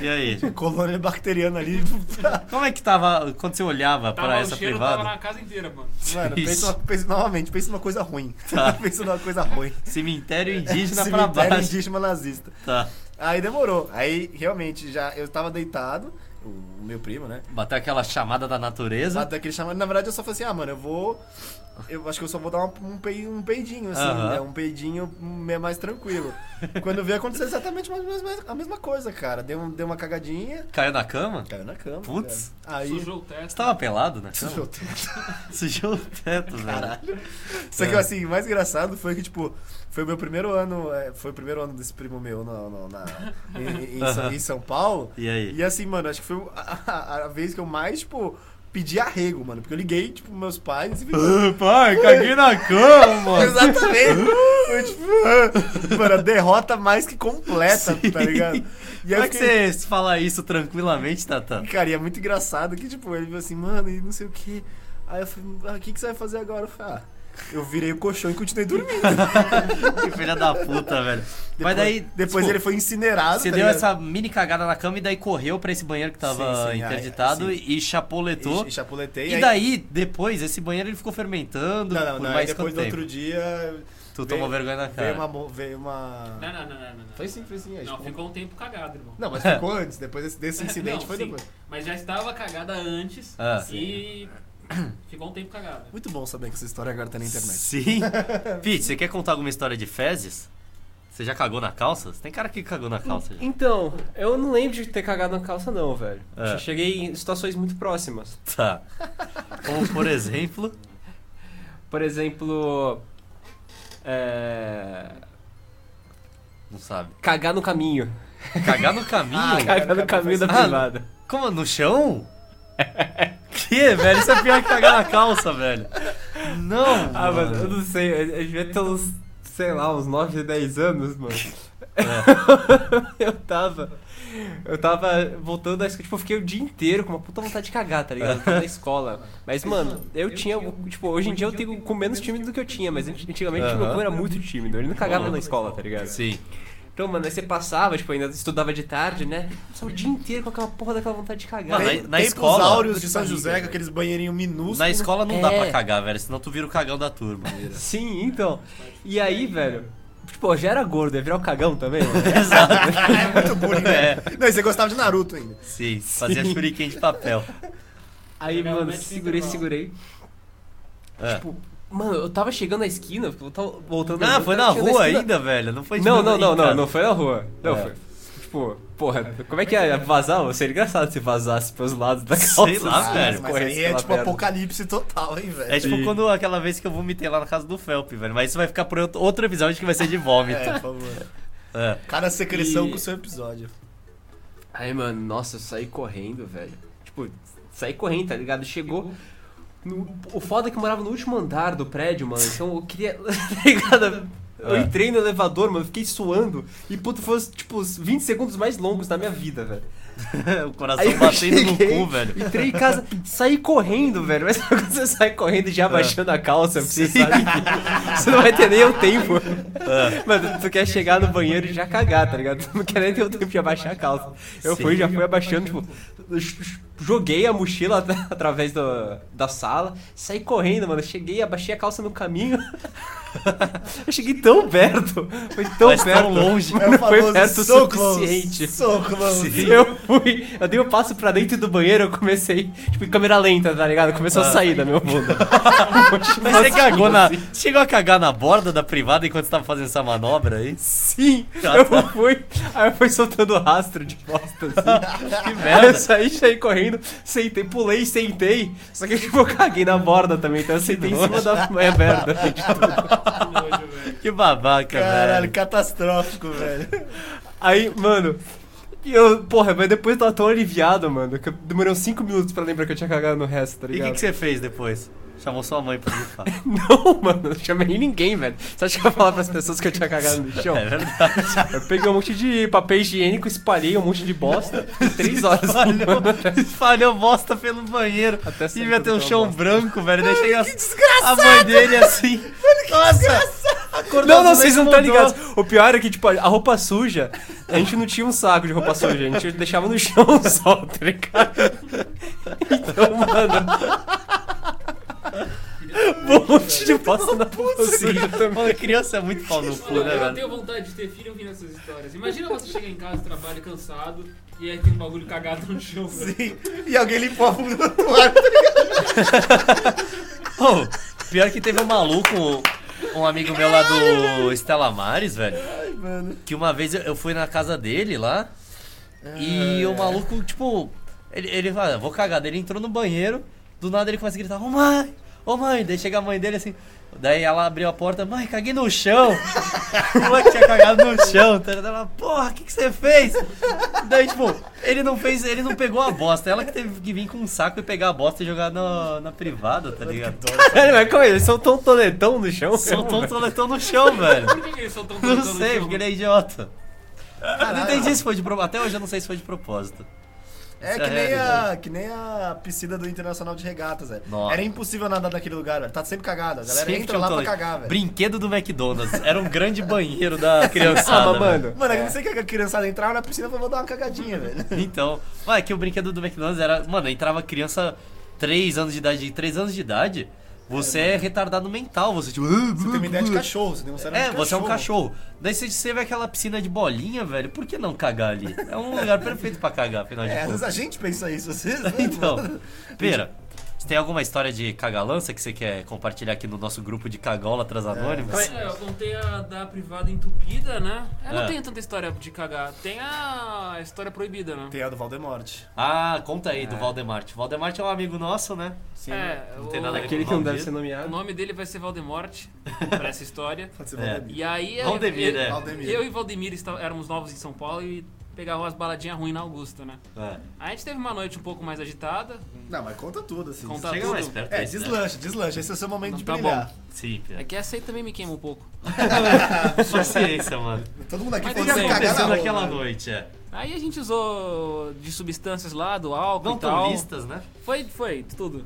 Speaker 1: E aí?
Speaker 3: colônia bacteriana ali.
Speaker 1: Como é que tava quando você olhava
Speaker 2: Tava,
Speaker 1: pra
Speaker 2: o
Speaker 1: essa
Speaker 2: cheiro
Speaker 1: privada?
Speaker 2: tava na casa inteira, mano.
Speaker 3: Mano,
Speaker 1: Isso.
Speaker 3: pensa, numa- pensa- novamente, pensa numa coisa ruim.
Speaker 1: Tá.
Speaker 3: pensa numa coisa ruim.
Speaker 1: Cemitério indígena pra
Speaker 3: É, Cemitério
Speaker 1: baixo.
Speaker 3: indígena nazista.
Speaker 1: Tá.
Speaker 3: Aí demorou. Aí, realmente, já eu tava deitado, o meu primo, né?
Speaker 1: Bateu aquela chamada da natureza.
Speaker 3: Até que ele chama. Na verdade, eu só falei assim, ah, mano, eu vou. Eu acho que eu só vou dar uma- um, pei- um peidinho, assim,
Speaker 1: Aham.
Speaker 3: né? Um peidinho me- mais tranquilo. Quando veio acontecer exatamente mais- mais- mais- a mesma coisa, cara. Deu, um- deu uma cagadinha,
Speaker 1: Caiu na cama?
Speaker 3: caiu na cama.
Speaker 1: Putz.
Speaker 3: cara. Aí.
Speaker 2: Sujou o teto.
Speaker 1: Você tava pelado na cama?
Speaker 3: Sujou tudo.
Speaker 1: Sujou o teto, velho.
Speaker 3: Só
Speaker 1: É.
Speaker 3: que assim, o mais engraçado foi que, tipo, foi o meu primeiro ano, é, foi o primeiro ano desse primo meu na, na- na- em, em São- em São Paulo.
Speaker 1: E aí?
Speaker 3: E assim, mano, acho que foi a, a- a vez que eu mais, tipo, pedi arrego, mano. Porque eu liguei, tipo, meus pais e falei,
Speaker 1: Ah, Pai, caguei na cama!
Speaker 3: Exatamente! Foi, tipo, mano, a derrota mais que completa, tá ligado? E
Speaker 1: Como
Speaker 3: aí
Speaker 1: é
Speaker 3: eu
Speaker 1: que
Speaker 3: fiquei-
Speaker 1: você fala isso tranquilamente, Tata?
Speaker 3: Cara, e é muito engraçado que, tipo, ele falou assim, mano, e não sei o quê. Aí eu falei, ah, o que, que você vai fazer agora? Eu falei, ah, eu virei o colchão e continuei dormindo.
Speaker 1: Que filha da puta, velho. Mas
Speaker 3: Depois-
Speaker 1: daí.
Speaker 3: Depois
Speaker 1: tipo,
Speaker 3: ele foi incinerado.
Speaker 1: Você
Speaker 3: tá
Speaker 1: deu
Speaker 3: ligado?
Speaker 1: essa mini cagada na cama e daí correu pra esse banheiro que tava
Speaker 3: Sim, sim,
Speaker 1: interditado
Speaker 3: aí,
Speaker 1: e chapoletou.
Speaker 3: E, e chapuletei.
Speaker 1: E
Speaker 3: aí-
Speaker 1: daí, depois, esse banheiro ele ficou fermentando
Speaker 3: Não, não,
Speaker 1: por
Speaker 3: não. Aí
Speaker 1: mais quanto
Speaker 3: depois do
Speaker 1: tempo. É.
Speaker 3: outro dia.
Speaker 1: Tu
Speaker 3: veio-
Speaker 1: tomou vergonha na cara.
Speaker 3: Veio uma. mo- Veio uma...
Speaker 2: Não, não, não, não, não. não.
Speaker 3: Foi sim, foi sim. aí,
Speaker 2: Né? Não,
Speaker 3: tipo,
Speaker 2: ficou um tempo cagado, irmão.
Speaker 3: não, mas ficou antes. Depois desse, desse incidente
Speaker 2: Não,
Speaker 3: foi
Speaker 2: sim,
Speaker 3: depois.
Speaker 2: Mas já estava cagada antes
Speaker 1: Ah.
Speaker 2: e ficou um tempo cagado.
Speaker 3: Muito bom saber que essa história agora tá na internet.
Speaker 1: Sim. Pete, você quer contar alguma história de fezes? Você já cagou na calça? Tem cara que cagou na calça já.
Speaker 4: Então, eu não lembro de ter cagado na calça, não, velho.
Speaker 1: É.
Speaker 4: Eu Cheguei em situações muito próximas.
Speaker 1: Tá. Como, por exemplo...
Speaker 4: Por exemplo. É...
Speaker 1: Não sabe.
Speaker 4: Cagar no caminho.
Speaker 1: Cagar no caminho?
Speaker 3: Ah,
Speaker 4: Cagar no caminho da
Speaker 1: Ah,
Speaker 4: privada.
Speaker 1: Como? No chão? quê, velho? Isso é pior que cagar na calça, velho. Não.
Speaker 4: Ah, mano, eu não sei, eu, eu devia ter uns, sei lá, uns 9, 10 anos, mano. eu tava. Eu tava voltando da escola, tipo, eu fiquei o dia inteiro com uma puta vontade de cagar, tá ligado? Eu tava na escola. Mas, mano, eu tinha. Tipo, hoje em dia eu tenho com menos tímido do que eu tinha, mas antigamente
Speaker 1: Aham.
Speaker 4: meu corpo era muito tímido. Ele não cagava na escola, tá ligado?
Speaker 1: Sim.
Speaker 4: Então, mano, aí você passava, tipo, ainda estudava de tarde, né? Passava o dia inteiro com aquela porra daquela vontade de cagar.
Speaker 1: Mano,
Speaker 4: Aí- né?
Speaker 1: aí- na
Speaker 3: Tempos
Speaker 1: escola-
Speaker 3: áureos de São José, com aqueles banheirinhos minúsculos.
Speaker 1: Na escola não dá
Speaker 4: É.
Speaker 1: pra cagar, velho, senão tu vira o cagão da turma.
Speaker 4: Sim, então. E aí, velho. Tipo, eu já era gordo, ia virar o cagão também, né? mano.
Speaker 3: É muito bullying, né?
Speaker 1: é.
Speaker 3: Não, e você gostava de Naruto ainda.
Speaker 1: Sim, fazia shuriken de papel.
Speaker 4: Aí,
Speaker 2: Era um
Speaker 4: mano,
Speaker 2: metro e
Speaker 4: segurei,
Speaker 2: cinquenta e
Speaker 4: segurei.
Speaker 1: É.
Speaker 4: Tipo, mano, eu tava chegando na esquina, eu tava voltando.
Speaker 1: Ah,
Speaker 4: eu
Speaker 1: foi
Speaker 4: tava
Speaker 1: na
Speaker 4: chegando
Speaker 1: rua
Speaker 4: esquina-
Speaker 1: ainda, velho. Não foi de
Speaker 4: Não, não,
Speaker 1: noite
Speaker 4: não,
Speaker 1: em
Speaker 4: não,
Speaker 1: casa.
Speaker 4: não foi na rua. Não,
Speaker 1: É.
Speaker 4: foi. Tipo, porra, como é que ia vazar? Seria engraçado se vazasse pros lados da calça.
Speaker 1: Sei lá,
Speaker 4: assim,
Speaker 1: velho,
Speaker 3: mas aí
Speaker 4: corresse
Speaker 3: é
Speaker 4: pela
Speaker 3: tipo
Speaker 4: perna.
Speaker 3: apocalipse total, hein, velho?
Speaker 1: É tipo quando aquela vez que eu vomitei lá na casa do Felp, velho. Mas isso vai ficar por outro- outro episódio que vai ser de vômito.
Speaker 3: É, por favor.
Speaker 1: É.
Speaker 3: Cada secreção
Speaker 4: E-
Speaker 3: com o seu episódio.
Speaker 4: Aí, mano, nossa, eu saí correndo, velho. Tipo, saí correndo, tá ligado? Chegou. no- o foda é que eu morava no último andar do prédio, mano. Então eu queria. Tá ligado? Eu
Speaker 1: É.
Speaker 4: entrei no elevador, mano, fiquei suando. E puto, foi os, tipo, os 20 segundos mais longos da minha vida, velho.
Speaker 1: É. o coração
Speaker 4: Aí eu
Speaker 1: batendo no
Speaker 4: cheguei,
Speaker 1: cu, velho.
Speaker 4: Entrei em casa, saí correndo, velho. Mas quando você sai correndo e já baixando a calça, você
Speaker 1: É. Sim. É.
Speaker 4: sabe que você não vai ter nem o tempo. Mano, tu quer chegar no banheiro e já cagar, tá ligado? Tu não quer nem ter o tempo de abaixar a calça. Eu
Speaker 1: Sim.
Speaker 4: fui, já fui abaixando, tipo, j- joguei a mochila at- através do- da sala, saí correndo, mano. Cheguei, abaixei a calça no caminho. Eu cheguei tão perto, foi tão
Speaker 1: Mas tão
Speaker 4: perto.
Speaker 1: longe.
Speaker 4: mas
Speaker 3: É
Speaker 4: não
Speaker 3: o
Speaker 4: foi
Speaker 3: famoso
Speaker 4: perto o
Speaker 3: so close,
Speaker 4: suficiente.
Speaker 3: So close.
Speaker 4: Eu fui, eu dei um passo pra dentro do banheiro, eu comecei, tipo, em câmera lenta, tá ligado? Começou
Speaker 1: Ah,
Speaker 4: a sair da minha bunda.
Speaker 1: Mas
Speaker 4: é
Speaker 1: você cagou na. Chegou a cagar na borda da privada enquanto você tava fazendo essa manobra aí?
Speaker 4: Sim,
Speaker 1: tá.
Speaker 4: eu fui, aí eu fui soltando rastro de bosta, assim.
Speaker 1: Que
Speaker 4: Aí eu
Speaker 1: merda.
Speaker 4: saí, saí correndo, sentei, pulei, sentei, só que tipo, eu caguei na borda também, então eu sentei em cima da minha merda.
Speaker 1: Que babaca,
Speaker 3: Caralho,
Speaker 1: velho.
Speaker 3: catastrófico, velho.
Speaker 4: Aí, mano... E eu, porra, mas depois eu tava tão aliviado, mano, que eu demorei uns 5 minutos pra lembrar que eu tinha cagado no resto, tá
Speaker 1: E o
Speaker 4: ligado?
Speaker 1: que, que você fez depois? Chamou sua mãe pra limpar.
Speaker 4: Não, mano, eu não chamei ninguém, velho. Você acha que eu ia falar pras pessoas que eu tinha cagado no chão?
Speaker 1: É verdade.
Speaker 4: Eu peguei um monte de papel higiênico, espalhei um monte de bosta, em três horas.
Speaker 1: Espalhou, espalhou bosta pelo banheiro.
Speaker 4: Até
Speaker 1: e devia
Speaker 4: certo
Speaker 1: ter um
Speaker 4: lugar,
Speaker 1: chão
Speaker 4: bosta.
Speaker 1: branco, velho. Deixei a, a mãe dele assim. Nossa! a cor do
Speaker 4: Não, não,
Speaker 1: azulejo
Speaker 4: vocês não estão
Speaker 1: mudou.
Speaker 4: ligados. O pior é que, tipo, a roupa suja, a gente não tinha um saco de roupa suja, a gente deixava no chão só, tá ligado? Então, mano. Um monte de bosta na roupa suja também.
Speaker 1: Mano, criança é muito pau no cu,
Speaker 2: Mano,
Speaker 1: né,
Speaker 2: eu
Speaker 1: velho?
Speaker 2: tenho vontade de ter filho ouvindo essas histórias. Imagina você chegar em casa, trabalho cansado, e aí tem um bagulho cagado no chão. velho.
Speaker 3: Sim. E alguém limpou a bunda do quarto.
Speaker 1: Pô, pior que teve um maluco, um amigo meu lá do Estela Mares, velho. Que uma vez eu- eu fui na casa dele lá. E o maluco, tipo, ele, ele fala, vou cagar. Daí ele entrou no banheiro, do nada ele começa a gritar, ô mãe, ô mãe. Daí chega a mãe dele assim, daí ela abriu a porta, mãe, caguei no chão. o moleque tinha cagado no chão. Daí ela, porra, o que, que você fez? Daí, tipo, ele não fez, ele não pegou a bosta. Ela que teve que vir com um saco e pegar a bosta e jogar na, na privada, tá ligado?
Speaker 4: Sério, mas como é? Eles soltou um toletão no chão?
Speaker 1: Soltou um toletão no chão, velho.
Speaker 2: Por que, que eles soltam
Speaker 1: Não
Speaker 2: tanto no
Speaker 1: sei,
Speaker 2: chão?
Speaker 1: porque ele é idiota. Eu não entendi se foi de propósito. Até hoje eu não sei se foi de propósito.
Speaker 3: É
Speaker 1: Isso é
Speaker 3: que nem, a,
Speaker 1: realidade.
Speaker 3: que nem a piscina do Internacional de Regatas, velho.
Speaker 1: Nossa.
Speaker 3: Era impossível nadar naquele lugar, velho. Tá sempre cagado. A galera
Speaker 1: Sempre
Speaker 3: entra
Speaker 1: tinha um
Speaker 3: lá pra
Speaker 1: toalete.
Speaker 3: cagar, velho.
Speaker 1: Brinquedo do McDonald's. Era um grande banheiro da criançada.
Speaker 4: Ah, mas,
Speaker 1: velho.
Speaker 4: mano.
Speaker 3: Mano, eu não sei que a criançada entrava na piscina e falou, vou dar uma cagadinha, velho.
Speaker 1: Então, vai que o brinquedo do McDonald's era. Mano, entrava criança 3 anos de idade. De 3 anos de idade, você é retardado mental. Você tipo.
Speaker 3: Você tem uma ideia de cachorro, você tem um cérebro
Speaker 1: É,
Speaker 3: de
Speaker 1: você é um cachorro. Daí você, você vê aquela piscina de bolinha, velho. Por que não cagar ali? É um lugar perfeito pra cagar, afinal de
Speaker 3: É, às
Speaker 1: contas.
Speaker 3: vezes a gente pensa isso, né? vocês.
Speaker 1: Então, pera, você tem alguma história de cagalança que você quer compartilhar aqui no nosso grupo de cagólatras anônimas?
Speaker 2: É, eu contei a da privada entupida, né? Eu
Speaker 1: É.
Speaker 2: não tenho tanta história de cagar. Tem a história proibida, né?
Speaker 3: Tem a do Valdemorte.
Speaker 1: Ah, conta aí do Valdemarte. Valdemarte é um amigo nosso, né?
Speaker 3: Sim.
Speaker 2: É,
Speaker 1: Não
Speaker 2: o,
Speaker 1: tem nada a ver
Speaker 4: Aquele que não deve ser nomeado.
Speaker 2: o nome dele vai ser Valdemort, pra essa história.
Speaker 3: Pode ser
Speaker 1: É.
Speaker 3: Valdemir.
Speaker 2: E aí... eu-
Speaker 1: Valdemir,
Speaker 2: eu,
Speaker 1: é.
Speaker 3: Valdemir.
Speaker 2: Eu e Valdemir está- éramos novos em São Paulo e pegava umas baladinhas ruins na Augusta, né?
Speaker 1: É.
Speaker 2: Aí a gente teve uma noite um pouco mais agitada.
Speaker 3: Não, mas conta tudo, assim.
Speaker 2: Conta
Speaker 1: Chega
Speaker 2: Tá tudo.
Speaker 1: mais perto
Speaker 3: É,
Speaker 1: desse, né?
Speaker 3: deslancha, deslancha. Esse é o seu momento
Speaker 2: Não,
Speaker 3: de
Speaker 2: tá
Speaker 3: brilhar.
Speaker 1: Sim,
Speaker 2: É
Speaker 1: Pia.
Speaker 2: que essa aí também me queima um pouco.
Speaker 1: Paciência, mano.
Speaker 3: Todo mundo aqui
Speaker 2: Mas
Speaker 1: O
Speaker 3: pode
Speaker 1: que
Speaker 2: tudo
Speaker 3: se
Speaker 2: bem,
Speaker 3: cagar
Speaker 1: aconteceu
Speaker 3: na
Speaker 1: naquela
Speaker 2: né?
Speaker 3: rua.
Speaker 1: noite? É.
Speaker 2: Aí a gente usou de substâncias lá, do álcool
Speaker 1: Não
Speaker 2: e tal.
Speaker 1: tão listas, né?
Speaker 2: Foi, foi, tudo.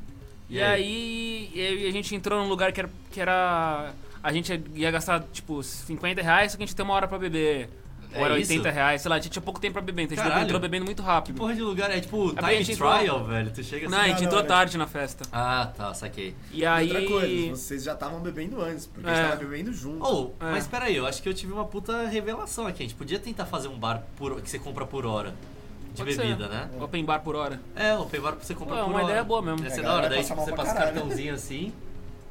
Speaker 2: E,
Speaker 1: E
Speaker 2: aí, eu- a gente entrou num lugar que era, que era. A gente ia gastar, tipo, 50 reais, só que a gente tem uma hora pra beber. Ou
Speaker 1: É
Speaker 2: era
Speaker 1: isso?
Speaker 2: 80 reais, sei lá, a gente tinha pouco tempo pra beber, então a gente
Speaker 1: Caralho.
Speaker 2: entrou bebendo muito rápido.
Speaker 1: Porra de lugar, é tipo
Speaker 2: porque a
Speaker 1: time
Speaker 2: gente
Speaker 1: trial,
Speaker 2: entrou-
Speaker 1: velho. Tu chega assim.
Speaker 2: Não, a gente
Speaker 3: Não,
Speaker 2: entrou
Speaker 3: não, não.
Speaker 2: tarde na festa.
Speaker 1: Ah, tá, saquei.
Speaker 2: E
Speaker 3: Outra coisa,
Speaker 2: aí.
Speaker 3: vocês já estavam bebendo antes, porque
Speaker 2: É.
Speaker 3: a gente tava bebendo junto.
Speaker 1: Oh,
Speaker 2: É.
Speaker 1: mas peraí, eu acho que eu tive uma puta revelação aqui. A gente podia tentar fazer um bar por, que você compra por hora de
Speaker 2: Pode ser.
Speaker 1: bebida, né?
Speaker 2: Open bar por hora.
Speaker 1: É, o open bar pra você comprar
Speaker 2: Pô, é
Speaker 1: por
Speaker 2: uma
Speaker 1: hora.
Speaker 2: ideia boa mesmo.
Speaker 1: Essa é
Speaker 3: É,
Speaker 1: da hora,
Speaker 3: galera
Speaker 1: daí
Speaker 3: passa
Speaker 1: tipo,
Speaker 3: mal
Speaker 1: você
Speaker 3: pra
Speaker 1: passa o
Speaker 3: caralho.
Speaker 1: cartãozinho assim.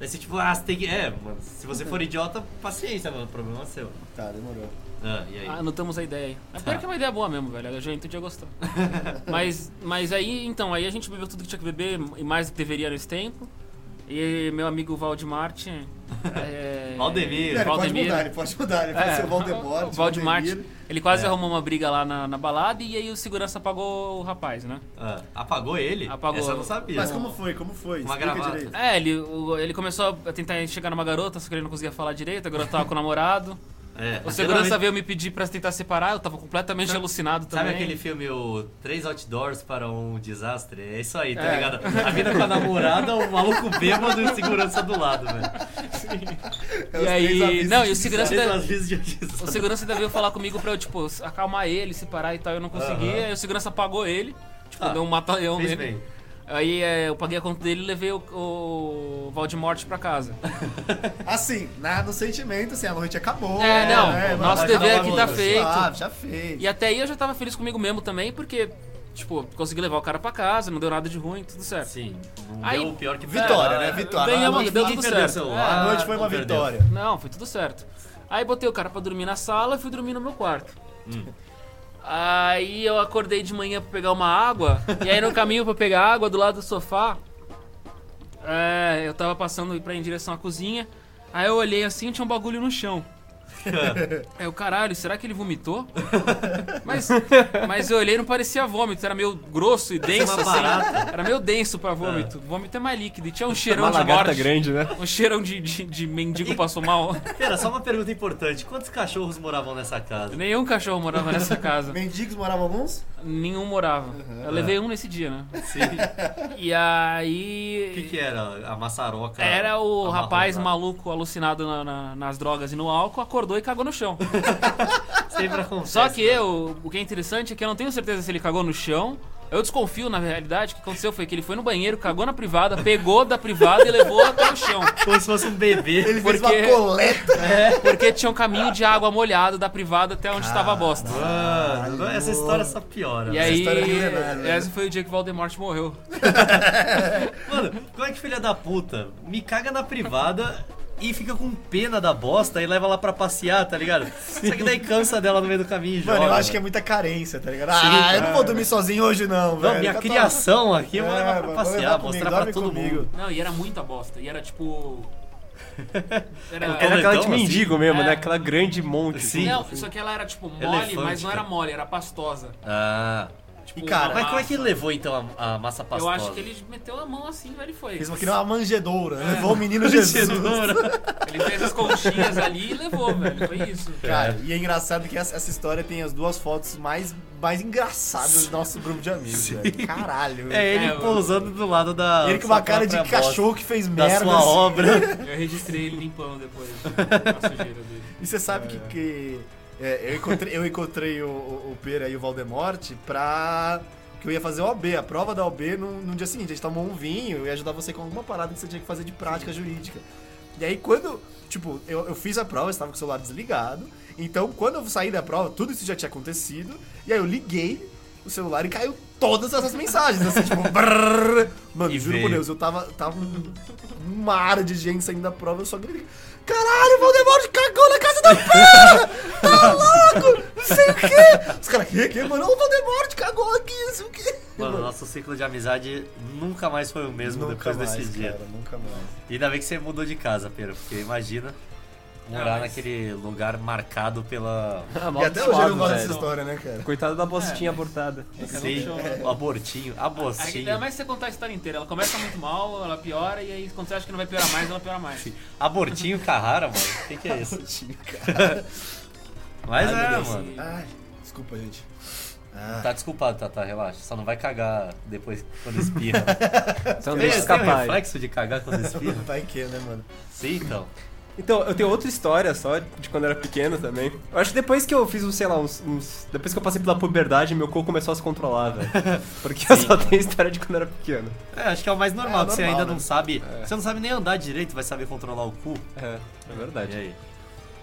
Speaker 1: Daí você tipo, ah, você tem que. É, mano, se você for idiota, paciência, mano, o problema é seu.
Speaker 3: Tá, demorou.
Speaker 1: Ah, e aí?
Speaker 2: Ah, anotamos a ideia aí. É pior que é uma ideia boa mesmo, velho. A juventude ia gostar. mas, mas aí, então, aí a gente bebeu tudo que tinha que beber e mais do que deveria nesse tempo. E meu amigo Valdemar tinha. é,
Speaker 1: Valdemiro.
Speaker 3: Não, ele pode
Speaker 2: Valdemir.
Speaker 3: mudar, ele pode mudar. Ele pode ser o Valdemar.
Speaker 2: o Valdemar,
Speaker 3: Valdemir.
Speaker 2: ele quase
Speaker 1: É.
Speaker 2: arrumou uma briga lá na, na balada e aí o segurança apagou o rapaz, né?
Speaker 1: Ah, apagou ele?
Speaker 2: Apagou.
Speaker 1: Essa eu não sabia.
Speaker 3: Mas como foi? Como foi?
Speaker 1: Uma
Speaker 3: Explica
Speaker 1: gravata.
Speaker 3: direito.
Speaker 2: É, ele, o- ele começou a tentar chegar numa garota, só que ele não conseguia falar direito, a garota tava com o namorado.
Speaker 1: É,
Speaker 2: O segurança
Speaker 1: geralmente-
Speaker 2: veio me pedir pra tentar separar, eu tava completamente alucinado também.
Speaker 1: Sabe aquele filme, o Três Outdoors para um Desastre? É isso aí, tá
Speaker 2: É.
Speaker 1: ligado? A vida com a namorada, o maluco bêbado e o segurança do lado, velho.
Speaker 3: É os
Speaker 2: E
Speaker 3: três
Speaker 2: aí.
Speaker 3: avisos
Speaker 2: Não,
Speaker 3: de
Speaker 2: e o segurança
Speaker 1: Três
Speaker 2: ainda,
Speaker 1: avisos de um
Speaker 2: o
Speaker 1: desastre.
Speaker 2: segurança ainda veio falar comigo pra eu, tipo, acalmar ele, separar e tal. Eu não consegui.
Speaker 1: Aham.
Speaker 2: Aí o segurança pagou ele. Tipo,
Speaker 1: Ah,
Speaker 2: deu um matalhão
Speaker 1: Fez
Speaker 2: nele.
Speaker 1: bem.
Speaker 2: Aí é, eu paguei a conta dele e levei o, o Valdemorte pra casa.
Speaker 3: Assim, nada no sentimento, assim, a noite acabou. né?
Speaker 2: É, não,
Speaker 3: mano,
Speaker 2: nosso
Speaker 3: mas
Speaker 1: dever
Speaker 3: já
Speaker 1: aqui
Speaker 3: acabou,
Speaker 1: tá
Speaker 2: feito.
Speaker 3: suave, já feito.
Speaker 2: E até aí eu já tava feliz comigo mesmo também, porque, tipo, consegui levar o cara pra casa, não deu nada de ruim, tudo certo.
Speaker 1: Sim, não
Speaker 2: Aí-
Speaker 1: deu o pior que
Speaker 3: Vitória,
Speaker 1: Ah,
Speaker 3: né? Vitória.
Speaker 2: Ganhamos,
Speaker 3: a noite,
Speaker 2: deu
Speaker 1: Ninguém
Speaker 2: tudo
Speaker 1: perdeu o
Speaker 2: certo.
Speaker 1: celular.
Speaker 3: a noite foi uma
Speaker 1: não perdeu.
Speaker 3: vitória.
Speaker 2: Não, foi tudo certo. Aí botei o cara pra dormir na sala, fui dormir no meu quarto. Aí eu acordei de manhã pra pegar uma água, e aí no caminho pra pegar água do lado do sofá, é, eu tava passando pra ir em direção à cozinha, aí eu olhei assim tinha um bagulho no chão. Aí eu, caralho, será que ele vomitou? mas, mas eu olhei não parecia vômito, era meio grosso e denso.
Speaker 1: Uma
Speaker 2: assim.
Speaker 1: barata.
Speaker 2: Era meio denso pra vômito. Vômito é mais líquido e tinha um cheirão
Speaker 4: Uma
Speaker 2: de
Speaker 4: lagarta
Speaker 2: morte.
Speaker 4: grande, né?
Speaker 2: Um cheirão de, de, de mendigo passou mal.
Speaker 1: Pera, só uma pergunta importante. Quantos cachorros moravam nessa casa?
Speaker 2: Nenhum cachorro morava nessa casa.
Speaker 3: Mendigos moravam alguns?
Speaker 2: Nenhum morava. Eu levei um nesse dia, né?
Speaker 1: Sim.
Speaker 2: E aí.
Speaker 1: O que, que era? A maçaroca?
Speaker 2: Era o
Speaker 1: amarrou,
Speaker 2: rapaz
Speaker 1: né?
Speaker 2: maluco alucinado na- na- nas drogas e no álcool, acordou e cagou no chão.
Speaker 1: Sempre acontece.
Speaker 2: Só que eu, o que é interessante é que eu não tenho certeza se ele cagou no chão. Eu desconfio, na realidade, o que aconteceu foi que ele foi no banheiro, cagou na privada, pegou da privada e levou até o chão.
Speaker 1: Como se fosse um bebê.
Speaker 3: Ele fez
Speaker 2: Porque-
Speaker 3: uma coleta.
Speaker 2: Porque tinha um caminho de água molhado da privada até onde estava a bosta.
Speaker 1: Mano, essa história só piora.
Speaker 2: E
Speaker 1: velho.
Speaker 2: aí,
Speaker 3: história é milenar, né?
Speaker 2: esse foi o dia que Voldemort morreu.
Speaker 1: Mano, como é que filha da puta me caga na privada e fica com pena da bosta e leva lá pra passear, tá ligado? Só que daí cansa dela no meio do caminho, e joga.
Speaker 3: Mano, eu acho que é muita carência, tá ligado? ah, eu não vou dormir sozinho hoje, não, velho. Tá
Speaker 1: Não, minha
Speaker 3: Eu tô-
Speaker 1: criação aqui eu vou
Speaker 3: É,
Speaker 1: levar pra
Speaker 3: mano,
Speaker 1: passear,
Speaker 3: vou levar comigo,
Speaker 1: mostrar pra
Speaker 3: dorme
Speaker 1: todo
Speaker 3: comigo.
Speaker 1: mundo.
Speaker 2: Não, e era muita bosta. E era tipo. Era,
Speaker 4: Era aquela de
Speaker 1: Então, assim,
Speaker 4: mendigo mesmo,
Speaker 2: é.
Speaker 4: né? Aquela grande monte. assim.
Speaker 1: Sim.
Speaker 2: não, só que ela era tipo mole,
Speaker 1: Elefante,
Speaker 2: mas não era
Speaker 1: cara.
Speaker 2: mole, era pastosa.
Speaker 1: Ah.
Speaker 2: Tipo,
Speaker 3: E, cara,
Speaker 2: uma
Speaker 1: Mas como é que ele
Speaker 2: massa.
Speaker 1: levou então a, a massa
Speaker 2: Eu
Speaker 1: pastosa?
Speaker 2: acho que ele meteu a mão assim, velho, e foi.
Speaker 3: Fez uma que nem uma manjedoura, né? levou o menino Jesus.
Speaker 1: Cenoura.
Speaker 2: Ele fez as conchinhas ali e levou, velho. Foi isso.
Speaker 3: Cara, e é engraçado que essa, essa história tem as duas fotos mais, mais engraçadas do nosso grupo de amigos, velho. Caralho.
Speaker 1: É ele
Speaker 2: É, eu-
Speaker 1: pousando do lado da.
Speaker 3: Ele com uma
Speaker 1: sua
Speaker 3: cara de
Speaker 1: própria
Speaker 3: cachorro que fez
Speaker 1: bosta, Da
Speaker 3: merda.
Speaker 1: sua
Speaker 3: assim.
Speaker 1: obra.
Speaker 2: Eu registrei ele limpando depois né, a sujeira dele.
Speaker 3: E você sabe que, que, é, eu encontrei, eu encontrei o, o, o Pera e o Valdemorte pra. que eu ia fazer a OB, a prova da OB no, no dia seguinte. A gente tomou um vinho eu ia ajudar você com alguma parada que você tinha que fazer de prática jurídica. E aí quando. Tipo, eu, eu fiz a prova, eu estava com o celular desligado. Então, quando eu saí da prova, tudo isso já tinha acontecido. E aí eu liguei o celular e caiu todas essas mensagens. Assim, tipo, brrr. Mano,
Speaker 1: E
Speaker 3: juro por
Speaker 1: veio.
Speaker 3: Deus, eu tava, tava um um mar de gente saindo da prova, eu só gritei. Caralho, o Valdemort cagou na casa da pera! Tá louco! Não sei o quê! Os caras, que, que, mano? O Valdemort cagou aqui, não sei o quê!
Speaker 1: Mano, nosso ciclo de amizade nunca mais foi o mesmo depois desse dia.
Speaker 3: nunca mais.
Speaker 1: E ainda bem que você mudou de casa, Pedro, porque imagina.
Speaker 3: Ah,
Speaker 1: morar naquele lugar marcado pela.
Speaker 3: E até hoje eu
Speaker 4: Amaldiçoado,
Speaker 3: não gosto
Speaker 4: velho.
Speaker 3: dessa história, né, cara?
Speaker 4: Coitado da bostinha abortada.
Speaker 1: Sei, o abortinho,
Speaker 2: Aí,
Speaker 1: abortinho.
Speaker 3: tá
Speaker 2: é mais se você contar a história inteira. Ela começa muito mal, ela piora, e aí quando você acha que não vai piorar mais, ela piora mais.
Speaker 1: Abortinho Carrara, mano. O que, que é isso? Mas é, mano.
Speaker 3: Ai, desculpa, gente.
Speaker 1: Tá desculpado, Tata, relaxa. Só não vai cagar depois quando espirra.
Speaker 4: Então
Speaker 1: Tem
Speaker 4: deixa
Speaker 1: tem um
Speaker 4: escapar.
Speaker 1: reflexo de cagar quando espirra?
Speaker 3: Vai que, né, mano?
Speaker 1: Sim, então.
Speaker 4: Então, eu tenho outra história só de quando eu era pequeno também. Eu acho que depois que eu fiz, um, sei lá, uns, uns- Depois que eu passei pela puberdade, meu cu começou a se controlar, velho. Porque eu só tenho história de quando eu era pequeno.
Speaker 1: É, acho que é o mais normal,
Speaker 3: É,
Speaker 1: que você
Speaker 3: normal,
Speaker 1: ainda
Speaker 3: né?
Speaker 1: não sabe. Você não sabe nem andar direito, vai saber controlar o cu.
Speaker 4: É, é
Speaker 1: E
Speaker 4: verdade.
Speaker 1: aí?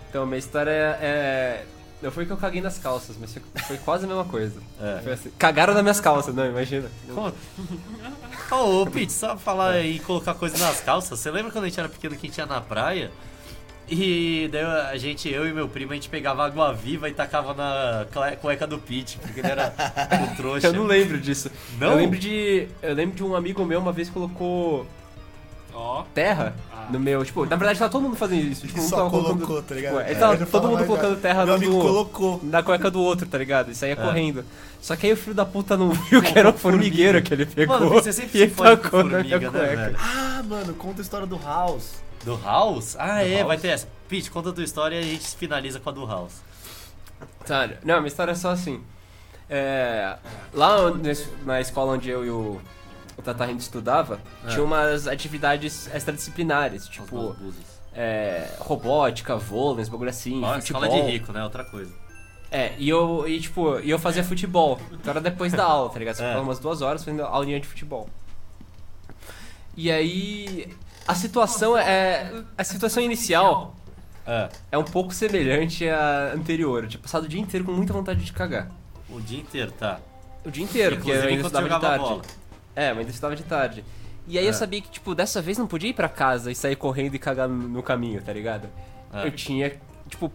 Speaker 4: Então, minha história é. Não foi que eu caguei nas calças, mas foi- foi quase a mesma coisa.
Speaker 1: É.
Speaker 4: Foi assim, cagaram nas minhas calças, não, imagina.
Speaker 1: Como- Ô, ô, Pete, só falar e colocar coisa nas calças. Você lembra quando a gente era pequeno que a gente ia na praia? E daí a gente, eu e meu primo, a gente pegava água viva e tacava na cle- cueca do Pete, porque ele era o trouxa.
Speaker 4: Eu não lembro disso.
Speaker 1: Não?
Speaker 4: Eu lembro de. Eu lembro de um amigo meu uma vez colocou
Speaker 2: Ó.
Speaker 4: terra
Speaker 2: Ah.
Speaker 4: no meu. Tipo, na verdade tava todo mundo fazendo isso. Tipo, um
Speaker 3: Só
Speaker 4: tava
Speaker 3: colocou,
Speaker 4: colocando,
Speaker 3: tá ligado?
Speaker 4: Tipo, é,
Speaker 3: É,
Speaker 4: tava
Speaker 3: eu já
Speaker 4: todo
Speaker 3: falava,
Speaker 4: mundo colocando
Speaker 3: cara,
Speaker 4: terra
Speaker 3: meu
Speaker 4: no,
Speaker 3: amigo colocou.
Speaker 4: na cueca do outro, tá ligado? E
Speaker 1: É.
Speaker 4: saía correndo. Só que aí o filho da puta não viu que era o formigueiro que ele pegou.
Speaker 1: Mano, você sempre
Speaker 4: e
Speaker 1: se fode com
Speaker 4: tacou na minha
Speaker 1: formiga, né,
Speaker 4: cueca.
Speaker 1: velho?
Speaker 3: Ah, mano, conta a história do House.
Speaker 1: Do House? Ah, é,
Speaker 4: House?
Speaker 1: vai ter essa. Pete, conta a tua história e a gente finaliza com a do House.
Speaker 4: Tá, não, minha história é só assim. É, lá onde- na escola onde eu e o, o Tata Rindo estudava,
Speaker 1: É.
Speaker 4: tinha umas atividades extradisciplinares, tipo é, robótica, vôlei, uns bagulho assim,
Speaker 1: Ó,
Speaker 4: futebol.
Speaker 1: escola de rico, né? Outra coisa.
Speaker 4: É, e eu, e, tipo, e eu fazia futebol. Então era depois da aula, tá ligado? Você
Speaker 1: É.
Speaker 4: ficava umas duas horas fazendo aulinha de futebol. E aí. A situação é. A situação inicial
Speaker 1: É,
Speaker 4: é um pouco semelhante à anterior. Eu tinha passado o dia inteiro com muita vontade de cagar.
Speaker 1: o dia inteiro, tá.
Speaker 4: O dia inteiro, porque eu
Speaker 1: Inclusive,
Speaker 4: ainda
Speaker 1: enquanto
Speaker 4: estudava de
Speaker 1: jogava
Speaker 4: tarde.
Speaker 1: bola.
Speaker 4: É, mas ainda estudava de tarde. E aí
Speaker 1: É.
Speaker 4: eu sabia que, tipo, dessa vez não podia ir pra casa e sair correndo e cagar no, no caminho, tá ligado?
Speaker 1: É.
Speaker 4: Eu tinha, tipo.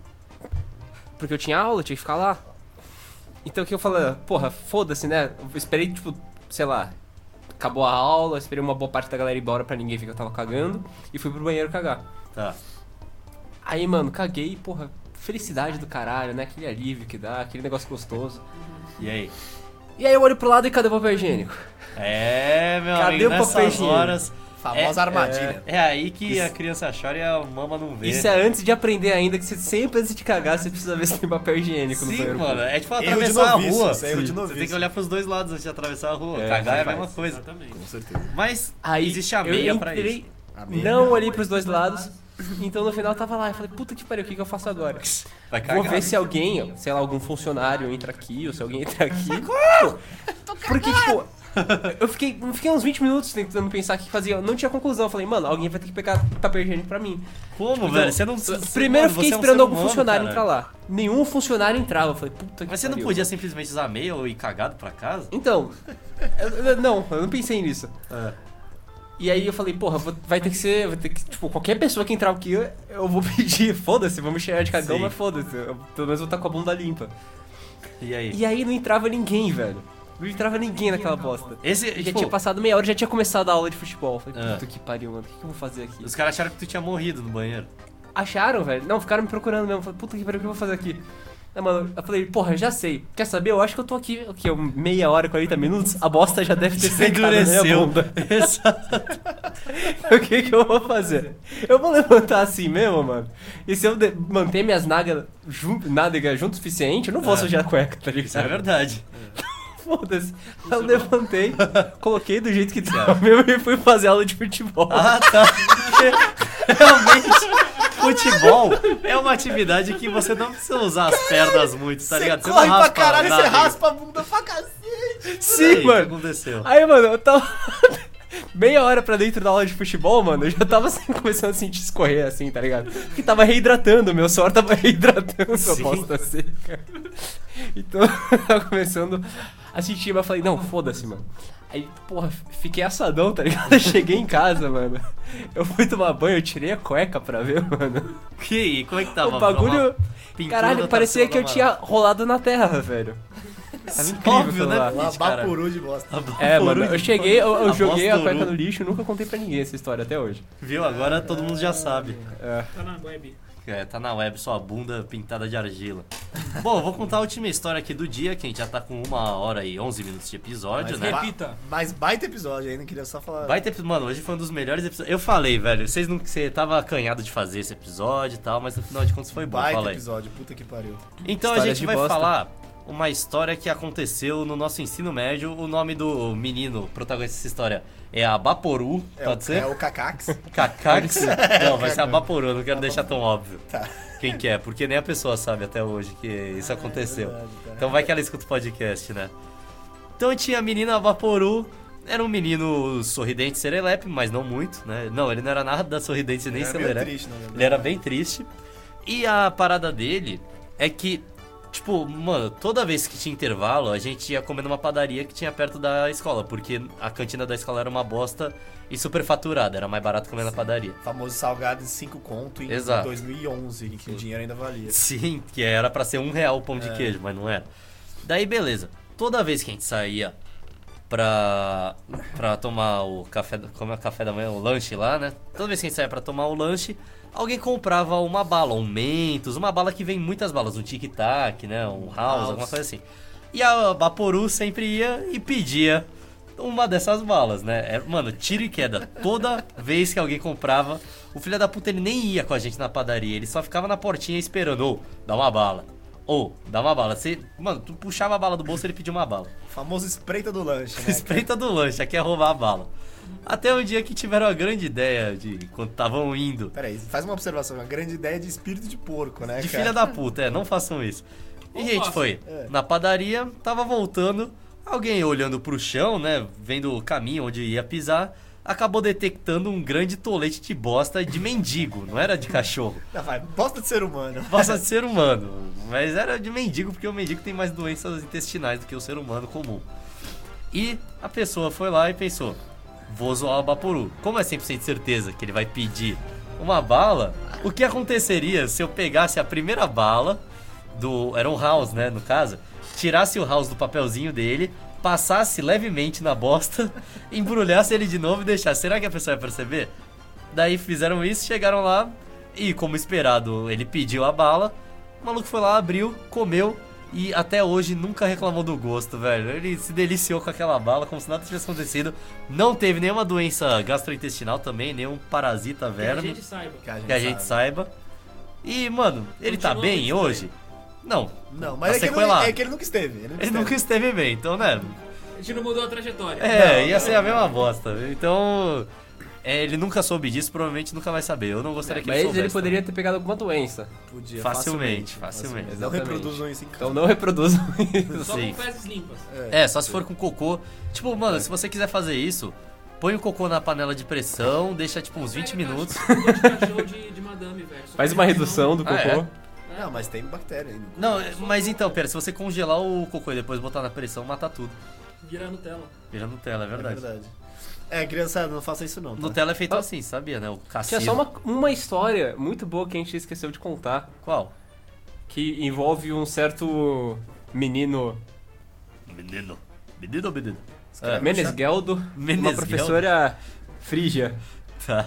Speaker 4: Porque eu tinha aula, eu tinha que ficar lá. Então o que eu falei, porra, foda-se, né? Eu esperei, tipo, sei lá. Acabou a aula, esperei uma boa parte da galera ir embora pra ninguém ver que eu tava cagando. E fui pro banheiro cagar.
Speaker 1: Tá.
Speaker 4: Aí, mano, caguei, porra, felicidade do caralho, né? Aquele alívio que dá, aquele negócio gostoso.
Speaker 1: E aí?
Speaker 4: E aí eu olho pro lado e cadê o papel higiênico?
Speaker 1: É, meu
Speaker 4: Cadê
Speaker 1: amigo,
Speaker 4: o papel
Speaker 1: nessas
Speaker 4: higiênico?
Speaker 1: horas...
Speaker 3: Famosa
Speaker 1: é,
Speaker 3: armadilha.
Speaker 1: É aí que
Speaker 4: Isso-
Speaker 1: a criança chora e a mama não vê.
Speaker 4: Isso é antes de aprender ainda, que você sempre antes de cagar, você precisa ver se tem papel higiênico no
Speaker 1: Sim,
Speaker 4: banheiro.
Speaker 1: mano. É tipo
Speaker 3: de
Speaker 1: atravessar a
Speaker 3: noviço,
Speaker 1: rua.
Speaker 3: isso é erro de
Speaker 1: Sim. Você
Speaker 3: noviço.
Speaker 1: tem que olhar pros dois lados antes de atravessar a rua.
Speaker 4: É,
Speaker 1: Cagar é a
Speaker 4: faz.
Speaker 1: mesma coisa.
Speaker 2: Exatamente.
Speaker 3: Com certeza.
Speaker 1: Mas
Speaker 4: Aí
Speaker 1: existe a
Speaker 4: eu
Speaker 1: meia pra
Speaker 4: entrei,
Speaker 1: isso.
Speaker 4: não olhei pros dois lados, então no final eu tava lá, eu falei, puta que pariu, o que, que eu faço agora?
Speaker 1: Vai cagar.
Speaker 4: Vou ver se alguém, sei lá, algum funcionário entra aqui, ou se alguém entra aqui. Porque, tipo, eu fiquei, eu fiquei uns 20 minutos tentando pensar o que fazia, eu não tinha conclusão, eu falei, mano, alguém vai ter que pegar papel higiênico pra mim.
Speaker 1: Como,
Speaker 4: Então,
Speaker 1: velho? Você não... você-
Speaker 4: Primeiro eu
Speaker 1: mano,
Speaker 4: fiquei
Speaker 1: você é um
Speaker 4: esperando
Speaker 1: ser
Speaker 4: algum
Speaker 1: humano,
Speaker 4: funcionário
Speaker 1: cara.
Speaker 4: entrar lá. Nenhum funcionário entrava, eu falei, puta que
Speaker 1: Mas você não
Speaker 4: pariu.
Speaker 1: podia simplesmente usar meia ou ir cagado pra casa?
Speaker 4: Então, eu- eu- não, eu não pensei nisso.
Speaker 1: É.
Speaker 4: E aí eu falei, porra, vou- vai ter que ser, vai ter que, tipo, qualquer pessoa que entrar aqui, eu, eu vou pedir, foda-se, vou me cheirar de cagão,
Speaker 1: Sim.
Speaker 4: mas foda-se, eu- pelo menos vou estar com a bunda limpa.
Speaker 1: E aí?
Speaker 4: E aí não entrava ninguém, velho. Não entrava ninguém naquela bosta.
Speaker 1: Esse,
Speaker 4: E já
Speaker 1: tipo,
Speaker 4: tinha passado meia hora, já tinha começado a aula de futebol. Eu Falei,
Speaker 1: É.
Speaker 4: puta que pariu, mano, o que, que eu vou fazer aqui?
Speaker 1: os caras acharam que tu tinha morrido no banheiro.
Speaker 4: Acharam, velho? Não, ficaram me procurando mesmo. Falei, puta que pariu, o que eu vou fazer aqui? Aí, mano, eu falei, porra, já sei. Quer saber? Eu acho que eu tô aqui, o quê? Um Meia hora, 40 minutos? A bosta já deve ter
Speaker 1: Você
Speaker 4: secado na minha
Speaker 1: endureceu.
Speaker 4: né, bunda.
Speaker 1: Exato.
Speaker 4: o que que eu vou fazer? Eu vou levantar assim mesmo, mano. E se eu de- manter minhas nádegas jun... nádega junto o suficiente, eu não vou
Speaker 1: É.
Speaker 4: sujar a cueca, tá ligado?
Speaker 1: Isso é verdade. é
Speaker 4: Foda-se. Aí Eu levantei, coloquei do jeito que tava mesmo e fui fazer aula de futebol.
Speaker 1: Ah, tá. Porque, Realmente, futebol é uma atividade que você não precisa usar as pernas muito, tá ligado?
Speaker 3: Você corre
Speaker 1: não
Speaker 3: pra
Speaker 1: raspa a
Speaker 3: caralho, você
Speaker 1: nádega.
Speaker 3: raspa a bunda pra cacete.
Speaker 1: E aí,
Speaker 4: Sim, mano.
Speaker 1: O que aconteceu?
Speaker 4: Aí, mano, eu tava. Meia hora pra dentro da aula de futebol, mano, eu já tava assim, começando a sentir escorrer assim, tá ligado? Porque tava reidratando, meu suor tava reidratando a
Speaker 1: Sim.
Speaker 4: bosta seca. Então eu tava começando a sentir, mas eu falei, não, foda-se, mano. Aí, porra, fiquei assadão, tá ligado? Eu cheguei em casa, mano. Eu fui tomar banho, eu tirei a cueca pra ver, mano.
Speaker 1: Que aí? Como é que tava?
Speaker 4: o bagulho.
Speaker 1: Pintura
Speaker 4: Caralho,
Speaker 1: da
Speaker 4: parecia
Speaker 1: Tarsila
Speaker 4: que eu
Speaker 1: Amaral.
Speaker 4: tinha rolado na terra, velho. Tava incrível,
Speaker 1: Óbvio,
Speaker 4: aquilo
Speaker 1: né?
Speaker 4: lá.
Speaker 1: Pete, cara?
Speaker 3: Vaporou de bosta.
Speaker 4: É, mano, eu cheguei, eu, eu
Speaker 1: Aposto
Speaker 4: joguei a
Speaker 1: no
Speaker 4: cueca
Speaker 1: Uru.
Speaker 4: no lixo, nunca contei pra ninguém essa história até hoje.
Speaker 1: Viu? Agora todo mundo já sabe.
Speaker 2: Tá na web.
Speaker 1: É, tá na web sua bunda pintada de argila. Bom, vou contar a última história aqui do dia, que a gente já tá com uma hora e 11 minutos de episódio,
Speaker 3: Mas
Speaker 1: né?
Speaker 3: ba-
Speaker 2: Repita.
Speaker 3: Mas baita episódio ainda, queria só falar.
Speaker 1: Vai ter, mano, hoje foi um dos melhores episódios. Eu falei, velho, vocês não, você tava acanhado de fazer esse episódio e tal, mas no final de contas foi bom,
Speaker 3: baita
Speaker 1: falei.
Speaker 3: episódio, puta que pariu.
Speaker 1: Então a
Speaker 4: História
Speaker 1: gente
Speaker 4: de
Speaker 1: vai
Speaker 4: bosta.
Speaker 1: falar uma história que aconteceu no nosso ensino médio. O nome do menino protagonista dessa história é Abaporu,
Speaker 3: É
Speaker 1: pode
Speaker 3: o,
Speaker 1: ser?
Speaker 3: É o Cacax.
Speaker 1: Cacax? Não, vai ser
Speaker 3: Cacax.
Speaker 1: Abaporu, não quero deixar tão óbvio.
Speaker 3: Tá.
Speaker 1: Quem que é, porque nem a pessoa sabe até hoje que isso aconteceu.
Speaker 3: verdade, tá.
Speaker 1: Então vai que ela escuta o podcast, né? Então tinha a menina Vaporu, era um menino sorridente serelepe, mas não muito, né? Não, ele não era nada sorridente nem
Speaker 3: Era É meio
Speaker 1: serelepe.
Speaker 3: triste, na verdade.
Speaker 1: é. Ele era bem triste. E a parada dele é que, tipo, mano, toda vez que tinha intervalo, a gente ia comer numa padaria que tinha perto da escola, porque a cantina da escola era uma bosta e superfaturada, era mais barato comer na padaria.
Speaker 3: Famoso salgado em 5 conto em
Speaker 1: Exato.
Speaker 3: 2011, em que o dinheiro ainda valia.
Speaker 1: Sim, que era pra ser um real o pão de queijo, mas não era. Daí, beleza. Toda vez que a gente saía pra, pra tomar o café, da- como é o café da manhã, o lanche lá, né? Toda vez que a gente saía pra tomar o lanche, alguém comprava uma bala, um Mentos, uma bala que vem em muitas balas, um Tic Tac, né? Um House,
Speaker 3: House.
Speaker 1: alguma coisa assim. E a Vaporu sempre ia e pedia uma dessas balas, né? É, mano, tiro e queda. Toda vez que alguém comprava, o filho da puta ele nem ia com a gente na padaria, ele só ficava na portinha esperando, ou dá uma bala. Ou, dá uma bala. Você, mano, tu puxava a bala do bolso ele pedia uma bala.
Speaker 3: Famoso espreita do lanche, né?
Speaker 1: Espreita do lanche, aqui é roubar a bala. Até o dia que tiveram a grande ideia de quando estavam indo.
Speaker 3: Peraí, faz uma observação, uma grande ideia de espírito de porco, né,
Speaker 1: De
Speaker 3: cara?
Speaker 1: filha da puta, é, não façam isso. E a
Speaker 2: Não
Speaker 1: gente
Speaker 2: façam.
Speaker 1: foi
Speaker 3: É.
Speaker 1: na padaria, tava voltando, alguém olhando pro chão, né, vendo o caminho onde ia pisar, acabou detectando um grande tolete de bosta de mendigo, não era de cachorro.
Speaker 3: Não, vai, bosta de ser humano.
Speaker 1: Bosta de ser humano, mas era de mendigo porque o mendigo tem mais doenças intestinais do que o ser humano comum. E a pessoa foi lá e pensou: vou zoar o Bapuru. Como é 100% certeza que ele vai pedir uma bala, o que aconteceria se eu pegasse a primeira bala do. Era um house, né? No caso, tirasse o house do papelzinho dele, passasse levemente na bosta, embrulhasse ele de novo e deixasse. Será que a pessoa ia perceber? Daí fizeram isso, chegaram lá e, como esperado, ele pediu a bala. O maluco foi lá, abriu, comeu e até hoje nunca reclamou do gosto, velho. Ele se deliciou com aquela bala, como se nada tivesse acontecido. Não teve nenhuma doença gastrointestinal também, nenhum parasita
Speaker 2: Que a
Speaker 1: verme
Speaker 2: gente saiba.
Speaker 1: que a gente saiba. E, mano, ele tá
Speaker 2: Continua
Speaker 1: bem
Speaker 2: isso né?
Speaker 1: hoje? Não.
Speaker 3: Não, mas
Speaker 1: Tá
Speaker 3: é que, ele, não-
Speaker 1: sequelado.
Speaker 3: é que ele nunca esteve. Ele nunca
Speaker 1: Ele
Speaker 3: esteve.
Speaker 1: nunca esteve bem, então, né?
Speaker 2: A gente não mudou a trajetória.
Speaker 1: É, ia ser a mesma bosta. Então, é, ele nunca soube disso, provavelmente nunca vai saber. Eu não
Speaker 2: É,
Speaker 1: gostaria que ele
Speaker 4: É, Mas
Speaker 1: soubesse.
Speaker 4: ele né? poderia
Speaker 1: também.
Speaker 4: ter pegado alguma doença.
Speaker 3: Podia,
Speaker 1: Facilmente, facilmente.
Speaker 3: Não
Speaker 4: Exatamente.
Speaker 3: reproduzam isso em
Speaker 4: Então
Speaker 3: casa.
Speaker 4: não reproduzam isso.
Speaker 2: Só
Speaker 1: sim.
Speaker 2: com fezes limpas.
Speaker 1: É, só se for com cocô. Tipo, mano, se você quiser fazer isso, põe o cocô na panela de pressão, deixa tipo uns 20
Speaker 2: Pega cachorro-
Speaker 1: minutos.
Speaker 2: de cachorro de, de madame, velho. Só um
Speaker 4: Faz
Speaker 2: com
Speaker 4: uma
Speaker 2: cachorro.
Speaker 4: redução do
Speaker 1: Ah, é?
Speaker 4: cocô.
Speaker 3: Não, mas tem bactéria ainda.
Speaker 1: Não, é, mas então, pera, se você congelar o cocô e depois botar na pressão, mata tudo.
Speaker 2: Vira Nutella.
Speaker 1: Vira Nutella, é
Speaker 3: É
Speaker 1: verdade.
Speaker 3: verdade. É, criançada, não faça isso não. Tá?
Speaker 1: Nutella é feito assim, sabia, né? O
Speaker 4: Tinha
Speaker 1: cassino.
Speaker 4: só uma, uma história muito boa que a gente esqueceu de contar,
Speaker 1: Qual?
Speaker 4: que envolve um certo menino
Speaker 1: Menino. Menino ou menino?
Speaker 4: é, Menesgeldo, uma
Speaker 1: Menesgeldo.
Speaker 4: professora frígia.
Speaker 1: Tá.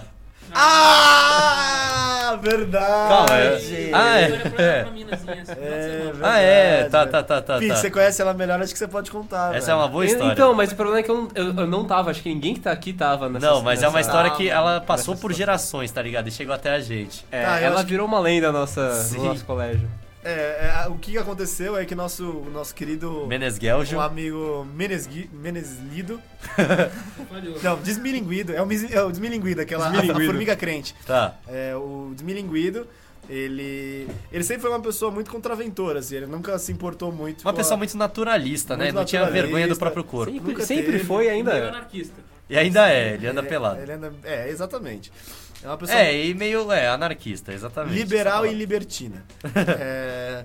Speaker 3: Ah,
Speaker 1: Calma, é-
Speaker 3: verdade!
Speaker 1: Ah, é.
Speaker 2: Olha pra- pra minazinha, esse final de semana.
Speaker 1: Ah, é, tá, tá, tá, tá.
Speaker 3: Pix,
Speaker 1: tá.
Speaker 3: né? você conhece ela melhor, acho que você pode contar.
Speaker 1: Essa
Speaker 3: velho.
Speaker 1: é uma boa história.
Speaker 4: Então, mas o problema é que eu, não- eu, eu não tava, acho que ninguém que tá aqui tava nessa
Speaker 1: não, mas é uma
Speaker 4: nessa-
Speaker 1: história que ela passou
Speaker 4: nessa
Speaker 1: por
Speaker 4: situação.
Speaker 1: gerações, tá ligado? E chegou até a gente.
Speaker 4: É,
Speaker 3: Tá, eu
Speaker 4: ela
Speaker 3: acho que-
Speaker 4: virou uma lenda nossa,
Speaker 1: Sim.
Speaker 4: no nosso colégio.
Speaker 3: É, é, a- o que aconteceu é que nosso, o nosso querido
Speaker 1: Menesgeljo.
Speaker 3: um amigo Menesgui- Meneslido.
Speaker 2: Valeu.
Speaker 3: Não, desmilinguido. É o, mis- é o desmilinguido, aquela a- a
Speaker 4: Desmilinguido.
Speaker 3: formiga crente.
Speaker 1: Tá.
Speaker 3: É, o desmilinguido, ele. Ele sempre foi uma pessoa muito contraventora, assim, ele nunca se importou muito.
Speaker 1: Uma
Speaker 3: com
Speaker 1: pessoa
Speaker 3: a-
Speaker 1: muito naturalista, né?
Speaker 3: Muito
Speaker 1: Não tinha
Speaker 3: naturalista.
Speaker 1: vergonha do próprio corpo.
Speaker 4: Sempre,
Speaker 3: Nunca
Speaker 4: sempre
Speaker 3: teve.
Speaker 4: foi ainda.
Speaker 2: Meio
Speaker 4: é.
Speaker 2: anarquista.
Speaker 1: E ainda é, ele anda
Speaker 3: ele-
Speaker 1: pelado.
Speaker 3: ele anda- é, exatamente. É uma pessoa
Speaker 1: É, e meio é, anarquista, exatamente.
Speaker 3: liberal e
Speaker 1: liberal.
Speaker 3: libertina. É,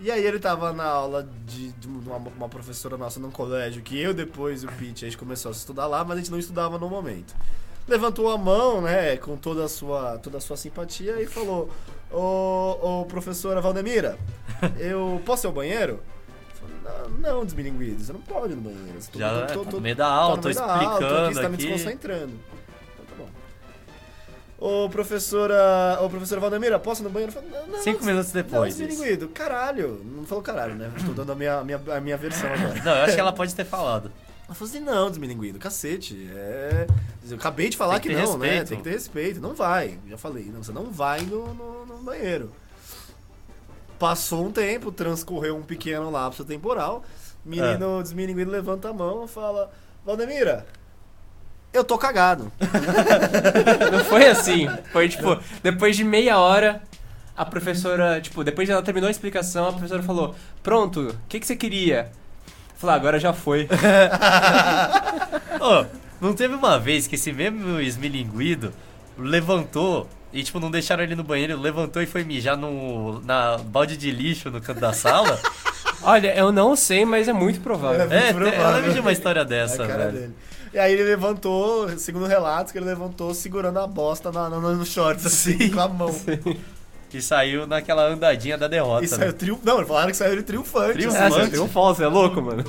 Speaker 3: E aí ele tava na aula de, de uma, uma professora nossa num colégio que eu depois e o Pete, a gente começou a estudar lá, mas a gente não estudava no momento. Levantou a mão, né, com toda a sua, toda a sua simpatia e falou: Ô, ô professora Valdemira, eu posso ir ao banheiro? Falei, Não, não, desmilinguido, você não pode ir no banheiro. Tô-
Speaker 1: Já
Speaker 3: tô-
Speaker 1: tá
Speaker 3: tô-
Speaker 1: no meio da aula,
Speaker 3: no
Speaker 1: tô tá
Speaker 3: meio da aula, tô aqui,
Speaker 1: explicando
Speaker 3: Você tá me
Speaker 1: aqui.
Speaker 3: desconcentrando. Então, tá bom. Ô, professora. Ô, professora Valdemira, posso ir no banheiro? Eu falei, não, não,
Speaker 1: Cinco
Speaker 3: não,
Speaker 1: minutos depois,
Speaker 3: Não, desmilinguido. Caralho. Não falou caralho, né? Estou dando a minha, a minha, a minha versão agora.
Speaker 1: Não, eu acho que ela pode ter falado.
Speaker 3: Ela falou assim, não, desmilinguido, cacete. É... Eu acabei de falar
Speaker 1: Tem
Speaker 3: que,
Speaker 1: que ter
Speaker 3: não, né?
Speaker 1: respeito.
Speaker 3: Tem que ter respeito. Não vai. Já falei, não, você não vai no, no- no banheiro. Passou um tempo, transcorreu um pequeno lapso temporal.
Speaker 1: É.
Speaker 3: Menino desmilinguido levanta a mão e fala, Valdemira, eu tô cagado.
Speaker 4: Não foi assim. Foi tipo, depois de meia hora, a professora, tipo, depois que ela terminou a explicação, a professora falou: Pronto, o que, que você queria? Falei, "Ah, agora já foi.
Speaker 1: Ô, não teve uma vez que esse mesmo esmilinguido levantou e, tipo, não deixaram ele no banheiro, ele levantou e foi mijar no, na balde de lixo no canto da sala?
Speaker 4: Olha, eu não sei, mas é muito provável.
Speaker 1: é, te- eu
Speaker 3: provável.
Speaker 1: lembro de uma história
Speaker 3: É
Speaker 1: dessa,
Speaker 3: a cara
Speaker 1: velho.
Speaker 3: dele. E aí ele levantou, segundo relatos, que ele levantou segurando a bosta na, na, no shorts, assim, com a mão.
Speaker 1: Que saiu naquela andadinha da derrota.
Speaker 3: E saiu
Speaker 1: né?
Speaker 3: triunfante. Não, falaram que saiu ele triunfante.
Speaker 1: Triunfante.
Speaker 4: É,
Speaker 3: assim.
Speaker 4: você tem um falso, é louco, mano.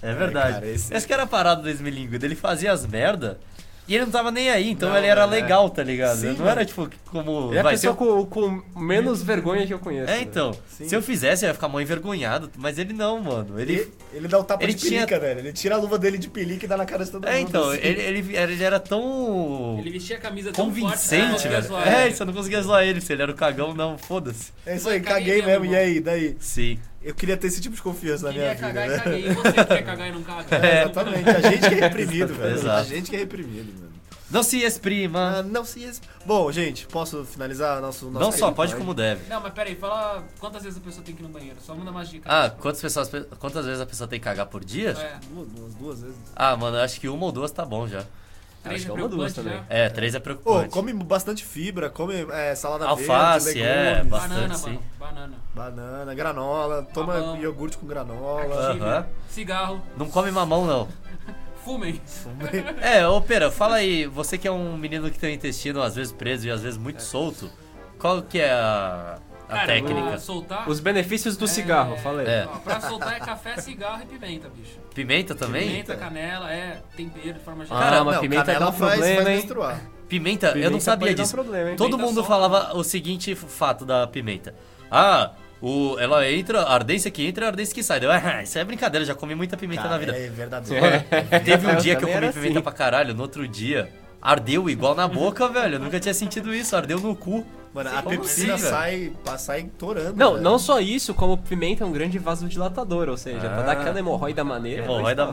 Speaker 1: É verdade.
Speaker 3: cara,
Speaker 1: esse...
Speaker 3: esse-
Speaker 1: que era a parada do esmilinguido, ele fazia as merda e ele não tava nem aí, então ele era legal, tá ligado?
Speaker 3: Sim,
Speaker 1: não
Speaker 3: mano.
Speaker 1: era, tipo, como...
Speaker 4: Ele é a
Speaker 1: vai,
Speaker 4: pessoa
Speaker 1: se eu-
Speaker 4: com, com menos vergonha que eu conheço.
Speaker 1: É,
Speaker 4: né?
Speaker 1: então. Se eu fizesse, eu ia ficar mal envergonhado, mas ele não, mano. Ele
Speaker 3: Ele, ele dá o tapa
Speaker 1: Ele
Speaker 3: de
Speaker 1: tinha-
Speaker 3: pelica, velho. Ele tira a luva dele de pelica e dá na cara de todo
Speaker 1: É,
Speaker 3: mundo.
Speaker 1: então,
Speaker 3: assim.
Speaker 1: ele, ele, ele era tão
Speaker 2: Ele vestia a camisa tão
Speaker 1: convincente,
Speaker 2: forte, né,
Speaker 1: velho. É, você não conseguia zoar ele, se ele era o cagão, não, foda-se.
Speaker 3: É isso aí,
Speaker 2: Caguei
Speaker 3: caguei mesmo.
Speaker 2: mesmo,
Speaker 3: E aí, daí?
Speaker 1: Sim.
Speaker 3: Eu queria ter esse tipo de confiança na minha
Speaker 2: Queria
Speaker 3: vida,
Speaker 2: cagar
Speaker 3: né?
Speaker 2: e caguei. E você que quer cagar e não caga.
Speaker 3: É, exatamente. A gente que é reprimido, velho. A
Speaker 1: Exato.
Speaker 3: gente que é reprimido, mano.
Speaker 1: Não se exprima.
Speaker 3: Ah, não se... es- Bom, gente, posso finalizar nosso... nosso
Speaker 1: não só
Speaker 3: tempo,
Speaker 1: pode
Speaker 3: né?
Speaker 1: como deve.
Speaker 2: Não, mas peraí, fala quantas vezes a pessoa tem que ir no banheiro. Só manda mais dicas.
Speaker 1: Ah, quantas, pessoas, quantas vezes a pessoa tem que cagar por dia?
Speaker 2: É,
Speaker 3: Duas, duas, duas vezes.
Speaker 1: Ah, mano, eu acho que uma ou duas tá bom já.
Speaker 2: três é
Speaker 4: Acho que é uma ou duas
Speaker 2: preocupante, né?
Speaker 1: É, três é
Speaker 3: Ô,
Speaker 1: preocupante.
Speaker 3: come bastante fibra, come é, salada
Speaker 1: Alface,
Speaker 3: verde,
Speaker 1: é,
Speaker 3: legumes,
Speaker 1: ba-
Speaker 2: Banana,
Speaker 1: Bastante,
Speaker 2: mano. Banana.
Speaker 3: banana, granola, toma
Speaker 2: Mamão.
Speaker 3: iogurte com granola.
Speaker 2: Active,
Speaker 1: Aham.
Speaker 2: Cigarro.
Speaker 1: Não come mamão, não.
Speaker 2: Fumem.
Speaker 1: É, ô Pera, fala aí, você que é um menino que tem o intestino às vezes preso e às vezes muito solto, qual que é a, a
Speaker 2: É. Cara,
Speaker 1: técnica?
Speaker 2: pra soltar...
Speaker 4: Os benefícios do cigarro, falei.
Speaker 1: É.
Speaker 2: Ó, pra soltar é café, cigarro e pimenta, bicho.
Speaker 1: Pimenta também?
Speaker 2: Pimenta, canela, é tempero de forma geral.
Speaker 4: Cara,
Speaker 1: Caramba,
Speaker 4: uma pimenta
Speaker 3: canela
Speaker 4: dá um
Speaker 3: faz-
Speaker 4: problema,
Speaker 3: faz
Speaker 4: hein?
Speaker 3: menstruar.
Speaker 1: Pimenta, eu
Speaker 4: Pimenta
Speaker 1: não sabia
Speaker 4: pode dar um
Speaker 1: disso.
Speaker 4: problema, hein?
Speaker 1: Todo
Speaker 2: Pimenta
Speaker 1: mundo
Speaker 2: solta.
Speaker 1: falava o seguinte f- fato da pimenta. Ah, o, ela entra, a ardência que entra, é a ardência que sai. Eu, ah, isso é brincadeira, já comi muita pimenta na vida.
Speaker 3: É verdadeiro.
Speaker 1: Teve um
Speaker 4: é. Eu
Speaker 1: dia que eu comi
Speaker 4: também era
Speaker 1: pimenta
Speaker 4: assim.
Speaker 1: pra caralho, no outro dia ardeu igual na boca, velho. Eu nunca tinha sentido isso, ardeu no cu.
Speaker 3: Mano, a
Speaker 1: Como
Speaker 3: pepsina
Speaker 1: assim, velho?
Speaker 3: sai, pa- sai torando.
Speaker 4: Não,
Speaker 3: velho.
Speaker 4: não só isso, como pimenta é um grande vasodilatador, ou seja, pra dar
Speaker 1: Ah.
Speaker 4: aquela hemorroida maneira.
Speaker 1: Hemorroida.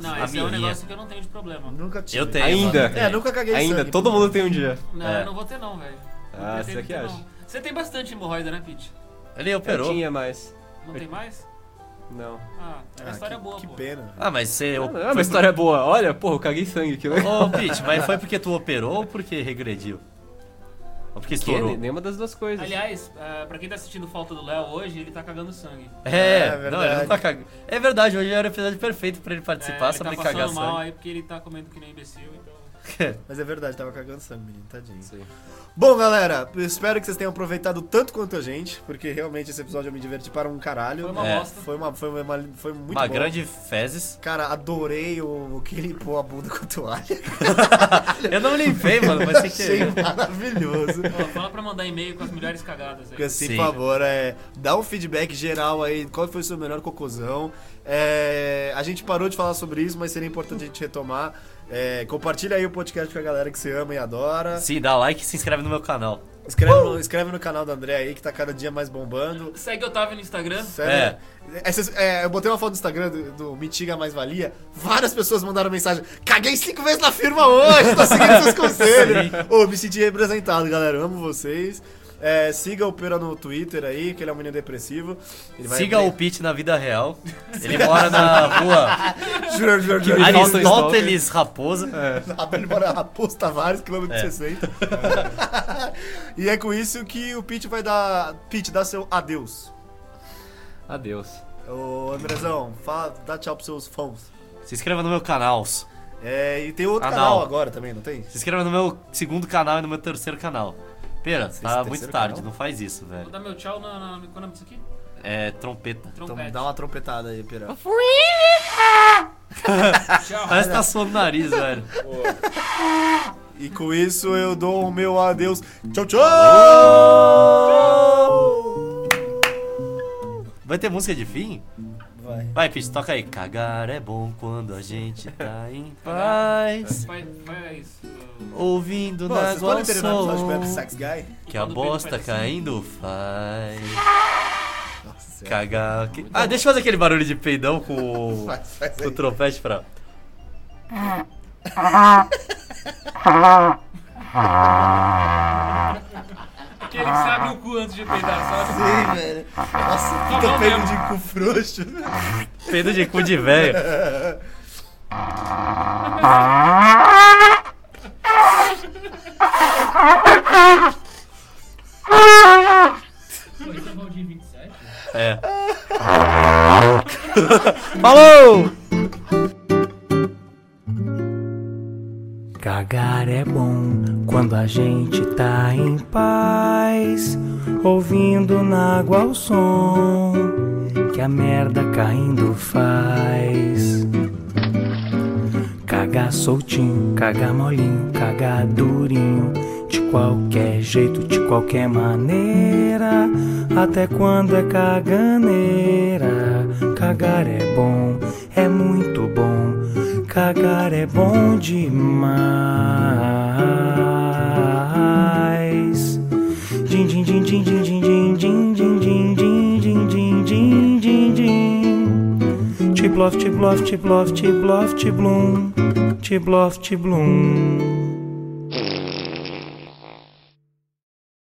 Speaker 2: Não,
Speaker 1: a
Speaker 2: esse é um
Speaker 1: minha.
Speaker 2: negócio que eu não tenho de problema.
Speaker 3: Nunca tive.
Speaker 1: Eu tenho.
Speaker 4: Ainda.
Speaker 1: mano,
Speaker 3: É, nunca caguei
Speaker 4: Ainda,
Speaker 3: sangue,
Speaker 4: todo mundo tem um dia.
Speaker 2: Não,
Speaker 1: É.
Speaker 2: eu não vou ter não, velho. Não
Speaker 4: Ah,
Speaker 2: pretendo
Speaker 4: você que
Speaker 2: ter,
Speaker 4: acha.
Speaker 2: não. Você tem bastante hemorroida, né, Pete?
Speaker 1: Ele
Speaker 4: Eu
Speaker 1: operou.
Speaker 4: tinha, mas.
Speaker 2: Não tem mais?
Speaker 4: Não.
Speaker 2: Ah, é uma
Speaker 3: Ah,
Speaker 2: história
Speaker 3: que,
Speaker 2: boa,
Speaker 3: Que
Speaker 2: pô.
Speaker 3: pena.
Speaker 1: Ah, mas você.
Speaker 4: Não, é uma história boa. Olha, porra, eu caguei sangue, que legal.
Speaker 1: Ô, Pete, mas foi porque tu operou ou porque regrediu? Ou porque
Speaker 4: Que?
Speaker 1: estourou?
Speaker 4: Nenhuma das duas coisas.
Speaker 2: Aliás, ah, pra quem tá assistindo Falta do Léo hoje, ele tá cagando sangue.
Speaker 1: É,
Speaker 3: É
Speaker 1: não, ele não
Speaker 3: verdade.
Speaker 1: tá cagando. É verdade, hoje era o episódio perfeito pra ele participar
Speaker 2: É, ele
Speaker 1: sobre
Speaker 2: tá
Speaker 1: cagar
Speaker 2: passando mal
Speaker 1: sangue.
Speaker 2: aí porque ele tá comendo que nem imbecil, então...
Speaker 3: Mas é verdade, tava cagando sangue, menino, tadinho.
Speaker 4: Sim.
Speaker 3: Bom, galera, eu espero que vocês tenham aproveitado tanto quanto a gente, porque realmente esse episódio eu me diverti para um caralho.
Speaker 2: Foi uma
Speaker 1: É.
Speaker 2: bosta.
Speaker 3: Foi uma, foi uma, foi muito
Speaker 1: Uma
Speaker 3: bom.
Speaker 1: grande fezes.
Speaker 3: Cara, adorei o, o que limpou a bunda com toalha.
Speaker 1: Eu não limpei, mano, mas sem
Speaker 3: Achei
Speaker 1: querer.
Speaker 3: maravilhoso.
Speaker 2: Ó, fala pra mandar e-mail com as melhores cagadas aí.
Speaker 3: Porque assim,
Speaker 1: Sim.
Speaker 3: por favor, é, dá um feedback geral aí, qual foi o seu melhor cocôzão. É, a gente parou de falar sobre isso, mas seria importante a gente retomar. É, compartilha aí o podcast com a galera que você ama e adora.
Speaker 1: Sim, dá like e se inscreve no meu canal.
Speaker 3: Escreve, no, escreve no canal do André aí, que tá cada dia mais bombando.
Speaker 2: Segue o Otávio no Instagram.
Speaker 3: Sério. Essas- é, eu botei uma foto no Instagram do, do Mitiga Mais Valia. Várias pessoas mandaram mensagem. Caguei cinco vezes na firma hoje, tô seguindo seus conselhos. Ô, me senti representado, galera. Amo vocês. É, siga o Pera no Twitter aí, que ele é um menino depressivo. Ele vai-
Speaker 1: Siga o Pete na vida real. Ele mora na rua
Speaker 3: Juro, juro, juro.
Speaker 4: me falta o
Speaker 1: Aristóteles Raposa.
Speaker 3: Ele mora na Raposo Tavares, quilômetro
Speaker 1: É.
Speaker 3: 60. e é com isso que o Pete vai dar. Pete, dá seu adeus.
Speaker 4: Adeus.
Speaker 3: Ô, Andrezão, fala, dá tchau pros seus fãs.
Speaker 1: Se inscreva no meu canal. Se
Speaker 3: É, e tem outro
Speaker 1: Ah,
Speaker 3: canal
Speaker 1: não.
Speaker 3: agora também, não tem?
Speaker 1: inscreva no meu segundo canal e no meu terceiro canal. Pera, tá
Speaker 3: terceiro
Speaker 1: muito tarde,
Speaker 3: canal?
Speaker 1: não faz isso,
Speaker 2: Vou
Speaker 1: velho.
Speaker 2: dar meu tchau na... na qual é o nome disso aqui?
Speaker 1: É trompeta.
Speaker 3: Então
Speaker 2: Trompete.
Speaker 3: dá uma trompetada aí, Pira.
Speaker 2: Tchau.
Speaker 1: Parece que tá suando o nariz, velho.
Speaker 3: E com isso eu dou o meu adeus. Tchau, tchau!
Speaker 1: Vai ter música de fim?
Speaker 3: Vai.
Speaker 1: Vai, Pitch, toca aí. Cagar é bom quando a gente tá em paz.
Speaker 2: Vai, vai isso.
Speaker 1: Ouvindo
Speaker 3: É. Pô,
Speaker 1: na
Speaker 3: vocês podem
Speaker 1: água
Speaker 3: terminar o episódio com o
Speaker 1: som
Speaker 3: Sex Guy?
Speaker 1: que a
Speaker 2: Quando o Pedro
Speaker 1: bosta
Speaker 3: assim.
Speaker 2: faz
Speaker 1: caindo faz. Cagar. que- Ah, deixa eu fazer aquele barulho de peidão com o, com o trompete pra.
Speaker 2: Aquele é que sabe o cu antes de peidar, assim. sabe?
Speaker 3: Sim, velho. Nossa, puta
Speaker 2: Tá bom
Speaker 3: pego
Speaker 2: mesmo.
Speaker 3: de cu frouxo.
Speaker 1: Peido de cu de velho. É. Falou!
Speaker 8: Cagar é bom quando a gente tá em paz, ouvindo na água o som que a merda caindo faz. Cagar soltinho, cagar molinho, cagar durinho, de qualquer jeito, de qualquer maneira, até quando é caganeira. Cagar é bom, é muito bom, cagar é bom demais. Din din din din din din din din din din din din din din din. Chiblof, chiblof, chiblof, chiblof, chiblum. Chiblof, chiblum.